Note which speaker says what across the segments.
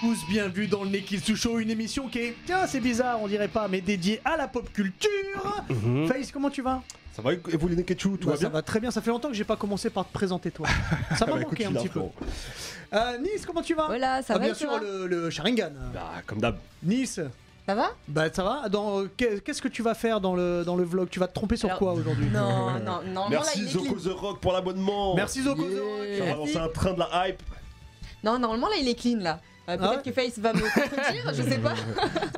Speaker 1: tous, bienvenue dans le Nekitsu Show, une émission qui est, tiens, c'est bizarre, on dirait pas, mais dédiée à la pop culture. Face, comment tu vas
Speaker 2: Ça va, et vous les Neketchou, Mhm. tout
Speaker 1: Bah,
Speaker 2: va
Speaker 1: Ça
Speaker 2: bien
Speaker 1: va très bien, ça fait longtemps que j'ai pas commencé par te présenter toi. Ça m'a
Speaker 2: Ah bah, écoute,
Speaker 1: manqué un
Speaker 2: tu l'as,
Speaker 1: petit peu.
Speaker 2: frérot.
Speaker 1: Euh, nice, comment tu vas
Speaker 3: Voilà, ça
Speaker 1: Ah,
Speaker 3: va
Speaker 1: Bien
Speaker 3: et
Speaker 1: sûr,
Speaker 3: toi
Speaker 1: le, le Sharingan.
Speaker 2: Bah, comme d'hab.
Speaker 1: Nice,
Speaker 3: Ça va
Speaker 1: bah ça va Dans, euh, qu'est- Qu'est-ce que tu vas faire dans le, dans le vlog Tu vas te tromper sur
Speaker 3: Alors-
Speaker 1: quoi aujourd'hui
Speaker 3: Non, non, non,
Speaker 2: Merci
Speaker 3: non, là, il est
Speaker 2: Zoko The
Speaker 3: clean.
Speaker 2: Rock pour l'abonnement
Speaker 1: Merci Zoko
Speaker 3: Oh, Yeah. Ah,
Speaker 2: Ça va lancer un train de la hype
Speaker 3: Non, normalement là il est clean là. Euh, Peut-être
Speaker 1: Ah ouais
Speaker 3: que Face va me contredire, je sais pas.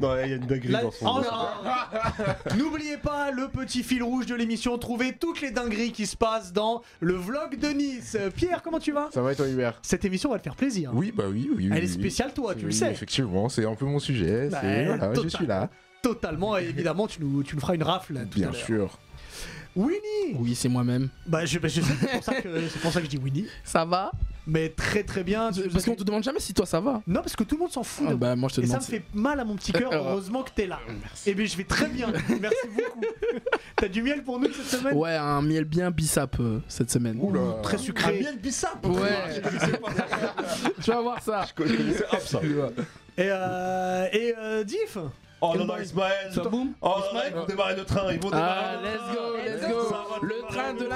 Speaker 2: Non, il y a une dinguerie
Speaker 1: La-
Speaker 2: dans
Speaker 1: Oh
Speaker 2: son...
Speaker 1: non. N'oubliez pas le petit fil rouge de l'émission, trouvez toutes les dingueries qui se passent dans le vlog de Nice. Pierre, comment tu vas
Speaker 4: Ça va et toi, Hubert
Speaker 1: Cette émission va te faire plaisir.
Speaker 4: Oui, bah oui, oui. oui,
Speaker 1: Elle est
Speaker 4: oui.
Speaker 1: spéciale toi, tu le
Speaker 4: Oui,
Speaker 1: sais.
Speaker 4: Effectivement, c'est un peu mon sujet.
Speaker 1: Bah,
Speaker 4: c'est- voilà,
Speaker 1: total.
Speaker 4: je suis là,
Speaker 1: Totalement, et évidemment, tu nous, tu nous feras une rafle. Tout à
Speaker 4: bien
Speaker 1: l'heure.
Speaker 4: sûr.
Speaker 1: Winnie
Speaker 5: Oui, c'est moi-même.
Speaker 1: Bah, je, bah, je sais, c'est pour, ça que- c'est pour ça que je dis Winnie.
Speaker 5: Ça va
Speaker 1: Mais très très bien. tu nous
Speaker 5: Parce
Speaker 1: as-
Speaker 5: qu'on te demande jamais si toi ça va.
Speaker 1: Non, parce que tout le monde s'en fout.
Speaker 5: Ah
Speaker 1: de-
Speaker 5: bah moi je te
Speaker 1: et ça me
Speaker 5: demande. si-
Speaker 1: fait mal à mon petit cœur,
Speaker 5: Alors- euh,
Speaker 1: heureusement que t'es là. Et bien, je vais très bien, merci beaucoup. T'as du miel pour nous cette semaine
Speaker 5: Ouais, un miel bien bissap euh, cette semaine.
Speaker 4: Oula.
Speaker 1: Mmh, Très
Speaker 2: Un
Speaker 1: sucré.
Speaker 2: Ah, miel bissap
Speaker 5: Ouais. tu vas voir ça.
Speaker 2: Je connaissais hop ça
Speaker 1: Et, euh, et euh, Diff
Speaker 2: Oh non, non, Ismaël
Speaker 5: Ça boum
Speaker 2: Oh non, non, ils vont démarrer le train, ils vont démarrer
Speaker 5: Ah,
Speaker 2: le
Speaker 5: let's
Speaker 2: train.
Speaker 5: go, let's
Speaker 3: Let's
Speaker 5: go.
Speaker 2: Ça va
Speaker 5: Le
Speaker 2: démarrer
Speaker 5: train de
Speaker 2: le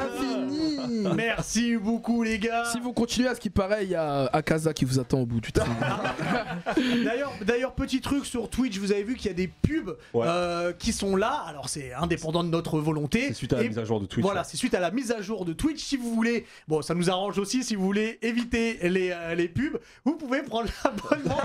Speaker 5: l'infini.
Speaker 1: Merci beaucoup, les gars.
Speaker 5: Si vous continuez à ce qui paraît, il y a euh, Akaza qui vous attend au bout du train.
Speaker 1: D'ailleurs, d'ailleurs, petit truc sur Twitch, vous avez vu qu'il y a des pubs
Speaker 2: Ouais.
Speaker 1: euh, qui sont là. Alors, c'est indépendant de notre volonté.
Speaker 2: C'est suite à la
Speaker 1: Et
Speaker 2: mise à jour de Twitch.
Speaker 1: Voilà, c'est suite à la mise à jour de Twitch. Si vous voulez, bon, ça nous arrange aussi. Si vous voulez éviter les, euh, les pubs, vous pouvez prendre l'abonnement.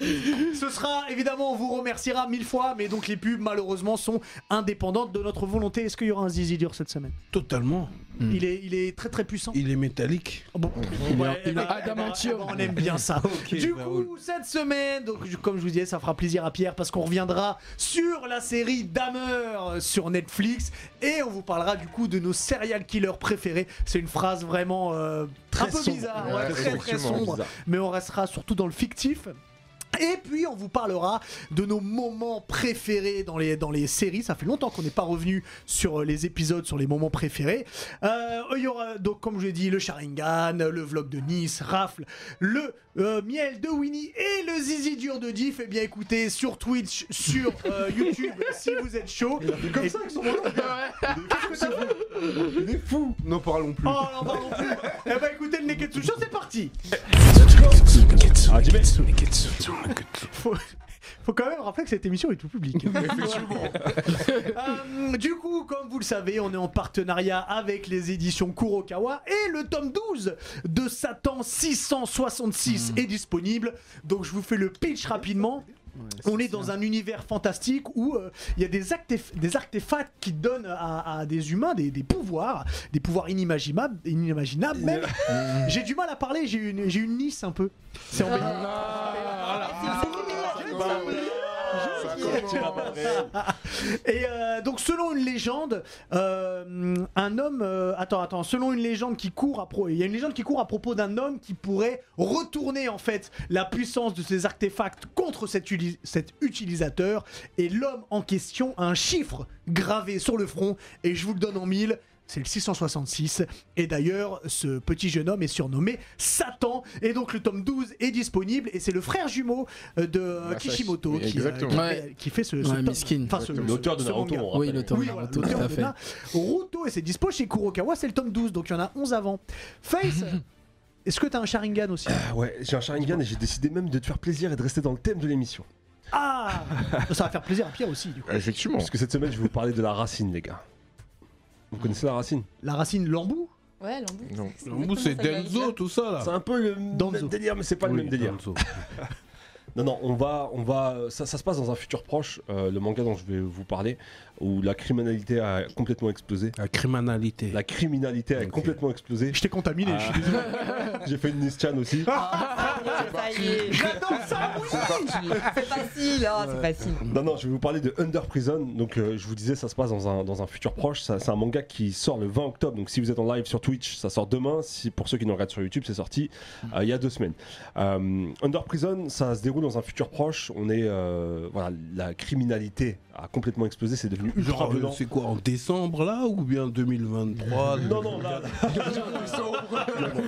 Speaker 1: Ce sera évidemment, on vous remerciera mille fois, mais donc les pubs malheureusement sont indépendantes de notre volonté. Est-ce qu'il y aura un zizi dur cette semaine
Speaker 6: Totalement.
Speaker 5: Mm.
Speaker 1: Il est, il est très très puissant. Ah
Speaker 6: Il est métallique.
Speaker 1: Bon, ouais,
Speaker 5: il est
Speaker 1: bah,
Speaker 5: adamantium.
Speaker 1: bah, On aime bien ça. du
Speaker 6: bah,
Speaker 1: coup, cette semaine, donc je- comme je vous disais, ça fera plaisir à Pierre parce qu'on reviendra sur la série Dahmer euh, sur Netflix et on vous parlera du coup de nos serial killers préférés. C'est une phrase vraiment euh, un peu
Speaker 2: sombre.
Speaker 1: bizarre,
Speaker 4: Ouais,
Speaker 1: ouais, très très
Speaker 4: effectivement,
Speaker 1: sombre,
Speaker 2: bizarre.
Speaker 1: mais on restera surtout dans le fictif. Et puis on vous parlera de nos moments préférés dans les, dans les séries. Ça fait longtemps qu'on n'est pas revenu sur euh, les épisodes, sur les moments préférés. Euh, il y aura donc, comme je l'ai dit, le Sharingan, le vlog de Nice, Rafle, le euh, miel de Winnie et le zizi dur de Diff. Eh bien écoutez, sur Twitch, sur euh, YouTube, si vous êtes chaud. Et-
Speaker 4: Il est fou N'en parlons plus.
Speaker 1: Oh non, pardon plus. Eh ben écoutez, le Neketsu Show, c'est parti
Speaker 2: Ah, Jimmy.
Speaker 1: faut, faut quand même rappeler que cette émission est tout public. Euh, du coup, comme vous le savez, on est en partenariat avec les éditions Kurokawa et le tome 12 de Satan 666 est disponible. Donc je vous fais le pitch rapidement. On est dans un univers fantastique où euh, il y a des, actef- des artefacts qui donnent à, à des humains des, des pouvoirs, des pouvoirs inimaginables. inimaginables même. J'ai du mal à parler, j'ai une, j'ai une nice un peu.
Speaker 3: Ah.
Speaker 1: C'est embêtant.
Speaker 3: Euh,
Speaker 4: Ah,
Speaker 2: Ah,
Speaker 1: Et euh, donc selon une légende, euh, un homme, euh, attends, attends, selon une légende qui court à pro, il y a une légende qui court à propos d'un homme qui pourrait retourner en fait la puissance de ses artefacts contre cet, uli- cet utilisateur. Et l'homme en question a un chiffre gravé sur le front et je vous le donne en mille. C'est le 666. Et d'ailleurs, ce petit jeune homme est surnommé Satan. Et donc, le tome 12 est disponible. Et c'est le frère jumeau euh, de euh,
Speaker 4: Masashi.
Speaker 1: Kishimoto
Speaker 4: Oui,
Speaker 1: qui, euh, qui
Speaker 4: exactement.
Speaker 1: fait- qui fait ce, ce
Speaker 5: Ouais,
Speaker 1: tome.
Speaker 5: Miskin.
Speaker 1: Enfin, ce-
Speaker 2: L'auteur de
Speaker 1: ce
Speaker 2: Naruto,
Speaker 1: manga.
Speaker 2: on
Speaker 5: Oui,
Speaker 2: rappelle.
Speaker 5: le tome
Speaker 1: Oui, voilà,
Speaker 5: Naruto,
Speaker 1: l'auteur
Speaker 5: tout à
Speaker 1: de
Speaker 5: fait.
Speaker 1: Na- Ruto et c'est dispo chez Kurokawa, c'est le tome 12, donc il y en a 11 avant. Face, est-ce que t'as un Sharingan aussi
Speaker 2: Ah ouais, j'ai un Sharingan et j'ai décidé même de te faire plaisir et de rester dans le thème de l'émission.
Speaker 1: Ah Ça va faire plaisir à Pierre aussi, du coup.
Speaker 4: Effectivement.
Speaker 2: Parce que cette semaine, je vais vous parler de la racine, les gars. Vous
Speaker 6: Ah.
Speaker 2: connaissez la racine
Speaker 1: La racine Lambou
Speaker 3: Ouais, l'embout.
Speaker 4: Non.
Speaker 6: L'embout, c'est Denzo, tout ça là.
Speaker 2: C'est un peu le même
Speaker 1: Danzo.
Speaker 2: délire, mais c'est pas le même délire. Non, non, on va, on va, ça, ça se passe dans un futur proche, euh, le manga dont je vais vous parler, où la criminalité a complètement explosé.
Speaker 6: La criminalité.
Speaker 2: La criminalité a
Speaker 6: Ok.
Speaker 2: complètement explosé.
Speaker 1: Je t'ai contaminé, je suis désolé.
Speaker 2: J'ai fait une Nistian aussi.
Speaker 3: Ah, Ça y est,
Speaker 1: J'adore ça, oui
Speaker 3: c'est facile, oh, c'est facile.
Speaker 2: Non, non, je vais vous parler de Under Prison. Donc, euh, je vous disais, ça se passe dans un, dans un futur proche. Ça- C'est un manga qui sort le 20 octobre. Donc, si vous êtes en live sur Twitch, ça sort demain. Si, pour ceux qui nous regardent sur YouTube, c'est sorti euh, il y a deux semaines. Euh, Under Prison, ça se déroule déroule dans un futur proche. On est euh, voilà, la criminalité a complètement explosé. C'est devenu ultra
Speaker 6: Genre, euh,
Speaker 2: violent.
Speaker 6: c'est quoi, en décembre là ou bien 2023
Speaker 2: Non, non, là,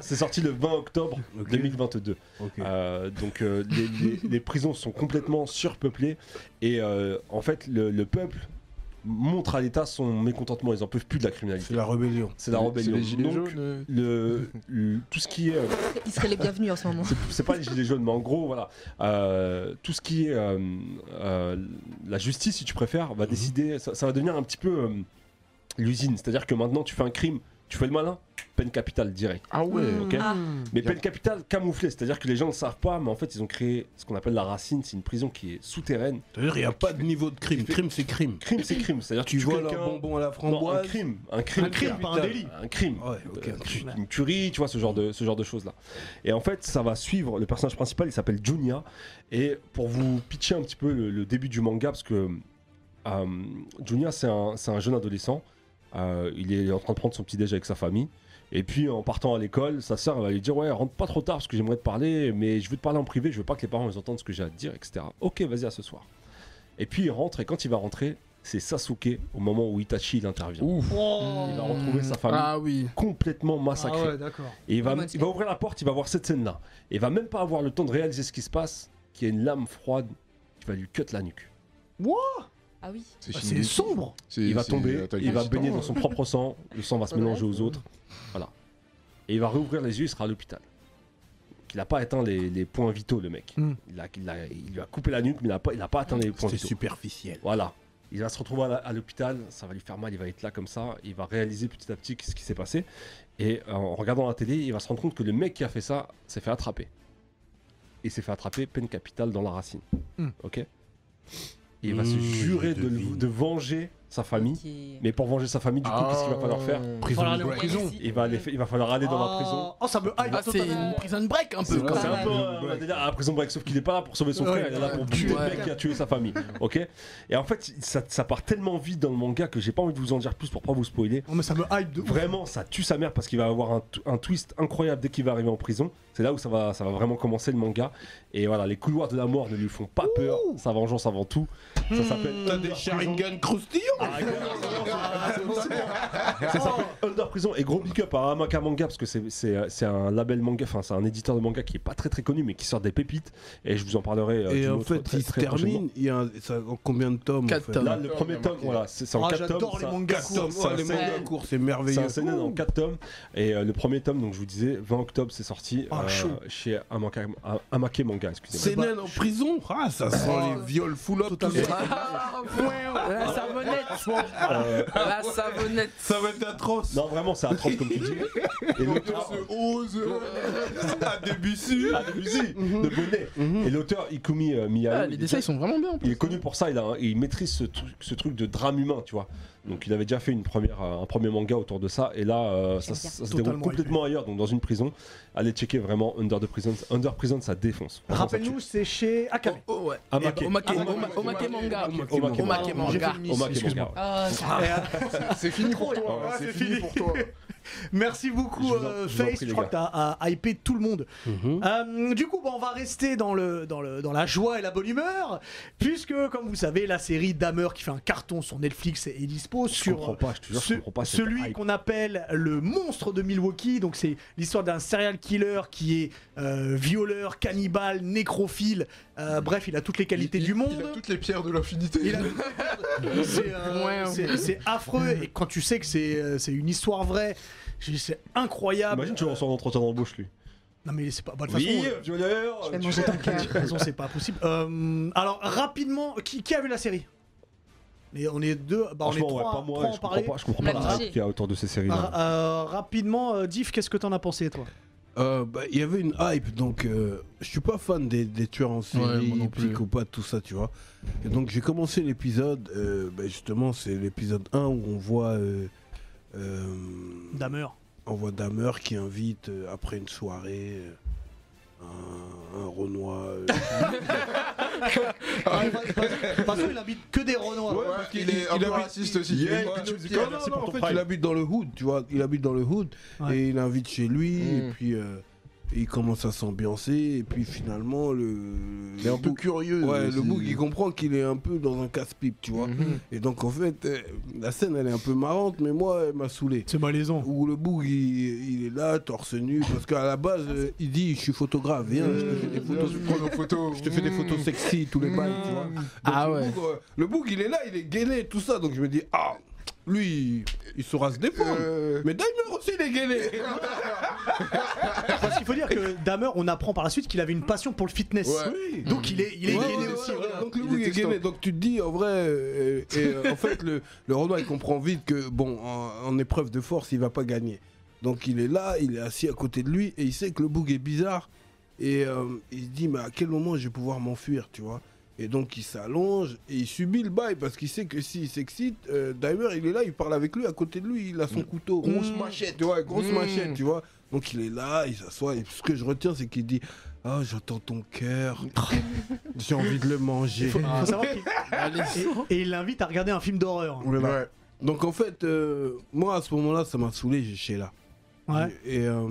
Speaker 2: c'est sorti le 20 octobre 2022.
Speaker 6: Ok.
Speaker 2: Euh, donc euh, les, les- les prisons sont complètement surpeuplées et euh, en fait le, le peuple montre à l'État son mécontentement. Ils en peuvent plus de la
Speaker 6: C'est
Speaker 2: criminalité.
Speaker 6: la rébellion.
Speaker 2: C'est la
Speaker 4: C'est
Speaker 2: rébellion.
Speaker 4: les gilets
Speaker 2: Donc,
Speaker 4: jaunes. euh.
Speaker 2: le, le- tout ce qui est euh,
Speaker 3: Ils seraient les bienvenus en ce moment.
Speaker 2: c'est- c'est pas les gilets jaunes mais en gros voilà euh, tout ce qui est euh, euh, la justice si tu préfères va décider ça, ça va devenir un petit peu euh, l'usine c'est à dire que maintenant tu fais un crime tu fais le malin peine capitale direct
Speaker 4: Ah ouais.
Speaker 1: Mmh.
Speaker 2: ok
Speaker 3: Ah.
Speaker 2: mais peine capitale camouflée c'est à dire que les gens ne le savent pas mais en fait ils ont créé ce qu'on appelle la racine c'est une prison qui est souterraine
Speaker 6: C'est-à-dire, il n'y a pas de niveau de crime. Crime, c'est crime.
Speaker 2: crime c'est crime c'est à dire
Speaker 6: Tu vois leur bonbon à la
Speaker 2: un
Speaker 6: framboise
Speaker 2: crime un crime
Speaker 1: Un crime, pas un
Speaker 6: putain.
Speaker 1: délit.
Speaker 2: un crime
Speaker 6: Ouais, ok.
Speaker 2: Euh, tu- une tuerie, tu vois, ce genre de, ce genre de choses là. Et en fait, ça va suivre le personnage principal, il s'appelle Junya. Et pour vous pitcher un petit peu le, le début du manga, parce que euh, Junya, c'est un, c'est un jeune adolescent. Euh, il est en train de prendre son petit déj avec sa famille. Et puis en partant à l'école, sa sœur elle va lui dire ouais rentre pas trop tard parce que j'aimerais te parler, mais je veux te parler en privé, je veux pas que les parents ils entendent ce que j'ai à te dire, etc. Ok, vas-y à ce soir. Et puis il rentre et quand il va rentrer, c'est Sasuke au moment où Itachi il intervient.
Speaker 5: Ouf.
Speaker 1: Oh.
Speaker 2: Il va retrouver sa famille
Speaker 5: Ah oui.
Speaker 2: complètement massacré.
Speaker 1: Ah ouais, d'accord.
Speaker 2: Et il va,
Speaker 3: Comment est-ce
Speaker 2: il va
Speaker 3: que-
Speaker 2: ouvrir la porte, il va voir cette scène-là. Et il va même pas avoir le temps de réaliser ce qui se passe, qu'il y a une lame froide qui va lui cut la nuque.
Speaker 3: Ah oui.
Speaker 1: Bah,
Speaker 4: Shinji.
Speaker 1: C'est sombre.
Speaker 4: C'est-
Speaker 2: Il va
Speaker 4: c'est
Speaker 2: tomber,
Speaker 4: Attaque
Speaker 2: il
Speaker 4: des
Speaker 2: va
Speaker 4: Titans,
Speaker 2: baigner
Speaker 4: hein.
Speaker 2: dans son propre sang, le sang va se mélanger aux autres. Voilà. Et il va rouvrir les yeux, il sera à l'hôpital. Il n'a pas atteint les, les points vitaux, le mec.
Speaker 1: Hmm.
Speaker 2: Il, a, il a- il lui a coupé la nuque, mais il n'a pas, il a pas atteint les points
Speaker 6: C'était
Speaker 2: vitaux.
Speaker 6: superficiel.
Speaker 2: Voilà. Il va se retrouver à la- à l'hôpital, ça va lui faire mal, il va être là comme ça, il va réaliser petit à petit ce qui s'est passé. Et euh, en regardant la télé, il va se rendre compte que le mec qui a fait ça s'est fait attraper. Et s'est fait attraper peine capitale dans la racine.
Speaker 1: Hmm.
Speaker 2: Ok Et il va
Speaker 6: Mmh,
Speaker 2: se
Speaker 6: je
Speaker 2: jurer de, le-
Speaker 6: devine.
Speaker 2: de venger sa famille.
Speaker 3: Ok.
Speaker 2: Mais pour venger sa famille, du coup, qu'est-ce qu'il va falloir faire
Speaker 4: Ah.
Speaker 1: Faut aller en
Speaker 3: Ouais,
Speaker 1: prison.
Speaker 3: si.
Speaker 2: il va, aller, il va falloir aller dans la prison.
Speaker 1: Ah, Oh, ça me hype
Speaker 5: Ah, c'est
Speaker 1: totalement.
Speaker 5: une prison break un peu
Speaker 4: C'est
Speaker 5: quand
Speaker 2: C'est
Speaker 3: pas
Speaker 2: un
Speaker 5: même.
Speaker 3: mal.
Speaker 2: peu euh, un délire à la prison break, sauf qu'il n'est pas là pour sauver son
Speaker 1: Ouais,
Speaker 2: frère, il est là pour
Speaker 5: ouais,
Speaker 2: buter
Speaker 5: ouais.
Speaker 2: le mec qui a tué sa famille. Ok Et en fait, ça, ça part tellement vite dans le manga que j'ai pas envie de vous en dire plus pour pas vous spoiler.
Speaker 1: Non, Oh, mais ça me hype de ouf.
Speaker 2: Vraiment, ça tue sa mère parce qu'il va avoir un, t- un twist incroyable dès qu'il va arriver en prison. C'est là où ça va, ça va vraiment commencer le manga. Et voilà, les couloirs de la mort ne lui font pas peur. Sa vengeance avant tout. Ça s'appelle
Speaker 6: T'as
Speaker 2: Under
Speaker 6: des
Speaker 2: Prison.
Speaker 6: Sharingan croustillons
Speaker 2: Ah, Ça s'appelle Under Prison et gros big up à Amaka Manga parce que c'est- c'est c'est un label manga, enfin c'est un éditeur de manga qui est pas très très connu mais qui sort des pépites et je vous en parlerai. euh,
Speaker 6: Et
Speaker 2: d'une
Speaker 6: en
Speaker 2: autre
Speaker 6: fait,
Speaker 2: très,
Speaker 6: il se
Speaker 2: très prochainement.
Speaker 6: termine, il y a un- ça- en combien de tomes en
Speaker 5: Quatre
Speaker 6: fait
Speaker 5: tomes.
Speaker 2: Là le premier tome, voilà, c'est c'est en
Speaker 1: Ah,
Speaker 2: 4 tomes.
Speaker 1: j'adore les
Speaker 2: ça-
Speaker 1: mangas
Speaker 6: Quatre tomes,
Speaker 1: courts.
Speaker 2: c'est un
Speaker 6: oh, les
Speaker 2: seinen.
Speaker 6: mangas courts, c'est
Speaker 2: C'est
Speaker 6: merveilleux.
Speaker 2: un seinen en 4 tomes et euh, le premier tome donc je vous disais 20 octobre c'est sorti
Speaker 1: Ah,
Speaker 2: euh,
Speaker 1: chaud.
Speaker 2: chez Amaka, A- Amake Manga excusez-moi.
Speaker 6: Seinen en prison Ah, ça
Speaker 5: Oh.
Speaker 6: sent les viols full up, tout ça.
Speaker 5: Ah, ouais, la savonnette.
Speaker 2: Euh,
Speaker 5: La savonnette.
Speaker 6: Ça va être atroce.
Speaker 2: non vraiment c'est atroce comme tu dis. Et l'auteur-
Speaker 6: À Debussy. Mhm.
Speaker 2: Ah, de Bussy, de Bonnet. Et l'auteur Ikumi euh, Miyayo,
Speaker 5: Ah,
Speaker 2: il
Speaker 5: les
Speaker 2: dit-
Speaker 5: dessins ils sont vraiment bien. en plus.
Speaker 2: Il est connu pour ça, il, a un- il maîtrise ce truc, ce truc de drame humain, tu vois. Donc il avait déjà fait une première, euh, un premier manga autour de ça, et là euh, ça,
Speaker 3: J'aime
Speaker 2: ça
Speaker 3: bien.
Speaker 2: se
Speaker 1: Totalement
Speaker 2: déroule complètement ailleurs, donc dans une prison. Allez checker vraiment Under the Prison, Under Prison ça défonce. Vraiment, ça tue.
Speaker 1: Rappelle-nous, c'est chez Akame.
Speaker 5: Oh, ouais.
Speaker 2: Amake.
Speaker 5: Eh ben, Omake,
Speaker 1: Amake.
Speaker 5: Oma- Omake manga.
Speaker 2: Omake
Speaker 5: Omake
Speaker 2: manga.
Speaker 5: manga.
Speaker 1: J'ai fait
Speaker 5: manga.
Speaker 1: une
Speaker 2: Omake manga,
Speaker 1: mission.
Speaker 2: ouais.
Speaker 3: Oh, ça.
Speaker 4: C'est fini pour toi.
Speaker 1: euh, Ouais,
Speaker 4: hein,
Speaker 1: c'est
Speaker 4: C'est fini
Speaker 1: fini.
Speaker 4: pour toi.
Speaker 1: Merci beaucoup,
Speaker 2: Je vous en-
Speaker 1: euh,
Speaker 2: je vous en
Speaker 1: Face.
Speaker 2: prie,
Speaker 1: Je
Speaker 2: les Mhm.
Speaker 1: crois que t'as euh, hypé tout le monde. Euh, du coup, bah, on va rester dans, le, dans, le, dans la joie et la bonne humeur, puisque, comme vous savez, la série Damer qui fait un carton sur Netflix est est dispo
Speaker 2: Je
Speaker 1: sur
Speaker 2: comprends pas, je te jure, je
Speaker 1: ce-
Speaker 2: comprends pas. cette
Speaker 1: celui
Speaker 2: hype.
Speaker 1: qu'on appelle le monstre de Milwaukee. Donc, c'est l'histoire d'un serial killer qui est euh, violeur, cannibale, nécrophile. Euh, bref, il a toutes les qualités
Speaker 4: Il-
Speaker 1: du
Speaker 4: il-
Speaker 1: monde.
Speaker 4: Il a toutes les pierres de l'infinité.
Speaker 1: Il a- c'est euh,
Speaker 5: Ouais.
Speaker 1: c'est- c'est affreux et quand tu sais que c'est euh, c'est une histoire vraie, j'ai- c'est incroyable.
Speaker 2: Ah, bah, Imagine, tu vas en sortir d'entretien d'embauche lui.
Speaker 1: Non mais c'est pas bah, de toute
Speaker 2: Oui,
Speaker 1: façon, euh,
Speaker 2: violeur
Speaker 3: Je vais
Speaker 2: tu-
Speaker 3: manger ton
Speaker 1: de
Speaker 3: cœur.
Speaker 1: toute façon, c'est pas possible. Euh, alors rapidement, qui, qui a vu la série Mais on est deux, bah on est
Speaker 2: Franchement, ouais,
Speaker 1: trois,
Speaker 2: pas
Speaker 1: trois
Speaker 2: moi,
Speaker 1: à en
Speaker 2: je comprends
Speaker 1: parler.
Speaker 2: pas, je comprends
Speaker 3: La
Speaker 2: pas la hype
Speaker 3: cliché.
Speaker 2: qu'il y a autour de ces séries là.
Speaker 1: Ra- euh, rapidement, euh, Diff, qu'est-ce que t'en as pensé toi
Speaker 6: Euh, bah, Il y avait une hype, donc euh, je suis pas fan des, des tueurs en
Speaker 5: Ouais,
Speaker 6: série,
Speaker 5: moi non
Speaker 6: des
Speaker 5: plus.
Speaker 6: psychopathes, tout ça, tu vois. Et donc j'ai commencé l'épisode, euh, bah, justement, c'est l'épisode 1 où on voit. euh, euh,
Speaker 1: Damer.
Speaker 6: on voit Damer qui invite euh, après une soirée euh, un, un Renoir. euh,
Speaker 1: Ah, Parce qu'il habite que des Renois.
Speaker 4: Ouais, parce qu'il est un peu raciste aussi.
Speaker 6: il-
Speaker 4: Ouais,
Speaker 6: il-
Speaker 4: tu-
Speaker 6: il-
Speaker 4: tu-
Speaker 6: non,
Speaker 4: merci
Speaker 6: non,
Speaker 4: pour
Speaker 6: en
Speaker 4: ton
Speaker 6: fait,
Speaker 4: prime.
Speaker 6: il habite dans le hood, tu vois. Il habite dans le hood
Speaker 1: Ouais.
Speaker 6: et il invite chez lui.
Speaker 4: Mm.
Speaker 6: Et puis, euh, il commence à s'ambiancer et puis finalement le
Speaker 4: Il est un peu
Speaker 6: Boog-
Speaker 4: curieux.
Speaker 6: ouais,
Speaker 4: euh,
Speaker 6: le
Speaker 4: c'est- Mm-hmm.
Speaker 6: Boog il comprend qu'il est un peu dans un casse-pipe, tu vois. Et donc en fait euh, la scène elle est un peu marrante mais moi elle m'a saoulé.
Speaker 1: C'est malaisant.
Speaker 6: Où le Boog il, il est là torse nu parce qu'à la base euh, il dit je suis photographe, viens je te fais des photos.
Speaker 4: Ah, Je prends nos photos. Mm.
Speaker 6: Je te fais des photos sexy, tous les bails, tu vois. Donc,
Speaker 5: Ah
Speaker 6: le
Speaker 5: ouais.
Speaker 6: Boog, euh, le Boog, il est là, il est gainé, tout ça. Donc je me dis, ah, lui, il saura se défendre.
Speaker 4: Euh,
Speaker 6: Mais Daimler aussi, il est gainé.
Speaker 1: Parce qu'il faut dire que Damer, on apprend par la suite qu'il avait une passion pour le fitness.
Speaker 4: Ouais.
Speaker 1: Donc il est, il est
Speaker 6: Ouais,
Speaker 1: gainé
Speaker 6: ouais,
Speaker 1: aussi.
Speaker 6: ouais,
Speaker 1: voilà.
Speaker 6: ouais. Donc le
Speaker 4: Il
Speaker 6: Boog
Speaker 4: était
Speaker 6: est gainé.
Speaker 4: stop.
Speaker 6: Donc tu te dis, en vrai, euh, et, euh, en fait, le, le Renoir, il comprend vite que, bon, en, en épreuve de force, il va pas gagner. Donc il est là, il est assis à côté de lui, et il sait que le Boog est bizarre. Et euh, il se dit, mais à quel moment je vais pouvoir m'enfuir, tu vois et donc il s'allonge et il subit le bail parce qu'il sait que s'il s'excite, euh, Daimer, il est là, il parle avec lui à côté de lui, il a son couteau.
Speaker 4: Grosse machette.
Speaker 6: Tu vois, grosse
Speaker 4: Mm.
Speaker 6: machette, tu vois. Donc il est là, il s'assoit et ce que je retiens c'est qu'il dit Ah, j'entends ton cœur, j'ai envie de le manger.
Speaker 1: Faut, faut savoir qu'il et, et il l'invite à regarder un film d'horreur.
Speaker 6: Voilà. Donc en fait, euh, moi à ce moment-là, ça m'a saoulé, j'ai chez là.
Speaker 1: Ouais.
Speaker 6: Et, euh,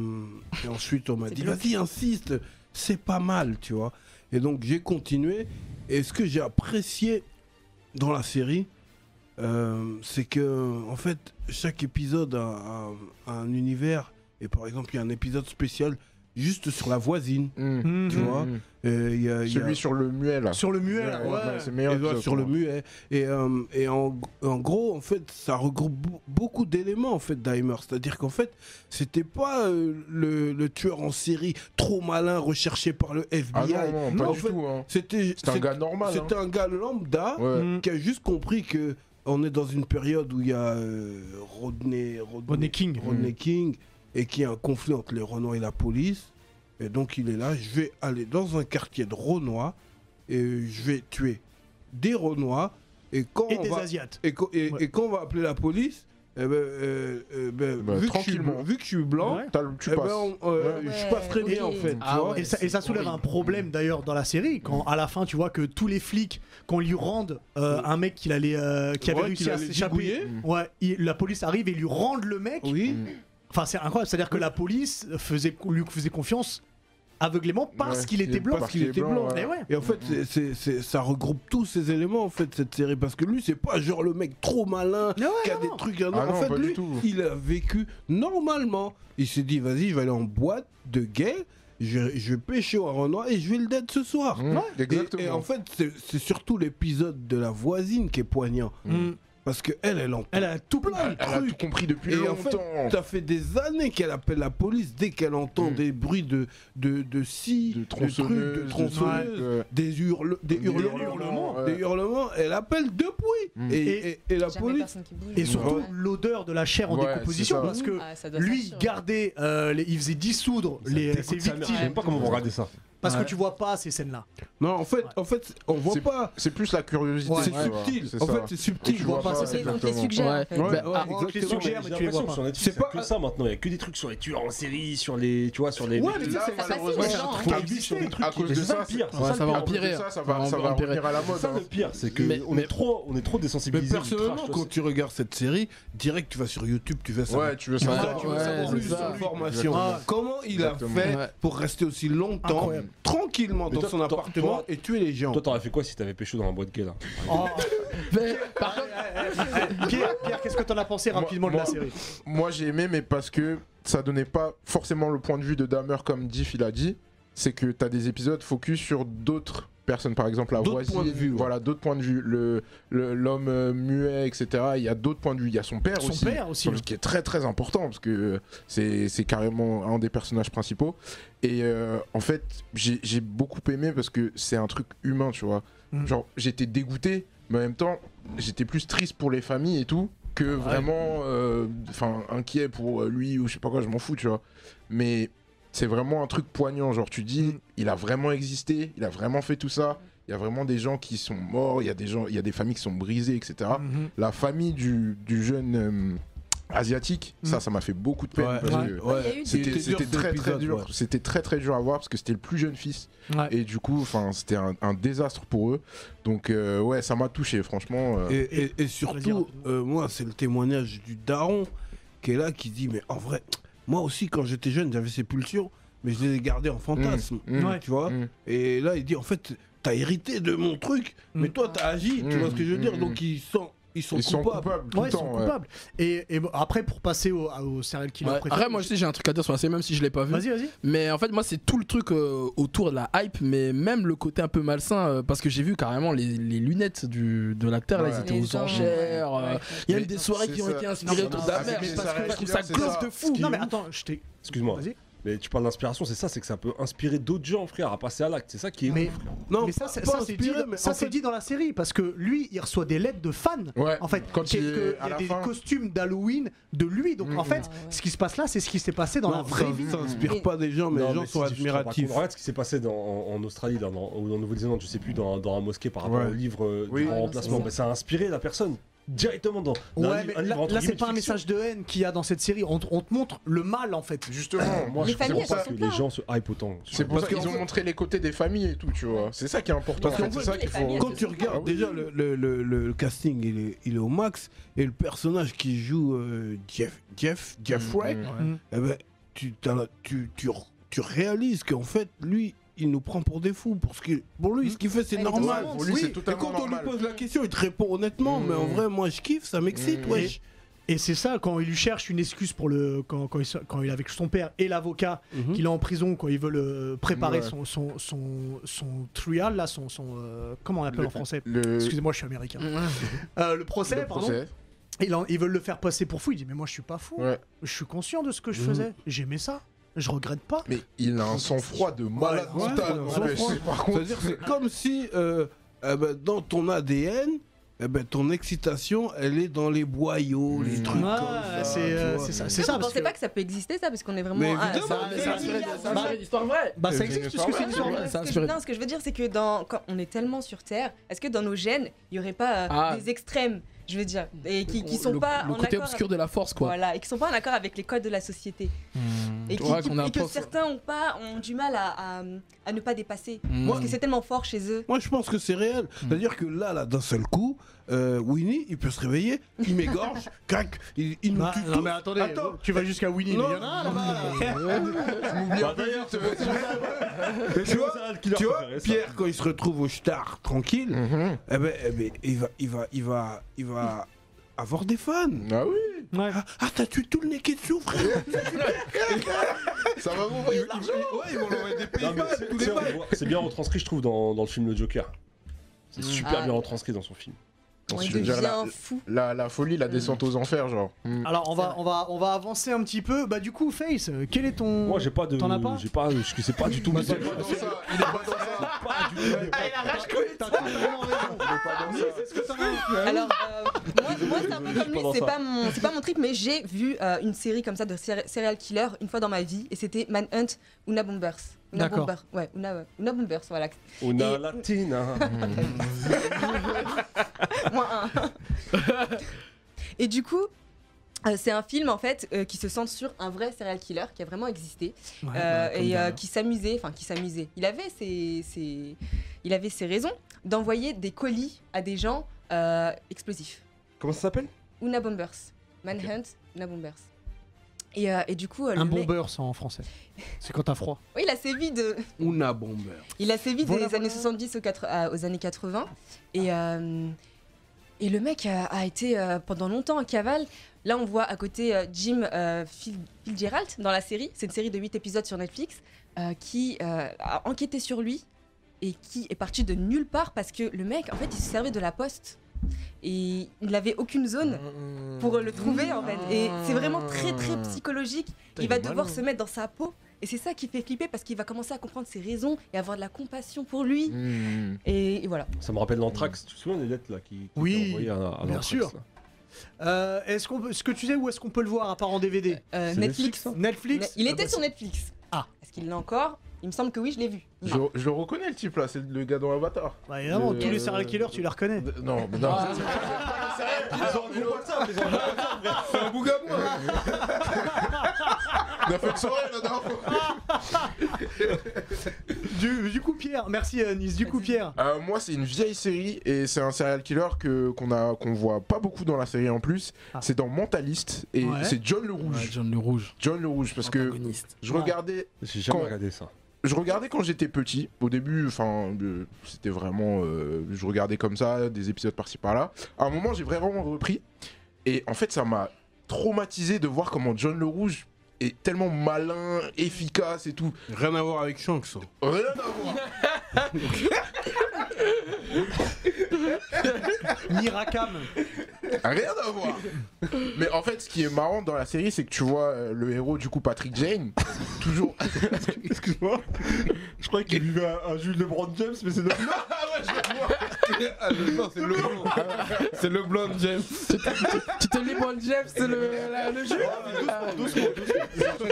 Speaker 6: et ensuite, on m'a
Speaker 3: C'est
Speaker 6: dit
Speaker 3: bloqué.
Speaker 6: Vas-y, insiste, c'est pas mal, tu vois. Et donc j'ai continué. Et ce que j'ai apprécié dans la série, euh, c'est que en fait, chaque épisode a, a- a un univers. Et par exemple, il y a un épisode spécial juste sur la voisine.
Speaker 1: Mhm.
Speaker 6: Tu vois Euh, il y a- il y a-
Speaker 4: Mmh. Celui sur le muet là.
Speaker 1: Sur le muet, là,
Speaker 4: Hein. Ouais,
Speaker 1: ouais.
Speaker 4: ouais, c'est meilleur
Speaker 6: et voilà,
Speaker 4: épisode,
Speaker 6: sur
Speaker 4: je
Speaker 6: le
Speaker 4: crois.
Speaker 6: muet. Et, euh, et en, en gros, en fait, ça regroupe bo- beaucoup d'éléments, en fait, Daimer. C'est-à-dire qu'en fait, c'était pas euh, le, le tueur en série trop malin recherché par le
Speaker 4: Ah
Speaker 6: FBI.
Speaker 4: non, non, pas
Speaker 6: Non, en
Speaker 4: du
Speaker 6: fait,
Speaker 4: tout. hein.
Speaker 6: C'était
Speaker 4: C'est un
Speaker 6: c'est-
Speaker 4: gars normal.
Speaker 6: C'était un gars lambda
Speaker 4: hein. Ouais.
Speaker 1: Mhm.
Speaker 6: qui a juste compris que on est dans une période où il y a euh, Rodney, Rodney,
Speaker 1: Rodney King.
Speaker 4: Mhm.
Speaker 6: Rodney King et qu'il y a un conflit entre les Renois et la police. Et donc il est là, je vais aller dans un quartier de Renois et je vais tuer des Renois. Et quand,
Speaker 1: Et
Speaker 6: on
Speaker 1: des
Speaker 6: va,
Speaker 1: Asiates.
Speaker 6: et, quand- et-
Speaker 1: Ouais.
Speaker 6: et quand on va appeler la police, eh ben, euh, euh, ben,
Speaker 4: Bah,
Speaker 6: vu, que je suis,
Speaker 4: tranquillement.
Speaker 6: vu que je suis blanc,
Speaker 1: Ouais.
Speaker 4: T'as le-
Speaker 6: eh
Speaker 4: Tu
Speaker 6: ben,
Speaker 4: passes.
Speaker 6: on- euh,
Speaker 3: Ouais.
Speaker 6: je passe très bien en
Speaker 3: Ouais.
Speaker 6: fait. tu
Speaker 5: Ah
Speaker 6: vois.
Speaker 5: ouais.
Speaker 1: Et ça, et ça soulève
Speaker 5: horrible.
Speaker 1: un problème d'ailleurs dans la série quand à la fin tu vois que tous les flics qu'on lui rende euh, un mec qu'il allait euh, qui avait
Speaker 6: Ouais,
Speaker 1: réussi
Speaker 6: qu'il
Speaker 1: à
Speaker 6: allait
Speaker 1: s'échapper
Speaker 6: zigouiller.
Speaker 1: ouais il- la police arrive et lui rende le mec
Speaker 6: Oui.
Speaker 1: enfin c'est incroyable c'est à dire que la police faisait lui faisait confiance aveuglément parce
Speaker 4: Ouais,
Speaker 1: qu'il était blanc
Speaker 6: parce qu'il était blanc, hein.
Speaker 1: Eh ouais.
Speaker 6: Et en fait, c'est- c'est- c'est- ça regroupe tous ces éléments en fait cette série parce que lui c'est pas genre le mec trop malin
Speaker 1: Ah ouais,
Speaker 6: qui a
Speaker 1: non,
Speaker 6: des
Speaker 1: non.
Speaker 6: trucs. hein,
Speaker 4: Ah
Speaker 6: non, en
Speaker 4: non,
Speaker 6: fait
Speaker 4: pas du
Speaker 6: lui
Speaker 4: tout.
Speaker 6: il a vécu normalement. Il s'est dit vas-y je vais aller en boîte de gay, je, je vais pêcher au harangue noir et je vais le dead ce soir.
Speaker 4: Mhm.
Speaker 6: Et-
Speaker 4: Exactement.
Speaker 6: Et, en fait c'est c'est surtout l'épisode de la voisine qui est poignant
Speaker 1: Mm.
Speaker 6: parce que elle elle en
Speaker 1: elle a tout plein
Speaker 4: Mmh. Elle a tout compris depuis
Speaker 6: et en fait,
Speaker 4: longtemps.
Speaker 6: ça fait des années qu'elle appelle la police dès qu'elle entend
Speaker 4: Mm.
Speaker 6: des bruits de de de scie,
Speaker 4: De
Speaker 6: trucs,
Speaker 4: tronçonneuse,
Speaker 6: de
Speaker 4: de-
Speaker 6: tronçonneuse,
Speaker 4: Ouais.
Speaker 6: des hurle, des
Speaker 4: Des
Speaker 6: hurlements,
Speaker 4: hurlements,
Speaker 6: des
Speaker 4: ouais.
Speaker 6: hurlements. Elle appelle depuis
Speaker 4: Mm.
Speaker 6: et,
Speaker 1: Et-
Speaker 6: et- et la
Speaker 3: Jamais
Speaker 6: police.
Speaker 3: personne qui bouge.
Speaker 1: et surtout
Speaker 3: Mm. Ouais.
Speaker 1: l'odeur de la chair en
Speaker 4: Ouais,
Speaker 1: décomposition
Speaker 4: c'est ça.
Speaker 1: parce que
Speaker 3: Ah, ça doit
Speaker 1: lui
Speaker 3: sortir.
Speaker 1: gardait euh, les- il faisait dissoudre les, ses
Speaker 2: Sa mère,
Speaker 1: victimes
Speaker 2: J'aime pas comment vous regardez ça.
Speaker 1: parce
Speaker 6: Ouais.
Speaker 1: que tu vois pas ces scènes là
Speaker 6: Non, en fait, en fait, on voit
Speaker 4: C'est-
Speaker 6: pas.
Speaker 4: C'est plus la curiosité.
Speaker 1: Ouais.
Speaker 6: C'est
Speaker 4: tu vois.
Speaker 6: subtil.
Speaker 4: C'est
Speaker 6: En
Speaker 4: ça.
Speaker 6: fait, c'est subtil.
Speaker 4: Tu
Speaker 1: vois pas,
Speaker 3: C'est donc les
Speaker 4: exactement.
Speaker 5: Ouais,
Speaker 3: suggère en fait.
Speaker 5: ouais,
Speaker 6: Ben,
Speaker 5: ouais,
Speaker 6: ah,
Speaker 1: on te les
Speaker 6: exactement.
Speaker 1: suggère mais tu les vois
Speaker 2: l'impression que
Speaker 1: pas
Speaker 2: sur Netflix,
Speaker 6: C'est
Speaker 2: c'est
Speaker 6: pas-
Speaker 2: que ça maintenant. Il y a que des trucs sur les tueurs en série, sur les, tu vois, sur les.
Speaker 1: Ouais, mais tu sais,
Speaker 4: Là,
Speaker 1: c'est
Speaker 4: malheureusement,
Speaker 3: facile,
Speaker 4: j'ai
Speaker 3: genre,
Speaker 4: trouvé
Speaker 1: hein.
Speaker 4: vite sur des trucs
Speaker 2: à
Speaker 4: qui-
Speaker 2: cause de ça, le pire.
Speaker 5: Ouais, ça va
Speaker 4: À cause de
Speaker 5: empirer.
Speaker 4: ça, ça va, ça va
Speaker 5: empirer.
Speaker 4: revenir à la mode.
Speaker 2: C'est ça
Speaker 4: hein.
Speaker 2: le pire, c'est que
Speaker 5: Mais-
Speaker 2: on
Speaker 5: mais-
Speaker 2: est trop, on est trop
Speaker 6: Mais
Speaker 2: désensibilisé.
Speaker 6: personnellement, quand tu regardes cette série, direct, tu vas sur YouTube, tu vas savoir.
Speaker 4: Ouais, tu veux
Speaker 6: Ouais,
Speaker 4: savoir.
Speaker 6: tu veux savoir
Speaker 5: c'est
Speaker 6: plus
Speaker 5: ça.
Speaker 6: d'informations. Ah,
Speaker 1: Exactement.
Speaker 6: Comment il
Speaker 4: Exactement.
Speaker 6: a fait
Speaker 5: Ouais.
Speaker 6: pour rester aussi longtemps,
Speaker 1: Incroyable.
Speaker 6: tranquillement,
Speaker 2: Mais
Speaker 6: dans
Speaker 2: toi,
Speaker 6: son
Speaker 2: toi-
Speaker 6: appartement
Speaker 2: toi-
Speaker 6: et tuer les gens
Speaker 2: Toi, t'aurais fait quoi si t'avais pécho dans la boîte gay là
Speaker 1: Oh.
Speaker 5: Mais, par contre,
Speaker 1: Pierre, Pierre, qu'est-ce que t'en as pensé
Speaker 4: Moi-
Speaker 1: rapidement de la
Speaker 4: moi-
Speaker 1: série
Speaker 4: Moi j'ai aimé, mais parce que ça donnait pas forcément le point de vue de Dahmer comme Diff il a dit. C'est que t'as des épisodes focus sur d'autres personnes, par exemple la
Speaker 6: D'autres
Speaker 4: voisine.
Speaker 6: points de vue, ouais.
Speaker 4: Voilà, d'autres points de vue. L'homme le, l'homme euh, muet, etc. Il y a d'autres points de vue. Il y a son père
Speaker 1: Son
Speaker 4: aussi.
Speaker 1: père aussi.
Speaker 4: qui est très très important parce que euh, c'est c'est carrément un des personnages principaux. Et euh, en fait, j'ai j'ai beaucoup aimé parce que c'est un truc humain, tu vois.
Speaker 1: Mm.
Speaker 4: Genre, j'étais dégoûté, mais en même temps, j'étais plus triste pour les familles et tout que vraiment euh, enfin inquiet pour euh, lui ou je sais pas quoi, je m'en fous, tu vois. Mais c'est vraiment un truc poignant, genre tu dis, il a vraiment existé, il a vraiment fait tout ça. Il y a vraiment des gens qui sont morts, il y a des gens, il y a des familles qui sont brisées, etc
Speaker 1: Mhm.
Speaker 4: la famille du, du jeune euh, asiatique, ça, ça m'a fait beaucoup de peine.
Speaker 6: Mm. Ouais.
Speaker 4: parce
Speaker 1: Ouais.
Speaker 4: que
Speaker 3: Il y a eu des-
Speaker 6: Il
Speaker 4: C'était
Speaker 6: était
Speaker 4: c'était
Speaker 6: dur,
Speaker 4: très
Speaker 6: cet
Speaker 4: très
Speaker 6: épisode,
Speaker 4: dur.
Speaker 6: ouais.
Speaker 4: C'était très très dur à voir parce que c'était le plus jeune fils
Speaker 1: Ouais.
Speaker 4: et du coup, enfin, c'était un, un désastre pour eux. Donc euh, ouais, ça m'a touché franchement. euh,
Speaker 6: Et, et- et
Speaker 1: Vas-y,
Speaker 6: surtout,
Speaker 1: rapidement.
Speaker 6: euh, moi, c'est le témoignage du daron qui est là, qui dit, mais en vrai, moi aussi, quand j'étais jeune, j'avais ces pulsions, mais je les ai gardés en fantasme.
Speaker 4: Mm, mm,
Speaker 1: Ouais.
Speaker 6: Tu vois
Speaker 4: mm.
Speaker 6: Et là, il dit en fait, t'as hérité de mon truc, mais
Speaker 1: Mm.
Speaker 6: toi, t'as agi. Tu
Speaker 4: Mm,
Speaker 6: vois ce que je veux dire
Speaker 4: mm,
Speaker 6: Donc, ils sont, ils sont
Speaker 4: Ils sont
Speaker 6: coupables.
Speaker 4: coupables tout
Speaker 1: Ouais,
Speaker 4: le
Speaker 1: ils sont
Speaker 4: temps. ouais.
Speaker 1: coupables. Et, et bon, après, pour passer au, à- au serial killer
Speaker 5: Ouais.
Speaker 1: préféré.
Speaker 5: Après, moi, je sais, j'ai un truc à dire sur la série, même si je l'ai pas vu.
Speaker 1: Vas-y, vas-y.
Speaker 5: Mais en fait, moi, c'est tout le truc euh, autour de la hype, mais même le côté un peu malsain, euh, parce que j'ai vu carrément les, les lunettes du, de l'acteur, là,
Speaker 4: Ouais.
Speaker 5: ils étaient
Speaker 3: Ah, Les
Speaker 5: aux
Speaker 3: gens,
Speaker 5: enchères.
Speaker 3: ouais.
Speaker 5: euh,
Speaker 3: Ouais.
Speaker 5: Il y a
Speaker 4: Mais
Speaker 5: eu des soirées
Speaker 4: c'est
Speaker 5: qui ont
Speaker 4: ça.
Speaker 5: été inspirées
Speaker 1: Non,
Speaker 5: autour
Speaker 1: mais
Speaker 5: de la
Speaker 1: avec
Speaker 5: merde,
Speaker 1: les
Speaker 5: parce que
Speaker 4: Sarah
Speaker 5: je trouve
Speaker 4: Killer,
Speaker 5: ça
Speaker 4: c'est
Speaker 5: close
Speaker 4: ça.
Speaker 5: de fou.
Speaker 1: Non, mais attends, je t'ai.
Speaker 2: Excuse-moi.
Speaker 1: Vas-y.
Speaker 2: Mais tu parles d'inspiration, c'est ça, c'est que ça peut inspirer d'autres gens, frère, à passer à l'acte. C'est ça qui est.
Speaker 1: Mais,
Speaker 6: Non,
Speaker 1: mais ça, c'est
Speaker 6: pas
Speaker 1: ça, c'est dit,
Speaker 6: inspiré, mais
Speaker 1: ça,
Speaker 6: en
Speaker 1: c'est
Speaker 6: fait-
Speaker 1: dit dans la série parce que lui, il reçoit des lettres de fans.
Speaker 4: Ouais.
Speaker 1: En fait,
Speaker 4: Quand
Speaker 1: qui est-
Speaker 4: il est
Speaker 1: que- il y
Speaker 4: à
Speaker 1: a
Speaker 4: la
Speaker 1: des
Speaker 4: fin.
Speaker 1: costumes d'Halloween de lui. Donc
Speaker 4: Mhm.
Speaker 1: en fait,
Speaker 3: Ah ouais.
Speaker 1: ce qui se passe là, c'est ce qui s'est passé dans
Speaker 6: non,
Speaker 1: la vraie
Speaker 6: ça-
Speaker 1: vie.
Speaker 6: Ça inspire
Speaker 3: Et-
Speaker 6: pas des gens, mais
Speaker 2: Non,
Speaker 6: les gens
Speaker 2: mais
Speaker 6: sont
Speaker 2: si, tu te rends pas
Speaker 6: admiratifs.
Speaker 2: compte. Regarde ce qui s'est passé dans- en, en Australie là, dans- ou en Nouvelle-Zélande, je sais plus, dans, dans un mosquée par rapport
Speaker 6: Ouais.
Speaker 2: au livre euh,
Speaker 4: Oui.
Speaker 2: du grand
Speaker 3: Ouais, non,
Speaker 2: remplacement.
Speaker 3: c'est ça.
Speaker 2: Bah, ça a inspiré la personne directement dans. dans
Speaker 1: Ouais, mais
Speaker 2: un, livre- un livre
Speaker 1: là,
Speaker 2: entre
Speaker 1: là, c'est
Speaker 2: guillemets,
Speaker 1: pas un
Speaker 2: de fiction.
Speaker 1: message de haine qu'il y a dans cette série. On, te- on te montre le mal en fait.
Speaker 4: Justement,
Speaker 2: Moi,
Speaker 3: Les
Speaker 2: je
Speaker 3: familles,
Speaker 2: comprends pas
Speaker 3: elles
Speaker 2: que
Speaker 3: sont
Speaker 2: les
Speaker 3: pas.
Speaker 2: gens se hype autant.
Speaker 4: c'est pour
Speaker 6: Parce
Speaker 4: ça qu'ils
Speaker 6: qu'en
Speaker 4: ont
Speaker 6: fait-
Speaker 4: montré les côtés des familles et tout, tu vois. C'est ça qui est important.
Speaker 6: Parce
Speaker 4: en fait, c'est
Speaker 6: qu'en fait,
Speaker 4: ça
Speaker 3: les
Speaker 4: qu'il faut.
Speaker 3: familles,
Speaker 6: Quand tu
Speaker 4: Ah
Speaker 6: regardes
Speaker 4: oui.
Speaker 6: déjà le, le- le- le casting, il est, il est au max et le personnage qui joue euh, Jeff, Jeff, Jeffrey,
Speaker 4: Mm,
Speaker 1: Mm.
Speaker 6: eh ben, tu, t'as- tu, tu, tu réalises qu'en fait, lui, il nous prend pour des fous. Pour, ce qu'il- pour lui, ce qu'il fait, c'est
Speaker 3: Ouais, il est dans
Speaker 6: normal.
Speaker 3: son monde.
Speaker 4: Pour lui, c'est
Speaker 6: et quand
Speaker 4: totalement
Speaker 6: on lui
Speaker 4: normal.
Speaker 6: pose la question, il te répond honnêtement.
Speaker 4: Mm.
Speaker 6: Mais en vrai, moi, je kiffe, ça m'excite.
Speaker 4: Mm.
Speaker 6: Wesh.
Speaker 1: Et c'est ça, quand il lui cherche une excuse pour le. Quand, quand il, se- quand il est avec son père et l'avocat,
Speaker 6: Mhm.
Speaker 1: qu'il est en prison, quand ils veulent euh, préparer
Speaker 4: Mmh. Ouais.
Speaker 1: son, son, son, son trial, là, son. son euh, comment on appelle
Speaker 4: Le-
Speaker 1: en français
Speaker 4: Le
Speaker 1: Excusez-moi, je suis américain. Euh, le procès,
Speaker 4: le
Speaker 1: pardon.
Speaker 4: procès.
Speaker 1: Il en- ils veulent le faire passer pour fou. Il dit Mais moi, je suis pas fou.
Speaker 4: Ouais. Mmh.
Speaker 1: Je suis conscient de ce que je
Speaker 6: Mhm.
Speaker 1: faisais. J'aimais ça. Je regrette pas.
Speaker 4: Mais il a un sang-froid de malade
Speaker 6: Ouais,
Speaker 4: mental.
Speaker 6: ouais,
Speaker 4: n'empêche.
Speaker 6: sang-froid.
Speaker 4: C'est- Par contre,
Speaker 6: C'est-à-dire, c'est comme si euh, eh ben, dans ton ADN, eh ben, ton excitation, elle est dans les boyaux, les
Speaker 4: Mm.
Speaker 6: trucs
Speaker 1: Ouais,
Speaker 6: comme ça.
Speaker 1: Ah, c'est euh,
Speaker 6: tu vois.
Speaker 1: c'est ça.
Speaker 3: C'est
Speaker 1: C'est
Speaker 3: ça,
Speaker 1: ça.
Speaker 3: vous
Speaker 1: parce
Speaker 3: pensez
Speaker 1: que-
Speaker 3: pas que ça peut exister ça parce qu'on est vraiment.
Speaker 6: Mais
Speaker 3: ah,
Speaker 6: évidemment,
Speaker 3: ça- ça-
Speaker 6: mais c'est
Speaker 3: ça-
Speaker 6: inspiré de-
Speaker 3: ça-
Speaker 1: bah,
Speaker 5: l'histoire vraie.
Speaker 1: Bah ça
Speaker 4: C'est
Speaker 1: existe
Speaker 4: une
Speaker 1: puisque c'est
Speaker 4: histoire
Speaker 1: une
Speaker 3: Non,
Speaker 1: histoire
Speaker 3: non,
Speaker 1: vraie.
Speaker 5: Ouais, ça,
Speaker 3: ce que
Speaker 5: c'est
Speaker 3: je-
Speaker 5: vrai.
Speaker 3: non, ce que je veux dire, c'est que dans, quand on est tellement sur Terre, est-ce que dans nos gènes, il n'y aurait pas euh,
Speaker 5: Ah.
Speaker 3: des extrêmes, je veux dire, et qui, qui
Speaker 5: On-
Speaker 3: sont
Speaker 5: le,
Speaker 3: pas
Speaker 5: le
Speaker 3: en
Speaker 5: côté
Speaker 3: accord
Speaker 5: obscur
Speaker 3: avec-
Speaker 5: de la force, quoi. Hmm.
Speaker 3: Voilà, et qui sont pas en accord avec les codes de la société. Et, qui-
Speaker 5: Ouais,
Speaker 3: qui-
Speaker 5: qu'on a un
Speaker 3: et que
Speaker 5: prof-
Speaker 3: certains ont, pas, ont du mal à, à- à ne pas dépasser.
Speaker 5: Hmm.
Speaker 3: Parce que c'est tellement fort chez eux.
Speaker 6: Moi, je pense que c'est réel.
Speaker 1: Mmh.
Speaker 6: C'est-à-dire que là, là, d'un seul coup, euh, Winnie, il peut se réveiller, il m'égorge, crac, il, il nous
Speaker 1: Ah,
Speaker 6: tue
Speaker 1: non
Speaker 6: tous.
Speaker 1: mais attendez,
Speaker 6: Attends.
Speaker 1: tu vas jusqu'à Winnie, mais
Speaker 6: Non.
Speaker 1: il y en a un là-bas.
Speaker 4: je m'oublie un peu vite, euh,
Speaker 2: Tu
Speaker 6: vois- Tu vois, Pierre, quand il se retrouve au star tranquille,
Speaker 4: Mhm.
Speaker 6: eh ben, eh ben, il va, il va, il va, il va avoir des fans.
Speaker 4: Ah oui,
Speaker 1: Ouais.
Speaker 6: Ah, ah, t'as tué tout le nez qui souffre, frère
Speaker 4: ça va vous voyez l'argent.
Speaker 6: Ouais, ils vont l'envoyer des
Speaker 2: Non, mais
Speaker 6: PayPal,
Speaker 2: c'est-
Speaker 6: tous les
Speaker 2: c'est- on
Speaker 6: balles.
Speaker 2: voit- C'est bien retranscrit, je trouve, dans, dans le film Le Joker. C'est
Speaker 5: Mm.
Speaker 2: super
Speaker 3: Ah.
Speaker 2: bien retranscrit dans son film.
Speaker 3: On
Speaker 4: je veux dire,
Speaker 3: devient
Speaker 4: la-
Speaker 3: fou.
Speaker 4: La, la folie, la descente aux enfers, genre. Mm.
Speaker 1: Alors on va, on va, on va avancer un petit peu. Bah du coup, Face, euh, quel est ton
Speaker 2: Moi, j'ai pas de.
Speaker 1: T'en as pas Bah,
Speaker 2: J'ai pas. Je sais pas du tout.
Speaker 4: Il est pas dans ça, il est pas dans ça.
Speaker 2: Pas du tout.
Speaker 1: T'as totalement raison.
Speaker 2: Ah
Speaker 3: Alors, euh, moi, moi, c'est un peu comme lui,
Speaker 2: Pendant
Speaker 3: c'est
Speaker 2: ça.
Speaker 3: pas, mon, c'est pas mon trip, mais j'ai vu euh, une série comme ça de céré- serial killer une fois dans ma vie, et c'était Manhunt Una Bombers. Una
Speaker 1: D'accord.
Speaker 3: Bomber, ouais, Una, euh, Una Bombers, voilà.
Speaker 2: On a
Speaker 3: Et-
Speaker 2: Latina.
Speaker 3: Moins un. et du coup. euh, c'est un film en fait euh, qui se centre sur un vrai serial killer qui a vraiment existé
Speaker 1: Ouais,
Speaker 2: Ah,
Speaker 3: euh,
Speaker 1: bah, comme
Speaker 3: et euh,
Speaker 1: d'hab.
Speaker 3: qui s'amusait, enfin qui s'amusait. Il avait ses, ses- il avait ses raisons d'envoyer des colis à des gens euh, explosifs.
Speaker 2: Comment ça s'appelle
Speaker 3: Una Bombers. Manhunt, Una Bombers. Et, euh, et du coup, euh, le
Speaker 1: un
Speaker 3: mec-
Speaker 1: bomber, ça en français. C'est quand t'as froid.
Speaker 3: Oui, il a sévi, de...
Speaker 6: Una Bomber.
Speaker 3: il a sévi
Speaker 1: Voilà,
Speaker 3: des années 70 aux, quatre- à- aux années 80. Et, euh, et le mec a, a été euh, pendant longtemps en cavale. Là, on voit à côté euh, Jim euh, Fil- Fitzgerald dans la série. C'est une série de 8 épisodes sur Netflix euh, qui euh, a enquêté sur lui et qui est parti de nulle part parce que le mec, en fait, il se servait de la poste. Et il n'avait aucune zone pour le trouver en fait. Et c'est vraiment très très
Speaker 1: Ah.
Speaker 3: psychologique. Il va
Speaker 1: hein.
Speaker 3: devoir se mettre dans sa peau. Et c'est ça qui fait flipper parce qu'il va commencer à comprendre ses raisons et avoir de la compassion pour lui.
Speaker 1: Mmh.
Speaker 3: Mmh.
Speaker 4: Mm.
Speaker 3: Et, et voilà.
Speaker 2: Ça me rappelle l'anthrax. Tu te souviens des lettres là qui. qui
Speaker 1: Oui,
Speaker 2: étaient envoyées à- à
Speaker 1: bien
Speaker 2: l'Anthrax,
Speaker 1: sûr.
Speaker 2: là
Speaker 1: Euh, est-ce qu'on, peut- est-ce que tu sais où est-ce qu'on peut le voir à part en DVD
Speaker 3: Euh,
Speaker 2: C'est
Speaker 3: Netflix.
Speaker 1: Netflix.
Speaker 3: Il
Speaker 1: Ah
Speaker 3: était
Speaker 1: bah,
Speaker 3: sur Netflix.
Speaker 1: Ah.
Speaker 3: Est-ce qu'il l'a encore Il me semble que oui, je l'ai vu. Ah.
Speaker 4: Je, je le reconnais le type là, c'est le gars dans Avatar.
Speaker 1: Bah, évidemment,
Speaker 4: Euh,
Speaker 1: tous les serial killers, tu les reconnais.
Speaker 4: D- Non, mais non.
Speaker 2: Ils ont- ils ont pas ça, ils ont pas ça, frère.
Speaker 4: C'est un bougamon On a fait une soirée la dernière fois.
Speaker 1: Du, du coup, Pierre, merci euh, Nice, du coup, Pierre.
Speaker 4: Euh, moi, c'est une vieille série et c'est un serial killer que qu'on a qu'on voit pas beaucoup dans la série en plus.
Speaker 1: Ah.
Speaker 4: C'est dans Mentaliste et
Speaker 1: Ouais.
Speaker 4: c'est John le Rouge.
Speaker 5: Ouais, John Oh, le rouge.
Speaker 4: John le Rouge parce que
Speaker 5: Antagoniste.
Speaker 4: je
Speaker 1: Ouais.
Speaker 4: regardais
Speaker 2: J'ai jamais
Speaker 4: Quand-
Speaker 2: regardé ça.
Speaker 4: je regardais quand j'étais petit. Au début, enfin, euh, c'était vraiment. euh, je regardais comme ça, des épisodes par-ci par-là. À un moment, j'ai vraiment repris. Et en fait, ça m'a traumatisé de voir comment John le Rouge est tellement malin, efficace et tout.
Speaker 6: Rien à voir avec Shanks. hein. ça.
Speaker 4: Rien à voir.
Speaker 1: Mirakam.
Speaker 4: Rien à voir. Mais en fait, ce qui est marrant dans la série, c'est que tu vois euh, le héros, du coup, Patrick Jane, toujours.
Speaker 2: Excuse-moi. Je croyais qu'il buvait un, un jus de Brand James, mais c'est normal.
Speaker 6: Ah, le blanc, c'est le blanc. C'est le blanc de James.
Speaker 5: Tu te lis pour le Jeff, c'est le, la- le jeu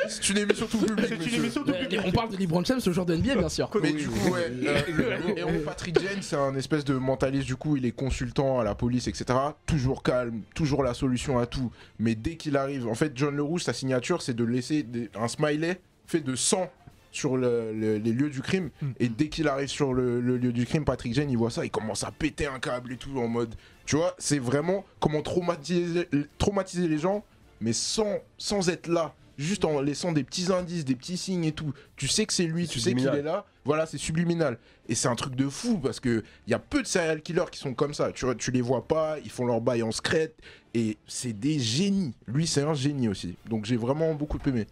Speaker 4: C'est une émission tout public.
Speaker 1: C'est une
Speaker 4: monsieur.
Speaker 1: émission de
Speaker 5: Et On parle de LeBron James, ce genre de NBA, bien sûr.
Speaker 4: Mais du coup, ouais, euh, le héros Patrick Jane, c'est un espèce de mentaliste, du coup, il est consultant à la police, etc. Toujours calme, toujours la solution à tout. Mais dès qu'il arrive, en fait, John Le Rouge, sa signature, c'est de laisser des- un smiley fait de sang sur le- le- les lieux du crime. Et dès qu'il arrive sur le, le lieu du crime, Patrick Jane, il voit ça, il commence à péter un câble et tout, en mode. Tu vois, c'est vraiment comment traumatiser, traumatiser les gens, mais sans, sans être là. Juste en laissant des petits indices, des petits signes et tout. Tu sais que c'est lui,
Speaker 2: C'est
Speaker 4: tu sais qu'il
Speaker 2: subliminal.
Speaker 4: est là. Voilà, c'est subliminal. Et c'est un truc de fou parce que il y a peu de serial killers qui sont comme ça. Tu, tu les vois pas, ils font leur bail en secret. Et c'est des génies. Lui, c'est un génie aussi. Donc j'ai vraiment beaucoup aimé.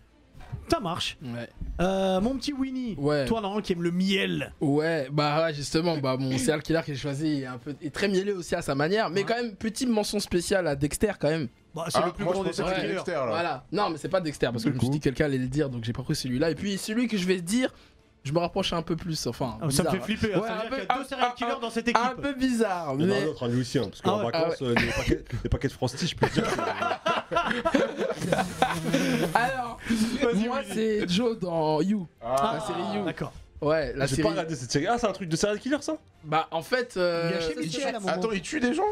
Speaker 1: Ça marche.
Speaker 5: Ouais.
Speaker 1: Euh, mon petit Winnie.
Speaker 5: Ouais.
Speaker 1: Toi, normalement, qui aime le miel.
Speaker 5: Ouais, bah ouais, justement, bah mon serial killer que j'ai choisi est un peu est très mielleux aussi à sa manière, mais
Speaker 1: Ouais.
Speaker 5: quand même petit mention spéciale à Dexter quand même.
Speaker 1: Bah, c'est
Speaker 4: Ah,
Speaker 1: le plus
Speaker 4: moi,
Speaker 1: grand
Speaker 4: je
Speaker 1: des
Speaker 4: pensais
Speaker 1: serial
Speaker 4: que c'était
Speaker 1: killers.
Speaker 4: Dexter, là.
Speaker 5: Voilà. Non, mais c'est pas Dexter parce que je me suis dit que quelqu'un allait le dire, donc j'ai pas pris celui-là. Et puis celui que je vais dire, je me rapproche un peu plus, enfin.
Speaker 1: Ah, Ça me
Speaker 5: bizarre,
Speaker 1: fait flipper. hein.
Speaker 5: Ouais,
Speaker 1: ça veut dire qu'il
Speaker 5: un peu-
Speaker 1: y a deux
Speaker 5: un-
Speaker 1: serial
Speaker 5: un-
Speaker 1: killers dans cette
Speaker 5: hein. Un
Speaker 1: équipe.
Speaker 5: peu bizarre,
Speaker 2: Il y en a
Speaker 5: mais
Speaker 2: un autre, un lui aussi, hein, parce
Speaker 1: Ah
Speaker 2: qu'en
Speaker 1: ouais,
Speaker 2: vacances, euh, les, paquets, les paquets de Frosty, je peux te dire.
Speaker 5: alors moi c'est Joe dans You.
Speaker 1: Ah,
Speaker 5: la série You.
Speaker 1: D'accord.
Speaker 5: Ouais, la
Speaker 2: J'ai pas
Speaker 5: série.
Speaker 2: regardé cette série. Ah, c'est un truc de serial killer, ça
Speaker 5: Bah en fait. euh,
Speaker 1: Il a acheté Michel à un moment.
Speaker 4: Attends, il tue des gens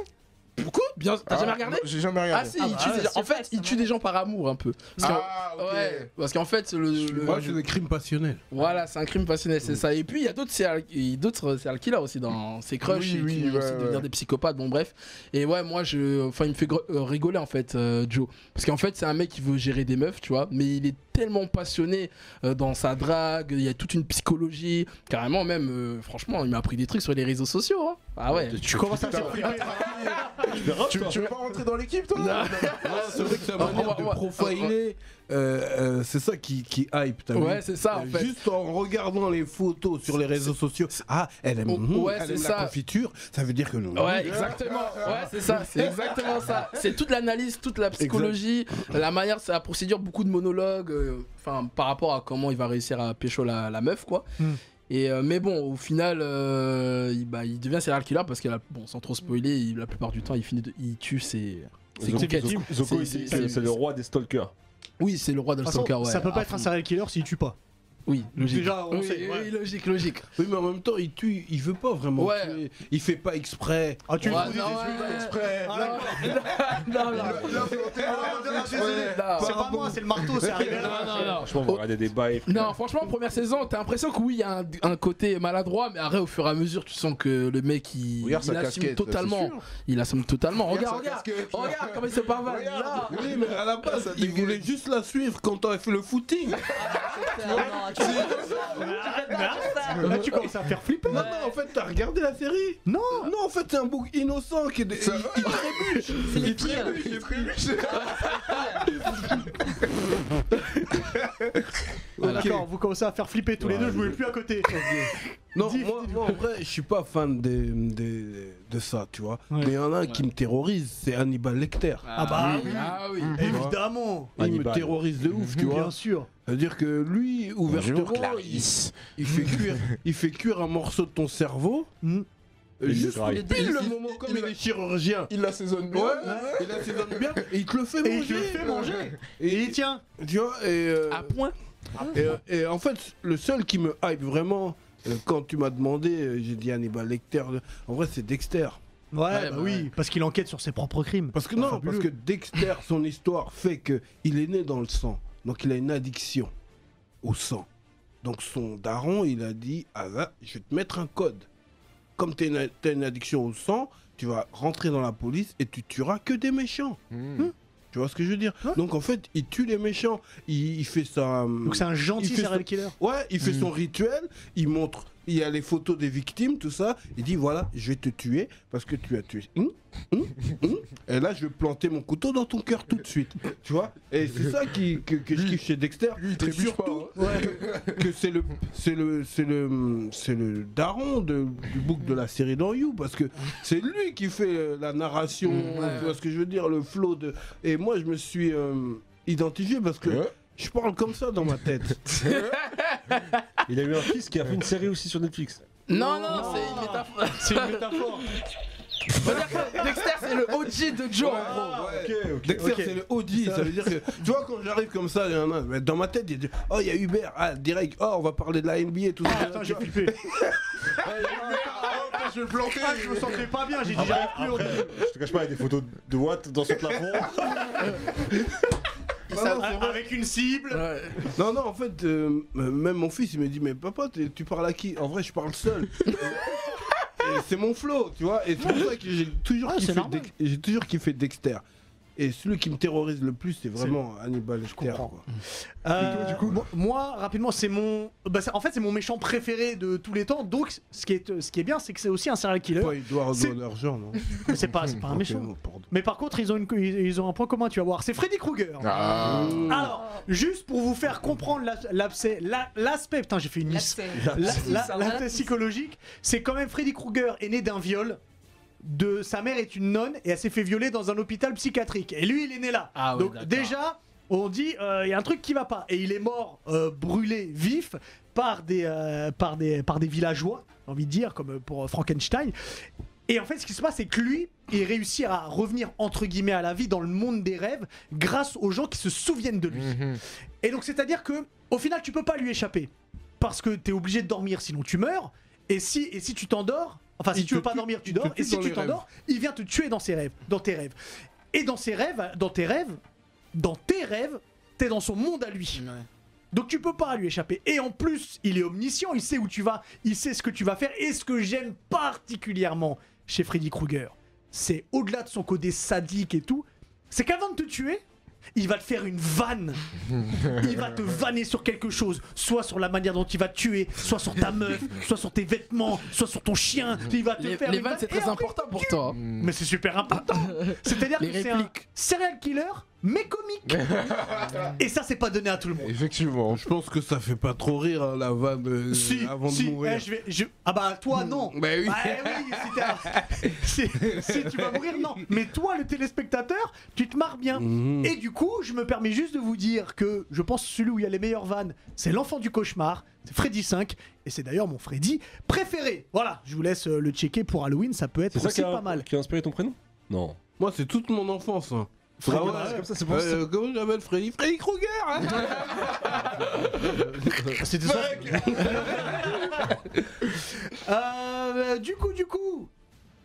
Speaker 5: Pourquoi Bien, t'as
Speaker 4: Ah,
Speaker 5: jamais regardé
Speaker 4: non, J'ai jamais
Speaker 5: Ah
Speaker 4: regardé.
Speaker 5: si,
Speaker 1: Ah
Speaker 5: il
Speaker 1: bah
Speaker 5: tue
Speaker 1: ouais,
Speaker 5: des-
Speaker 3: c'est
Speaker 5: en fait,
Speaker 3: vrai,
Speaker 5: il
Speaker 3: c'est
Speaker 5: tue des gens par amour un peu. Parce qu'en-
Speaker 4: Ah, ok.
Speaker 5: Ouais, parce qu'en fait, le, le-
Speaker 6: Moi, c'est des crimes passionnels.
Speaker 5: voilà, c'est un crime passionnel, c'est ça. Et puis il y a d'autres serial, et d'autres serial killers aussi dans ces crushs
Speaker 4: Oui,
Speaker 5: et qui
Speaker 4: oui, ouais,
Speaker 5: vont aussi
Speaker 4: ouais.
Speaker 5: devenir des psychopathes. Bon bref. Et ouais, moi je, enfin, il me fait gr- euh, rigoler en fait, euh, Joe, parce qu'en fait c'est un mec qui veut gérer des meufs, tu vois, mais il est tellement passionné euh, dans sa drague. Il y a toute une psychologie, carrément même. euh, franchement, il m'a appris des trucs sur les réseaux sociaux. hein. Ah ouais.
Speaker 1: Tu commences à me
Speaker 4: Putain,
Speaker 1: faire flipper.
Speaker 2: Je vais
Speaker 4: Tu, tu veux pas rentrer dans l'équipe, toi
Speaker 6: C'est vrai que sa
Speaker 5: manière
Speaker 6: manière
Speaker 5: de
Speaker 6: de profiler, euh, euh, c'est ça qui, qui hype, t'as vu Euh,
Speaker 5: Ouais, c'est ça en fait.
Speaker 6: Juste en regardant les photos sur les réseaux sociaux, ah, elle aime,
Speaker 5: Oh,
Speaker 6: mmh,
Speaker 5: ouais,
Speaker 6: elle
Speaker 5: c'est
Speaker 6: aime la
Speaker 5: ça.
Speaker 6: confiture, ça veut dire que nous.
Speaker 5: Ouais, exactement. Ouais, c'est ça, c'est exactement ça. C'est toute l'analyse, toute la psychologie, la manière, sa procédure, beaucoup de monologues, euh, enfin, par rapport à comment il va réussir à pécho la, la meuf, quoi.
Speaker 1: Hmm.
Speaker 5: Et euh, mais bon, au final, euh, il, bah, il devient serial killer parce qu'il a, bon, sans trop spoiler, il- la plupart du temps, il finit, de- il tue ses. ses conquêtes.
Speaker 2: Zoko, il
Speaker 5: C'est-
Speaker 2: dit
Speaker 5: c'est-
Speaker 2: que c'est le roi des stalkers.
Speaker 5: Oui, c'est le roi de
Speaker 1: De toute façon,
Speaker 5: stalker. Ouais,
Speaker 1: ça peut
Speaker 5: à
Speaker 6: Ah,
Speaker 1: pas être un
Speaker 5: fond.
Speaker 1: serial killer s'il tue pas.
Speaker 5: Oui, logique.
Speaker 1: Déjà, on
Speaker 5: oui,
Speaker 1: sait, ouais.
Speaker 5: oui, logique, logique.
Speaker 6: Oui, mais en même temps, il tue, il veut pas vraiment.
Speaker 5: Ouais.
Speaker 6: tuer. Il fait pas exprès.
Speaker 1: Ah, tu
Speaker 5: Ouais,
Speaker 1: le fous des
Speaker 5: non,
Speaker 1: yeux.
Speaker 5: ouais.
Speaker 4: exprès.
Speaker 1: Ah, d'accord.
Speaker 5: Non, non,
Speaker 1: Désolé.
Speaker 5: non.
Speaker 1: C'est pas moi, c'est le marteau, c'est arrivé Ah, là.
Speaker 5: non, non.
Speaker 2: Franchement, vous regardez des bails.
Speaker 5: Oh. Non, franchement, première saison, t'as l'impression que oui, il y a un, un côté maladroit, mais après, au fur et à mesure, tu sens que le mec, il,
Speaker 4: Regarde
Speaker 5: il
Speaker 4: sa
Speaker 5: assume
Speaker 4: casquette,
Speaker 5: totalement.
Speaker 4: c'est sûr.
Speaker 5: Il assume totalement. Regarde,
Speaker 4: sa
Speaker 5: regarde, Oh,
Speaker 4: casquette.
Speaker 5: regarde comment il se parle. Là.
Speaker 4: Regarde.
Speaker 6: Oui, mais à la base,
Speaker 4: Ça
Speaker 6: Euh, il
Speaker 4: dégoûte.
Speaker 6: voulait juste la suivre quand elle fait le footing.
Speaker 3: Non,
Speaker 1: Ah.
Speaker 3: tu vois,
Speaker 1: bah, Là, tu commences à faire flipper.
Speaker 6: Non, non, en fait, t'as regardé la série
Speaker 1: Non.
Speaker 6: Non, en fait, c'est un bouc innocent qui est. de-
Speaker 4: Ça-
Speaker 6: il- il-
Speaker 3: c'est le pire.
Speaker 4: J'ai pris lui.
Speaker 5: Voilà.
Speaker 1: D'accord, vous commencez à faire flipper tous les deux, je voulais plus à côté.
Speaker 6: Ah, Non,
Speaker 1: Dis-
Speaker 6: moi, moi, en vrai, je suis pas fan de, de, de ça, tu vois.
Speaker 1: Ouais.
Speaker 6: Mais il y en a un qui me terrorise, c'est Hannibal Lecter.
Speaker 1: Ah bah oui.
Speaker 5: Ah oui.
Speaker 1: Évidemment.
Speaker 6: Il me
Speaker 2: Hannibal.
Speaker 6: terrorise de ouf, tu vois.
Speaker 1: Bien sûr.
Speaker 6: C'est-à-dire que lui, ouvertement, il, il fait cuire, il fait cuire un morceau de ton cerveau.
Speaker 1: Mm.
Speaker 6: euh,
Speaker 2: Il
Speaker 6: Juste
Speaker 2: le graille.
Speaker 6: pile
Speaker 4: Il-
Speaker 6: le
Speaker 4: il-
Speaker 6: moment,
Speaker 4: il-
Speaker 6: comme
Speaker 4: il-
Speaker 6: il est chirurgien.
Speaker 4: Il l'assaisonne
Speaker 6: Ouais,
Speaker 4: bien.
Speaker 6: il assaisonne bien et il te le fait
Speaker 1: Et
Speaker 6: manger.
Speaker 1: il te le fait manger.
Speaker 6: Et,
Speaker 1: Et tiens,
Speaker 6: tu vois, et, euh,
Speaker 5: À point.
Speaker 6: et, euh, et en fait, le seul qui me hype vraiment, euh, quand tu m'as demandé, euh, j'ai dit Hannibal Lecter. euh, En vrai, c'est Dexter.
Speaker 1: ouais,
Speaker 5: Ouais,
Speaker 1: bah
Speaker 5: bah
Speaker 1: oui,
Speaker 5: ouais.
Speaker 1: parce qu'il enquête sur ses propres crimes.
Speaker 6: Parce que non,
Speaker 1: fabuleux.
Speaker 6: parce que Dexter, son histoire fait que il est né dans le sang. Donc il a une addiction au sang. Donc son daron, il a dit Ah là, je vais te mettre un code. Comme tu as une addiction au sang, tu vas rentrer dans la police et tu tueras que des méchants. Hein
Speaker 4: Hmm.
Speaker 6: Tu vois ce que je veux dire Donc en fait, il tue les méchants. Il, il fait sa.
Speaker 1: Donc c'est un gentil
Speaker 6: Il fait
Speaker 1: serial
Speaker 6: son-
Speaker 1: killer.
Speaker 6: Ouais, il
Speaker 4: Mm.
Speaker 6: fait son rituel, il montre, il y a les photos des victimes, tout ça. Il dit voilà, je vais te tuer parce que tu as tué. Hum, hum, hum. Et là, je vais planter mon couteau dans ton cœur tout de suite. Tu vois Et c'est ça qui, que, que je kiffe chez Dexter.
Speaker 4: Lui, il
Speaker 6: Et
Speaker 4: trébuche hein.
Speaker 6: surtout que, que c'est le, c'est le, c'est le, c'est le daron de- du bouc de la série dans You parce que c'est lui qui fait euh, la narration.
Speaker 4: Mm,
Speaker 6: Tu vois ce que je veux dire Le flow de. Et moi, je me suis euh, identifié parce que.
Speaker 4: Ouais.
Speaker 6: Je parle comme ça dans ma tête.
Speaker 2: Il a eu un fils qui a fait une série aussi sur Netflix.
Speaker 5: Non, non, c'est une métaphore.
Speaker 6: C'est une métaphore.
Speaker 5: C'est-à-dire que Dexter, c'est le OG de Joe, en gros.
Speaker 2: ok, ok.
Speaker 6: Dexter,
Speaker 1: ok.
Speaker 6: c'est le Audi. Ça veut dire que, tu vois, quand j'arrive comme ça, il y en a, mais dans ma tête, il y a du- Oh, il y a Uber. Ah, direct. Oh, on va parler de la NBA, tout ça.
Speaker 1: Ah, Attends, j'ai flippé.
Speaker 4: Je vais le planter,
Speaker 1: Ah, je me sentais pas bien, j'ai dit j'arrive plus. on-
Speaker 2: Je te cache pas, il y a des photos de Watt dans son plafond.
Speaker 1: Avec une cible.
Speaker 5: Ouais.
Speaker 6: Non, non, en fait, euh, euh, même mon fils, il me dit, mais papa, t'es- tu parles à qui En vrai, je parle seul. Et c'est mon flow, tu vois. Et c'est pour ça que j'ai toujours,
Speaker 1: Ouais,
Speaker 6: kiffé
Speaker 1: Ah, c'est normal.
Speaker 6: Dex- j'ai toujours kiffé Dexter. Et celui qui me terrorise le plus, c'est vraiment Hannibal Lecter.
Speaker 1: comprends.
Speaker 6: quoi.
Speaker 1: Euh, mo- moi, rapidement, c'est mon. bah, c'est- en fait, c'est mon méchant préféré de tous les temps. Donc, ce qui est, ce qui est bien, c'est que c'est aussi un serial killer.
Speaker 6: Toi, il doit
Speaker 1: C'est-
Speaker 6: de l'argent, non
Speaker 1: C'est pas, c'est pas un
Speaker 6: Ok,
Speaker 1: méchant.
Speaker 6: non, pardon.
Speaker 1: Mais par contre, ils ont, une, ils, ils ont un point commun, tu vas voir. C'est Freddy Krueger.
Speaker 4: Ah.
Speaker 1: Alors, juste pour vous faire comprendre la- l'abcès- la- l'aspect, putain, j'ai fait une liste. La-
Speaker 3: L'abcès.
Speaker 1: la-
Speaker 3: Ça,
Speaker 1: L'aspect
Speaker 3: voilà.
Speaker 1: psychologique, c'est quand même Freddy Krueger est né d'un viol. De sa mère est une nonne et elle s'est fait violer dans un hôpital psychiatrique. Et lui, il est né là.
Speaker 5: Ah ouais,
Speaker 1: Donc
Speaker 5: d'accord.
Speaker 1: déjà, on dit euh, il y a un truc qui va pas. Et il est mort euh, brûlé vif par des euh, par des par des villageois, j'ai envie de dire, comme euh, pour euh, Frankenstein. Et en fait, ce qui se passe, c'est que lui, il réussit à revenir entre guillemets à la vie dans le monde des rêves grâce aux gens qui se souviennent de lui.
Speaker 4: Mhm.
Speaker 1: Et donc, c'est-à-dire que, au final, tu peux pas lui échapper. Parce que t'es obligé de dormir, sinon tu meurs. Et si, et si tu t'endors, enfin, si
Speaker 6: Il
Speaker 1: tu
Speaker 6: te
Speaker 1: veux pas
Speaker 6: tue-
Speaker 1: dormir, tu
Speaker 6: il te
Speaker 1: dors.
Speaker 6: tue
Speaker 1: Et si
Speaker 6: dans
Speaker 1: tu
Speaker 6: les rêves.
Speaker 1: t'endors, il vient te tuer dans, ses rêves, dans tes rêves. Et dans ses rêves, dans tes rêves, dans tes rêves, t'es dans son monde à lui. Donc tu peux pas lui échapper. Et en plus, il est omniscient, il sait où tu vas, il sait ce que tu vas faire. Et ce que j'aime particulièrement chez Freddy Krueger, c'est au-delà de son côté sadique et tout, c'est qu'avant de te tuer, il va te faire une vanne. Il va te vanner sur quelque chose, soit sur la manière dont il va te tuer, soit sur ta meuf, soit sur tes vêtements, soit sur ton chien. Il va te
Speaker 5: Les,
Speaker 1: faire
Speaker 5: les
Speaker 1: une
Speaker 5: vannes, c'est
Speaker 1: vanne. Et
Speaker 5: très
Speaker 1: après,
Speaker 5: important pour toi.
Speaker 1: mais c'est super important. C'est-à-dire
Speaker 5: Les
Speaker 1: que c'est un
Speaker 5: répliques.
Speaker 1: serial killer, mais comique. Et ça, c'est pas donné à tout le monde.
Speaker 4: Effectivement.
Speaker 6: Je pense que ça fait pas trop rire, hein, la vanne, euh,
Speaker 1: Si,
Speaker 6: avant
Speaker 1: si,
Speaker 6: de mourir.
Speaker 1: eh, je vais, je- Ah bah toi non.
Speaker 6: Bah oui.
Speaker 1: Ah, eh oui, si, t'as- si- si tu vas mourir, non. Mais toi, le téléspectateur, tu te marres bien.
Speaker 6: Mhm.
Speaker 1: Et du coup, je me permets juste de vous dire que je pense que celui où il y a les meilleures vannes, c'est l'enfant du cauchemar, c'est Freddy 5, et c'est d'ailleurs mon Freddy préféré. Voilà, je vous laisse euh, le checker pour Halloween, ça peut être
Speaker 2: C'est ça
Speaker 1: aussi
Speaker 2: qui a,
Speaker 1: pas mal.
Speaker 2: qui a inspiré ton prénom Non.
Speaker 6: Moi, c'est toute mon enfance. hein.
Speaker 2: Ah ouais,
Speaker 6: ouais.
Speaker 2: c'est comme ça, c'est pour ça.
Speaker 6: Euh, comment j'appelle Freddy Freddy Krueger hein Ah,
Speaker 1: C'était ça. Euh, du coup, du coup,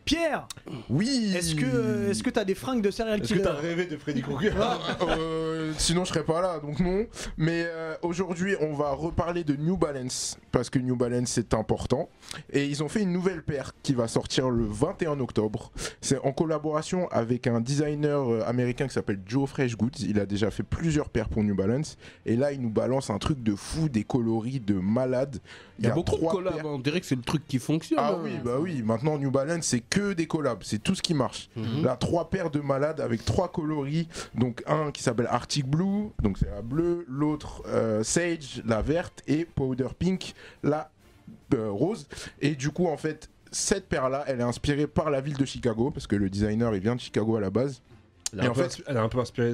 Speaker 1: Pierre,
Speaker 4: Oui.
Speaker 1: est-ce que euh, est-ce que t'as des fringues de serial
Speaker 2: Est-ce que
Speaker 1: killer
Speaker 2: t'as rêvé de Freddy Krueger
Speaker 4: Euh, sinon je serais pas là, donc non. Mais euh, aujourd'hui, on va reparler de New Balance parce que New Balance c'est important et ils ont fait une nouvelle paire qui va sortir le 21 octobre. C'est en collaboration avec un designer euh, américain qui s'appelle Joe Freshgood. Il a déjà fait plusieurs paires pour New Balance et là il nous balance un truc de fou, des coloris de malade.
Speaker 6: Il y a beaucoup de
Speaker 4: trois
Speaker 6: collabs,
Speaker 4: paires.
Speaker 6: hein. on dirait que c'est le truc qui fonctionne.
Speaker 4: Ah
Speaker 6: hein.
Speaker 4: oui, bah oui, maintenant New Balance c'est que des collabs, c'est tout ce qui marche.
Speaker 6: Mhm.
Speaker 4: Là, trois paires de malades avec trois coloris, donc un qui s'appelle Arctic Blue, donc c'est la bleue, l'autre euh, Sage, la verte, et Powder Pink, la euh, rose. Et du coup, en fait, cette paire-là, elle est inspirée par la ville de Chicago, parce que le designer il vient de Chicago à la base.
Speaker 2: Elle est
Speaker 4: Et
Speaker 2: un
Speaker 4: en
Speaker 2: peu
Speaker 4: fait-
Speaker 2: inspi- elle est un peu inspirée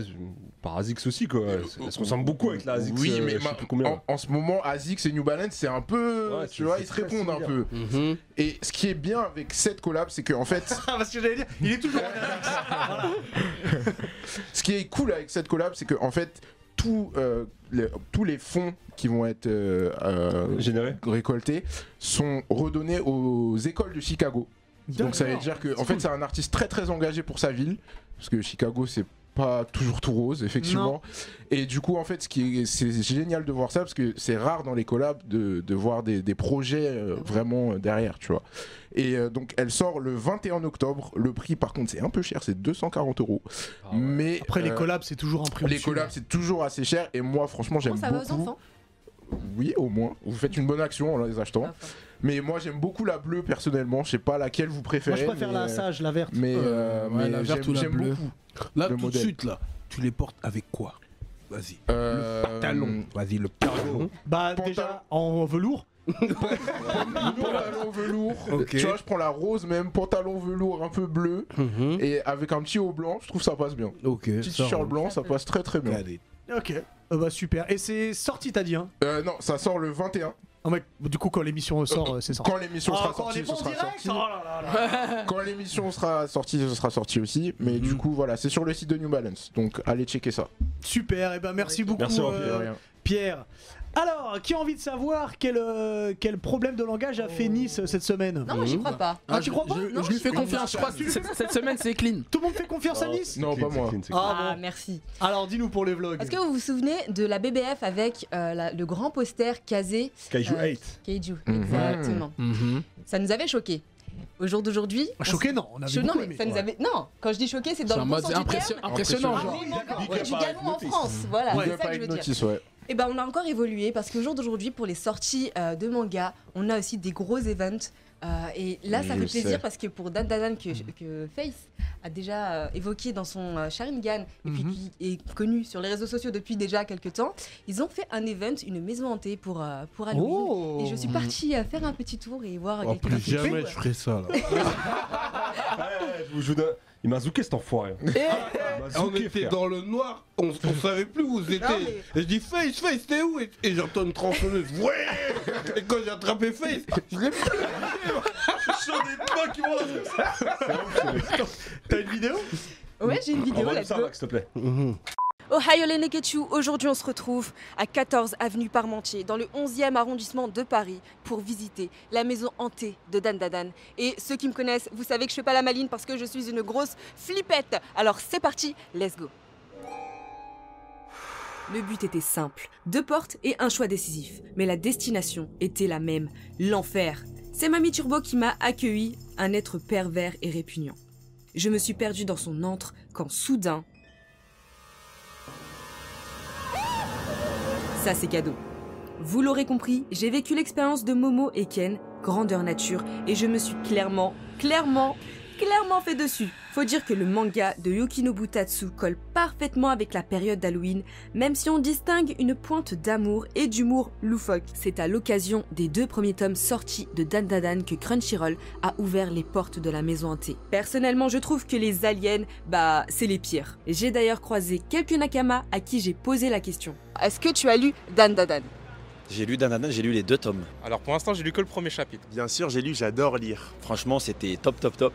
Speaker 2: par Azix aussi, quoi. Elle, elle se ressemble beaucoup avec la Azix.
Speaker 4: Oui,
Speaker 2: euh,
Speaker 4: mais
Speaker 2: je sais
Speaker 4: ma-
Speaker 2: plus combien.
Speaker 4: en, en ce moment, ASICS et New Balance, c'est un peu.
Speaker 2: Ouais,
Speaker 4: tu
Speaker 2: c'est-
Speaker 4: vois,
Speaker 2: c'est
Speaker 4: ils se
Speaker 2: très
Speaker 4: répondent un
Speaker 2: similaire.
Speaker 4: peu.
Speaker 6: Mhm.
Speaker 4: Et ce qui est bien avec cette collab, c'est que en fait.
Speaker 1: Ah, parce que j'allais dire, il est toujours en Alex.
Speaker 4: Ce qui est cool avec cette collab, c'est que en fait, tout, euh, les- tous les fonds qui vont être euh, euh,
Speaker 2: Généré.
Speaker 4: récoltés sont redonnés aux écoles de Chicago. Donc ça veut dire que en fait, c'est un artiste très très engagé pour sa ville, parce que Chicago, c'est pas toujours tout rose, effectivement. Et du coup, en fait, ce qui est- c'est génial de voir ça parce que c'est rare dans les collabs de, de voir des, des projets euh, vraiment euh, derrière, tu vois. Et euh, donc, elle sort le 21 octobre. Le prix, par contre, c'est un peu cher, c'est 240 euros. Mais
Speaker 1: Après, les
Speaker 4: euh,
Speaker 1: collabs, c'est toujours un prix.
Speaker 4: les
Speaker 1: au-dessus.
Speaker 4: collabs, c'est toujours assez cher. Et moi, franchement, j'aime
Speaker 3: Comment Oh, ça
Speaker 4: beaucoup.
Speaker 3: va aux enfants
Speaker 4: Oui, au moins. Vous faites une bonne action en les achetant.
Speaker 3: Enfin,
Speaker 4: Mais moi, j'aime beaucoup la bleue personnellement. Je sais pas laquelle vous
Speaker 1: Moi,
Speaker 4: préférez.
Speaker 1: je préfère
Speaker 4: mais...
Speaker 1: la sage, la verte.
Speaker 4: Mais,
Speaker 5: Euh,
Speaker 4: euh,
Speaker 5: ouais,
Speaker 4: mais
Speaker 5: la verte
Speaker 4: j'aime-
Speaker 5: ou la
Speaker 4: j'aime
Speaker 5: bleue.
Speaker 4: beaucoup.
Speaker 6: Là,
Speaker 4: Le
Speaker 6: tout
Speaker 4: modèle.
Speaker 6: de suite, là, tu les portes avec quoi Vas-y.
Speaker 4: Euh,
Speaker 6: Talon. Vas-y, le pantalon.
Speaker 1: Bah,
Speaker 4: pantalon.
Speaker 1: déjà, en velours.
Speaker 4: Pantalon velours.
Speaker 6: Ok.
Speaker 4: Tu vois, je prends la rose même, pantalon velours un peu bleu
Speaker 2: Mhm.
Speaker 4: et avec un petit haut blanc. Je trouve ça passe bien.
Speaker 6: Ok.
Speaker 4: Petit
Speaker 6: ça
Speaker 4: t-shirt
Speaker 6: roule.
Speaker 4: blanc, ça passe très très bien.
Speaker 6: Allez.
Speaker 1: Ok. Euh, bah, super. Et c'est sorti, t'as dit, hein
Speaker 4: Euh, non, ça sort le 21.
Speaker 1: Ah, mec, Du coup, quand l'émission sort, euh, c'est sorti.
Speaker 4: Quand l'émission
Speaker 1: Ah,
Speaker 4: sera
Speaker 1: quand on
Speaker 4: sortie,
Speaker 1: est pas
Speaker 4: ce
Speaker 1: en
Speaker 4: sera
Speaker 1: direct
Speaker 4: sorti.
Speaker 1: Oh là là là
Speaker 4: Quand l'émission sera sortie, ce sera sorti aussi. Mais
Speaker 2: Mhm.
Speaker 4: du coup, voilà, c'est sur le site de New Balance. Donc allez checker ça.
Speaker 1: Super, et ben merci beaucoup
Speaker 2: Merci,
Speaker 1: euh,
Speaker 4: De rien.
Speaker 1: Pierre. Alors, qui a envie de savoir quel, euh, quel problème de langage a fait Nice euh, cette semaine
Speaker 3: Non, moi j'y crois pas.
Speaker 1: Ah, tu crois pas
Speaker 5: je,
Speaker 3: Non,
Speaker 5: je lui
Speaker 3: je
Speaker 5: fais
Speaker 3: crois
Speaker 5: confiance, je
Speaker 3: pas.
Speaker 5: crois. que Cette, cette semaine, c'est clean.
Speaker 1: Tout le monde fait confiance à Nice
Speaker 4: Non, pas moi.
Speaker 1: Ah
Speaker 3: Ah,
Speaker 1: bon.
Speaker 3: merci.
Speaker 1: Alors dis-nous pour les vlogs.
Speaker 3: Est-ce que vous vous souvenez de la BBF avec euh, la- le grand poster casé
Speaker 2: Kaiju
Speaker 3: Euh,
Speaker 2: 8.
Speaker 3: Keiju
Speaker 4: Mhm.
Speaker 3: Exactement. Ça nous avait choqué. Au jour d'aujourd'hui. on s-
Speaker 1: Choqué, non, on avait
Speaker 3: Je- non,
Speaker 1: beaucoup
Speaker 3: mais
Speaker 1: aimé.
Speaker 3: ça nous
Speaker 1: Ouais.
Speaker 3: avait. Non, quand je dis choqué, c'est
Speaker 5: C'est
Speaker 3: dans
Speaker 5: en
Speaker 3: le bon
Speaker 5: mode
Speaker 3: sens du
Speaker 5: impressionnant,
Speaker 3: terme.
Speaker 5: impressionnant,
Speaker 4: Impressionnant.
Speaker 5: genre.
Speaker 1: Ah oui, d'accord. bah,
Speaker 3: Ouais, du
Speaker 2: Big up à
Speaker 3: galon en
Speaker 2: Hypnotis.
Speaker 3: France, voilà,
Speaker 1: Ouais,
Speaker 3: c'est ça que je veux dire.
Speaker 4: Hypnotis, ouais.
Speaker 3: Et ben on a encore évolué parce qu'au jour d'aujourd'hui, pour les sorties euh, de mangas, on a aussi des gros events. euh, et là, ça
Speaker 4: Je
Speaker 3: fait
Speaker 4: sais.
Speaker 3: plaisir parce que pour Dan Dan Dan, que, que Face a déjà euh, évoqué dans son euh, Sharingan, et puis
Speaker 1: Mhm.
Speaker 3: qui est connu sur les réseaux sociaux depuis déjà quelques temps, ils ont fait un event, une maison hantée pour, euh, pour Halloween. Et je suis partie euh, faire un petit tour et voir
Speaker 6: Oh,
Speaker 3: quelques
Speaker 6: plus
Speaker 3: photos.
Speaker 6: jamais je ferai ça là.
Speaker 2: Ah, je vous je vous donne- Il m'a zouké cet enfoiré. Il m'a
Speaker 6: eh, Ah, on
Speaker 2: zouké,
Speaker 6: était
Speaker 2: Ah, frère.
Speaker 6: dans le noir, on, on savait plus où c'était.
Speaker 3: Non, mais-
Speaker 6: Et je dis Face, Face, t'es où Et, et j'entends une tronçonneuse. Ouais Et quand j'ai attrapé Face, je l'ai pris.
Speaker 1: T'as une vidéo
Speaker 3: Ouais, j'ai une vidéo
Speaker 2: Envoie-nous
Speaker 3: là-dessus.
Speaker 2: ça, Max, s'il te plaît.
Speaker 3: Ohio les Neketsu, aujourd'hui on se retrouve à 14 avenue Parmentier, dans le 11e arrondissement de Paris, pour visiter la maison hantée de Dan Dadan. Et ceux qui me connaissent, vous savez que je fais pas la maline parce que je suis une grosse flippette. Alors c'est parti, let's go.
Speaker 7: Le but était simple, deux portes et un choix décisif, mais la destination était la même, l'enfer. C'est Mamie Turbo qui m'a accueilli, un être pervers et répugnant. Je me suis perdue dans son antre quand soudain... Ça c'est cadeau. Vous l'aurez compris, j'ai vécu l'expérience de Momo et Ken, grandeur nature, et je me suis clairement, clairement, clairement fait dessus. Faut dire que le manga de Yukinobu Tatsu colle parfaitement avec la période d'Halloween même si on distingue une pointe d'amour et d'humour loufoque. C'est à l'occasion des deux premiers tomes sortis de Dan Dan Dan que Crunchyroll a ouvert les portes de la maison hantée. Personnellement, je trouve que les aliens, bah, c'est les pires. J'ai d'ailleurs croisé quelques Nakama à qui j'ai posé la question.
Speaker 3: Est-ce que tu as lu Dan Dadan
Speaker 8: J'ai lu Danana, j'ai lu les deux tomes.
Speaker 9: Alors pour l'instant, j'ai lu que le premier chapitre.
Speaker 8: Bien sûr, j'ai lu, j'adore lire. Franchement, c'était top, top, top.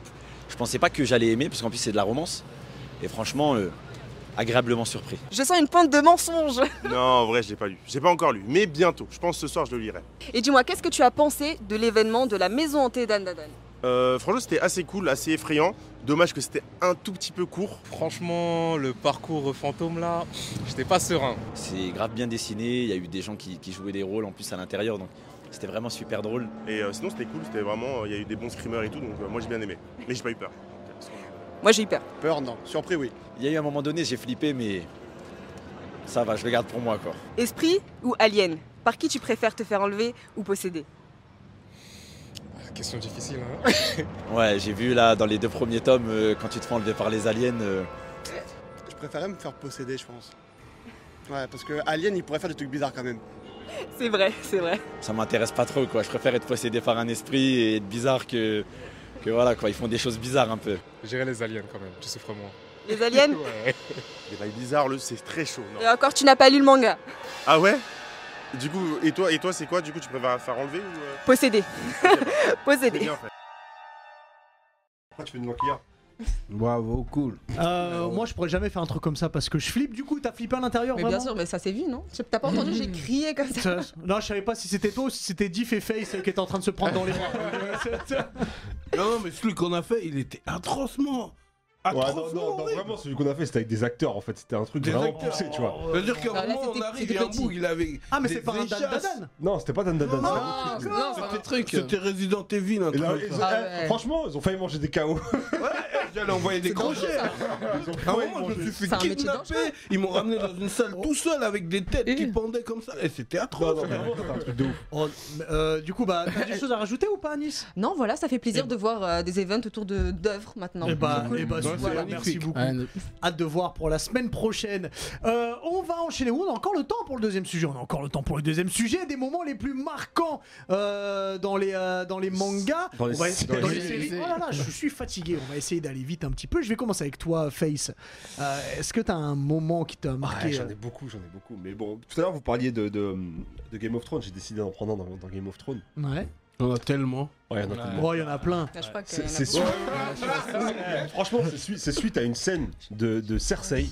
Speaker 8: Je pensais pas que j'allais aimer, parce qu'en plus, c'est de la romance. Et franchement, euh, agréablement surpris.
Speaker 3: Je sens une pointe de mensonge.
Speaker 10: Non, en vrai, je l'ai pas lu. J'ai pas encore lu, mais bientôt. Je pense que ce soir, je le lirai.
Speaker 3: Et dis-moi, qu'est-ce que tu as pensé de l'événement de la maison hantée Dan Dadan
Speaker 10: Euh, franchement, c'était assez cool, assez effrayant. Dommage que c'était un tout petit peu court.
Speaker 9: Franchement, le parcours fantôme là, j'étais pas serein.
Speaker 8: C'est grave bien dessiné, il y a eu des gens qui, qui jouaient des rôles en plus à l'intérieur, donc c'était vraiment super drôle.
Speaker 10: Et euh, sinon, c'était cool. C'était vraiment. euh, Il y a eu des bons screamers et tout, donc euh, moi, j'ai bien aimé. Mais j'ai pas eu peur.
Speaker 3: Moi j'ai eu peur.
Speaker 10: Peur, non. Surpris, oui.
Speaker 8: Il y a eu un moment donné, j'ai flippé, mais ça va, je le garde pour moi, quoi.
Speaker 3: Esprit ou alien Par qui tu préfères te faire enlever ou posséder
Speaker 9: Question difficile. Hein
Speaker 8: Ouais, j'ai vu là, dans les deux premiers tomes, euh, quand tu te fais enlever par les aliens, euh,
Speaker 11: Je préférais me faire posséder, je pense. Ouais, parce que Alien, il pourrait faire des trucs bizarres quand même.
Speaker 3: C'est vrai, c'est vrai.
Speaker 8: ça m'intéresse pas trop, quoi. Je préfère être possédé par un esprit et être bizarre que... Que voilà quoi, ils font des choses bizarres un peu.
Speaker 9: Gérer les aliens quand même, tu souffres moins.
Speaker 3: Les aliens
Speaker 9: Ouais.
Speaker 10: Des bails bizarres, le c'est très chaud. non.
Speaker 3: Et encore, tu n'as pas lu le manga.
Speaker 10: Ah ouais Du coup, et toi, et toi, c'est quoi Du coup, tu préfères faire enlever ou euh,
Speaker 3: Possédé.
Speaker 10: c'est
Speaker 3: Possédé.
Speaker 10: bien, en fait. Ah, tu fais une banquière
Speaker 6: Bravo, cool.
Speaker 1: Euh, Moi, je pourrais jamais faire un truc comme ça parce que je flippe. Du coup, t'as flippé à l'intérieur
Speaker 3: Mais
Speaker 1: vraiment
Speaker 3: bien sûr, mais ça s'est vu, non Tu- T'as pas entendu, j'ai crié comme ça.
Speaker 1: Ça- Non, je savais pas si c'était toi ou si c'était Diff et Face qui étaient en train de se prendre dans les bras.
Speaker 6: Non, non, mais celui qu'on a fait, il était atrocement.
Speaker 2: Ah, non, non, non, vraiment, celui qu'on a fait, c'était avec des acteurs en fait. C'était un truc
Speaker 6: Des
Speaker 2: vraiment
Speaker 6: acteurs.
Speaker 2: poussé, tu vois.
Speaker 6: C'est-à-dire qu'à
Speaker 3: Ah,
Speaker 6: un
Speaker 3: là,
Speaker 6: moment, on
Speaker 3: c'était-
Speaker 6: arrive,
Speaker 3: c'était
Speaker 6: il y a un
Speaker 3: petit.
Speaker 6: bout, il avait.
Speaker 1: Ah, mais c'est
Speaker 6: des
Speaker 1: pas un Dan
Speaker 6: échasses.
Speaker 1: Dadan
Speaker 2: Non, c'était pas Dan Dan Dan.
Speaker 1: Non,
Speaker 5: Ah, non, c'est un truc.
Speaker 6: C'était euh. Resident Evil, un
Speaker 2: Et
Speaker 6: truc.
Speaker 2: là,
Speaker 6: comme
Speaker 2: ils-
Speaker 6: ça.
Speaker 3: Ah
Speaker 2: eh,
Speaker 3: ouais.
Speaker 2: Franchement, ils ont failli manger des KO.
Speaker 6: J'allais envoyer des crochets.
Speaker 2: Ils ont
Speaker 6: À un
Speaker 2: failli
Speaker 6: moment, je me
Speaker 2: manger.
Speaker 6: suis fait
Speaker 3: C'est un métier
Speaker 6: kidnapper. Ils m'ont ramené dans une salle tout seul avec des têtes qui pendaient comme ça. Et c'était
Speaker 2: Non,
Speaker 6: atroce.
Speaker 2: non, vraiment, c'était un truc de ouf.
Speaker 1: Oh, mais, euh, du coup, bah, t'as des choses à rajouter ou pas, Nice
Speaker 3: Non, voilà, ça fait plaisir de voir euh, des events autour de- d'œuvres maintenant.
Speaker 1: Eh bah,
Speaker 3: C'est cool.
Speaker 1: eh bah, super,
Speaker 6: c'est magnifique.
Speaker 1: merci beaucoup.
Speaker 5: Ah, non.
Speaker 1: Hâte de voir pour la semaine prochaine. Euh, on va enchaîner. On a encore le temps pour le deuxième sujet. On a encore le temps pour le deuxième sujet. Des moments les plus marquants euh, dans, les, euh, dans les mangas.
Speaker 2: Dans les
Speaker 1: On va-
Speaker 2: séries.
Speaker 1: dans les
Speaker 5: Oui,
Speaker 1: séries.
Speaker 5: oui.
Speaker 1: Oh là là, je suis fatigué. On va essayer d'aller vite un petit peu. Je vais commencer avec toi, Face. Euh, Est-ce que t'as un moment qui t'a
Speaker 2: Ouais,
Speaker 1: marqué
Speaker 2: j'en
Speaker 1: euh,
Speaker 2: ai beaucoup, j'en ai beaucoup. Mais bon, tout à l'heure, vous parliez de, de, de Game of Thrones. J'ai décidé d'en prendre un dans, dans Game of Thrones.
Speaker 1: euh, Ouais.
Speaker 6: On a tellement.
Speaker 2: Ouais, il y en a tellement.
Speaker 1: Oh, il y en a plein.
Speaker 3: Ah, je crois qu'il y en
Speaker 2: C'est
Speaker 3: a
Speaker 2: c'est
Speaker 3: beaucoup.
Speaker 2: suite. Ouais, Franchement, c'est suite, c'est suite à une scène de, de Cersei.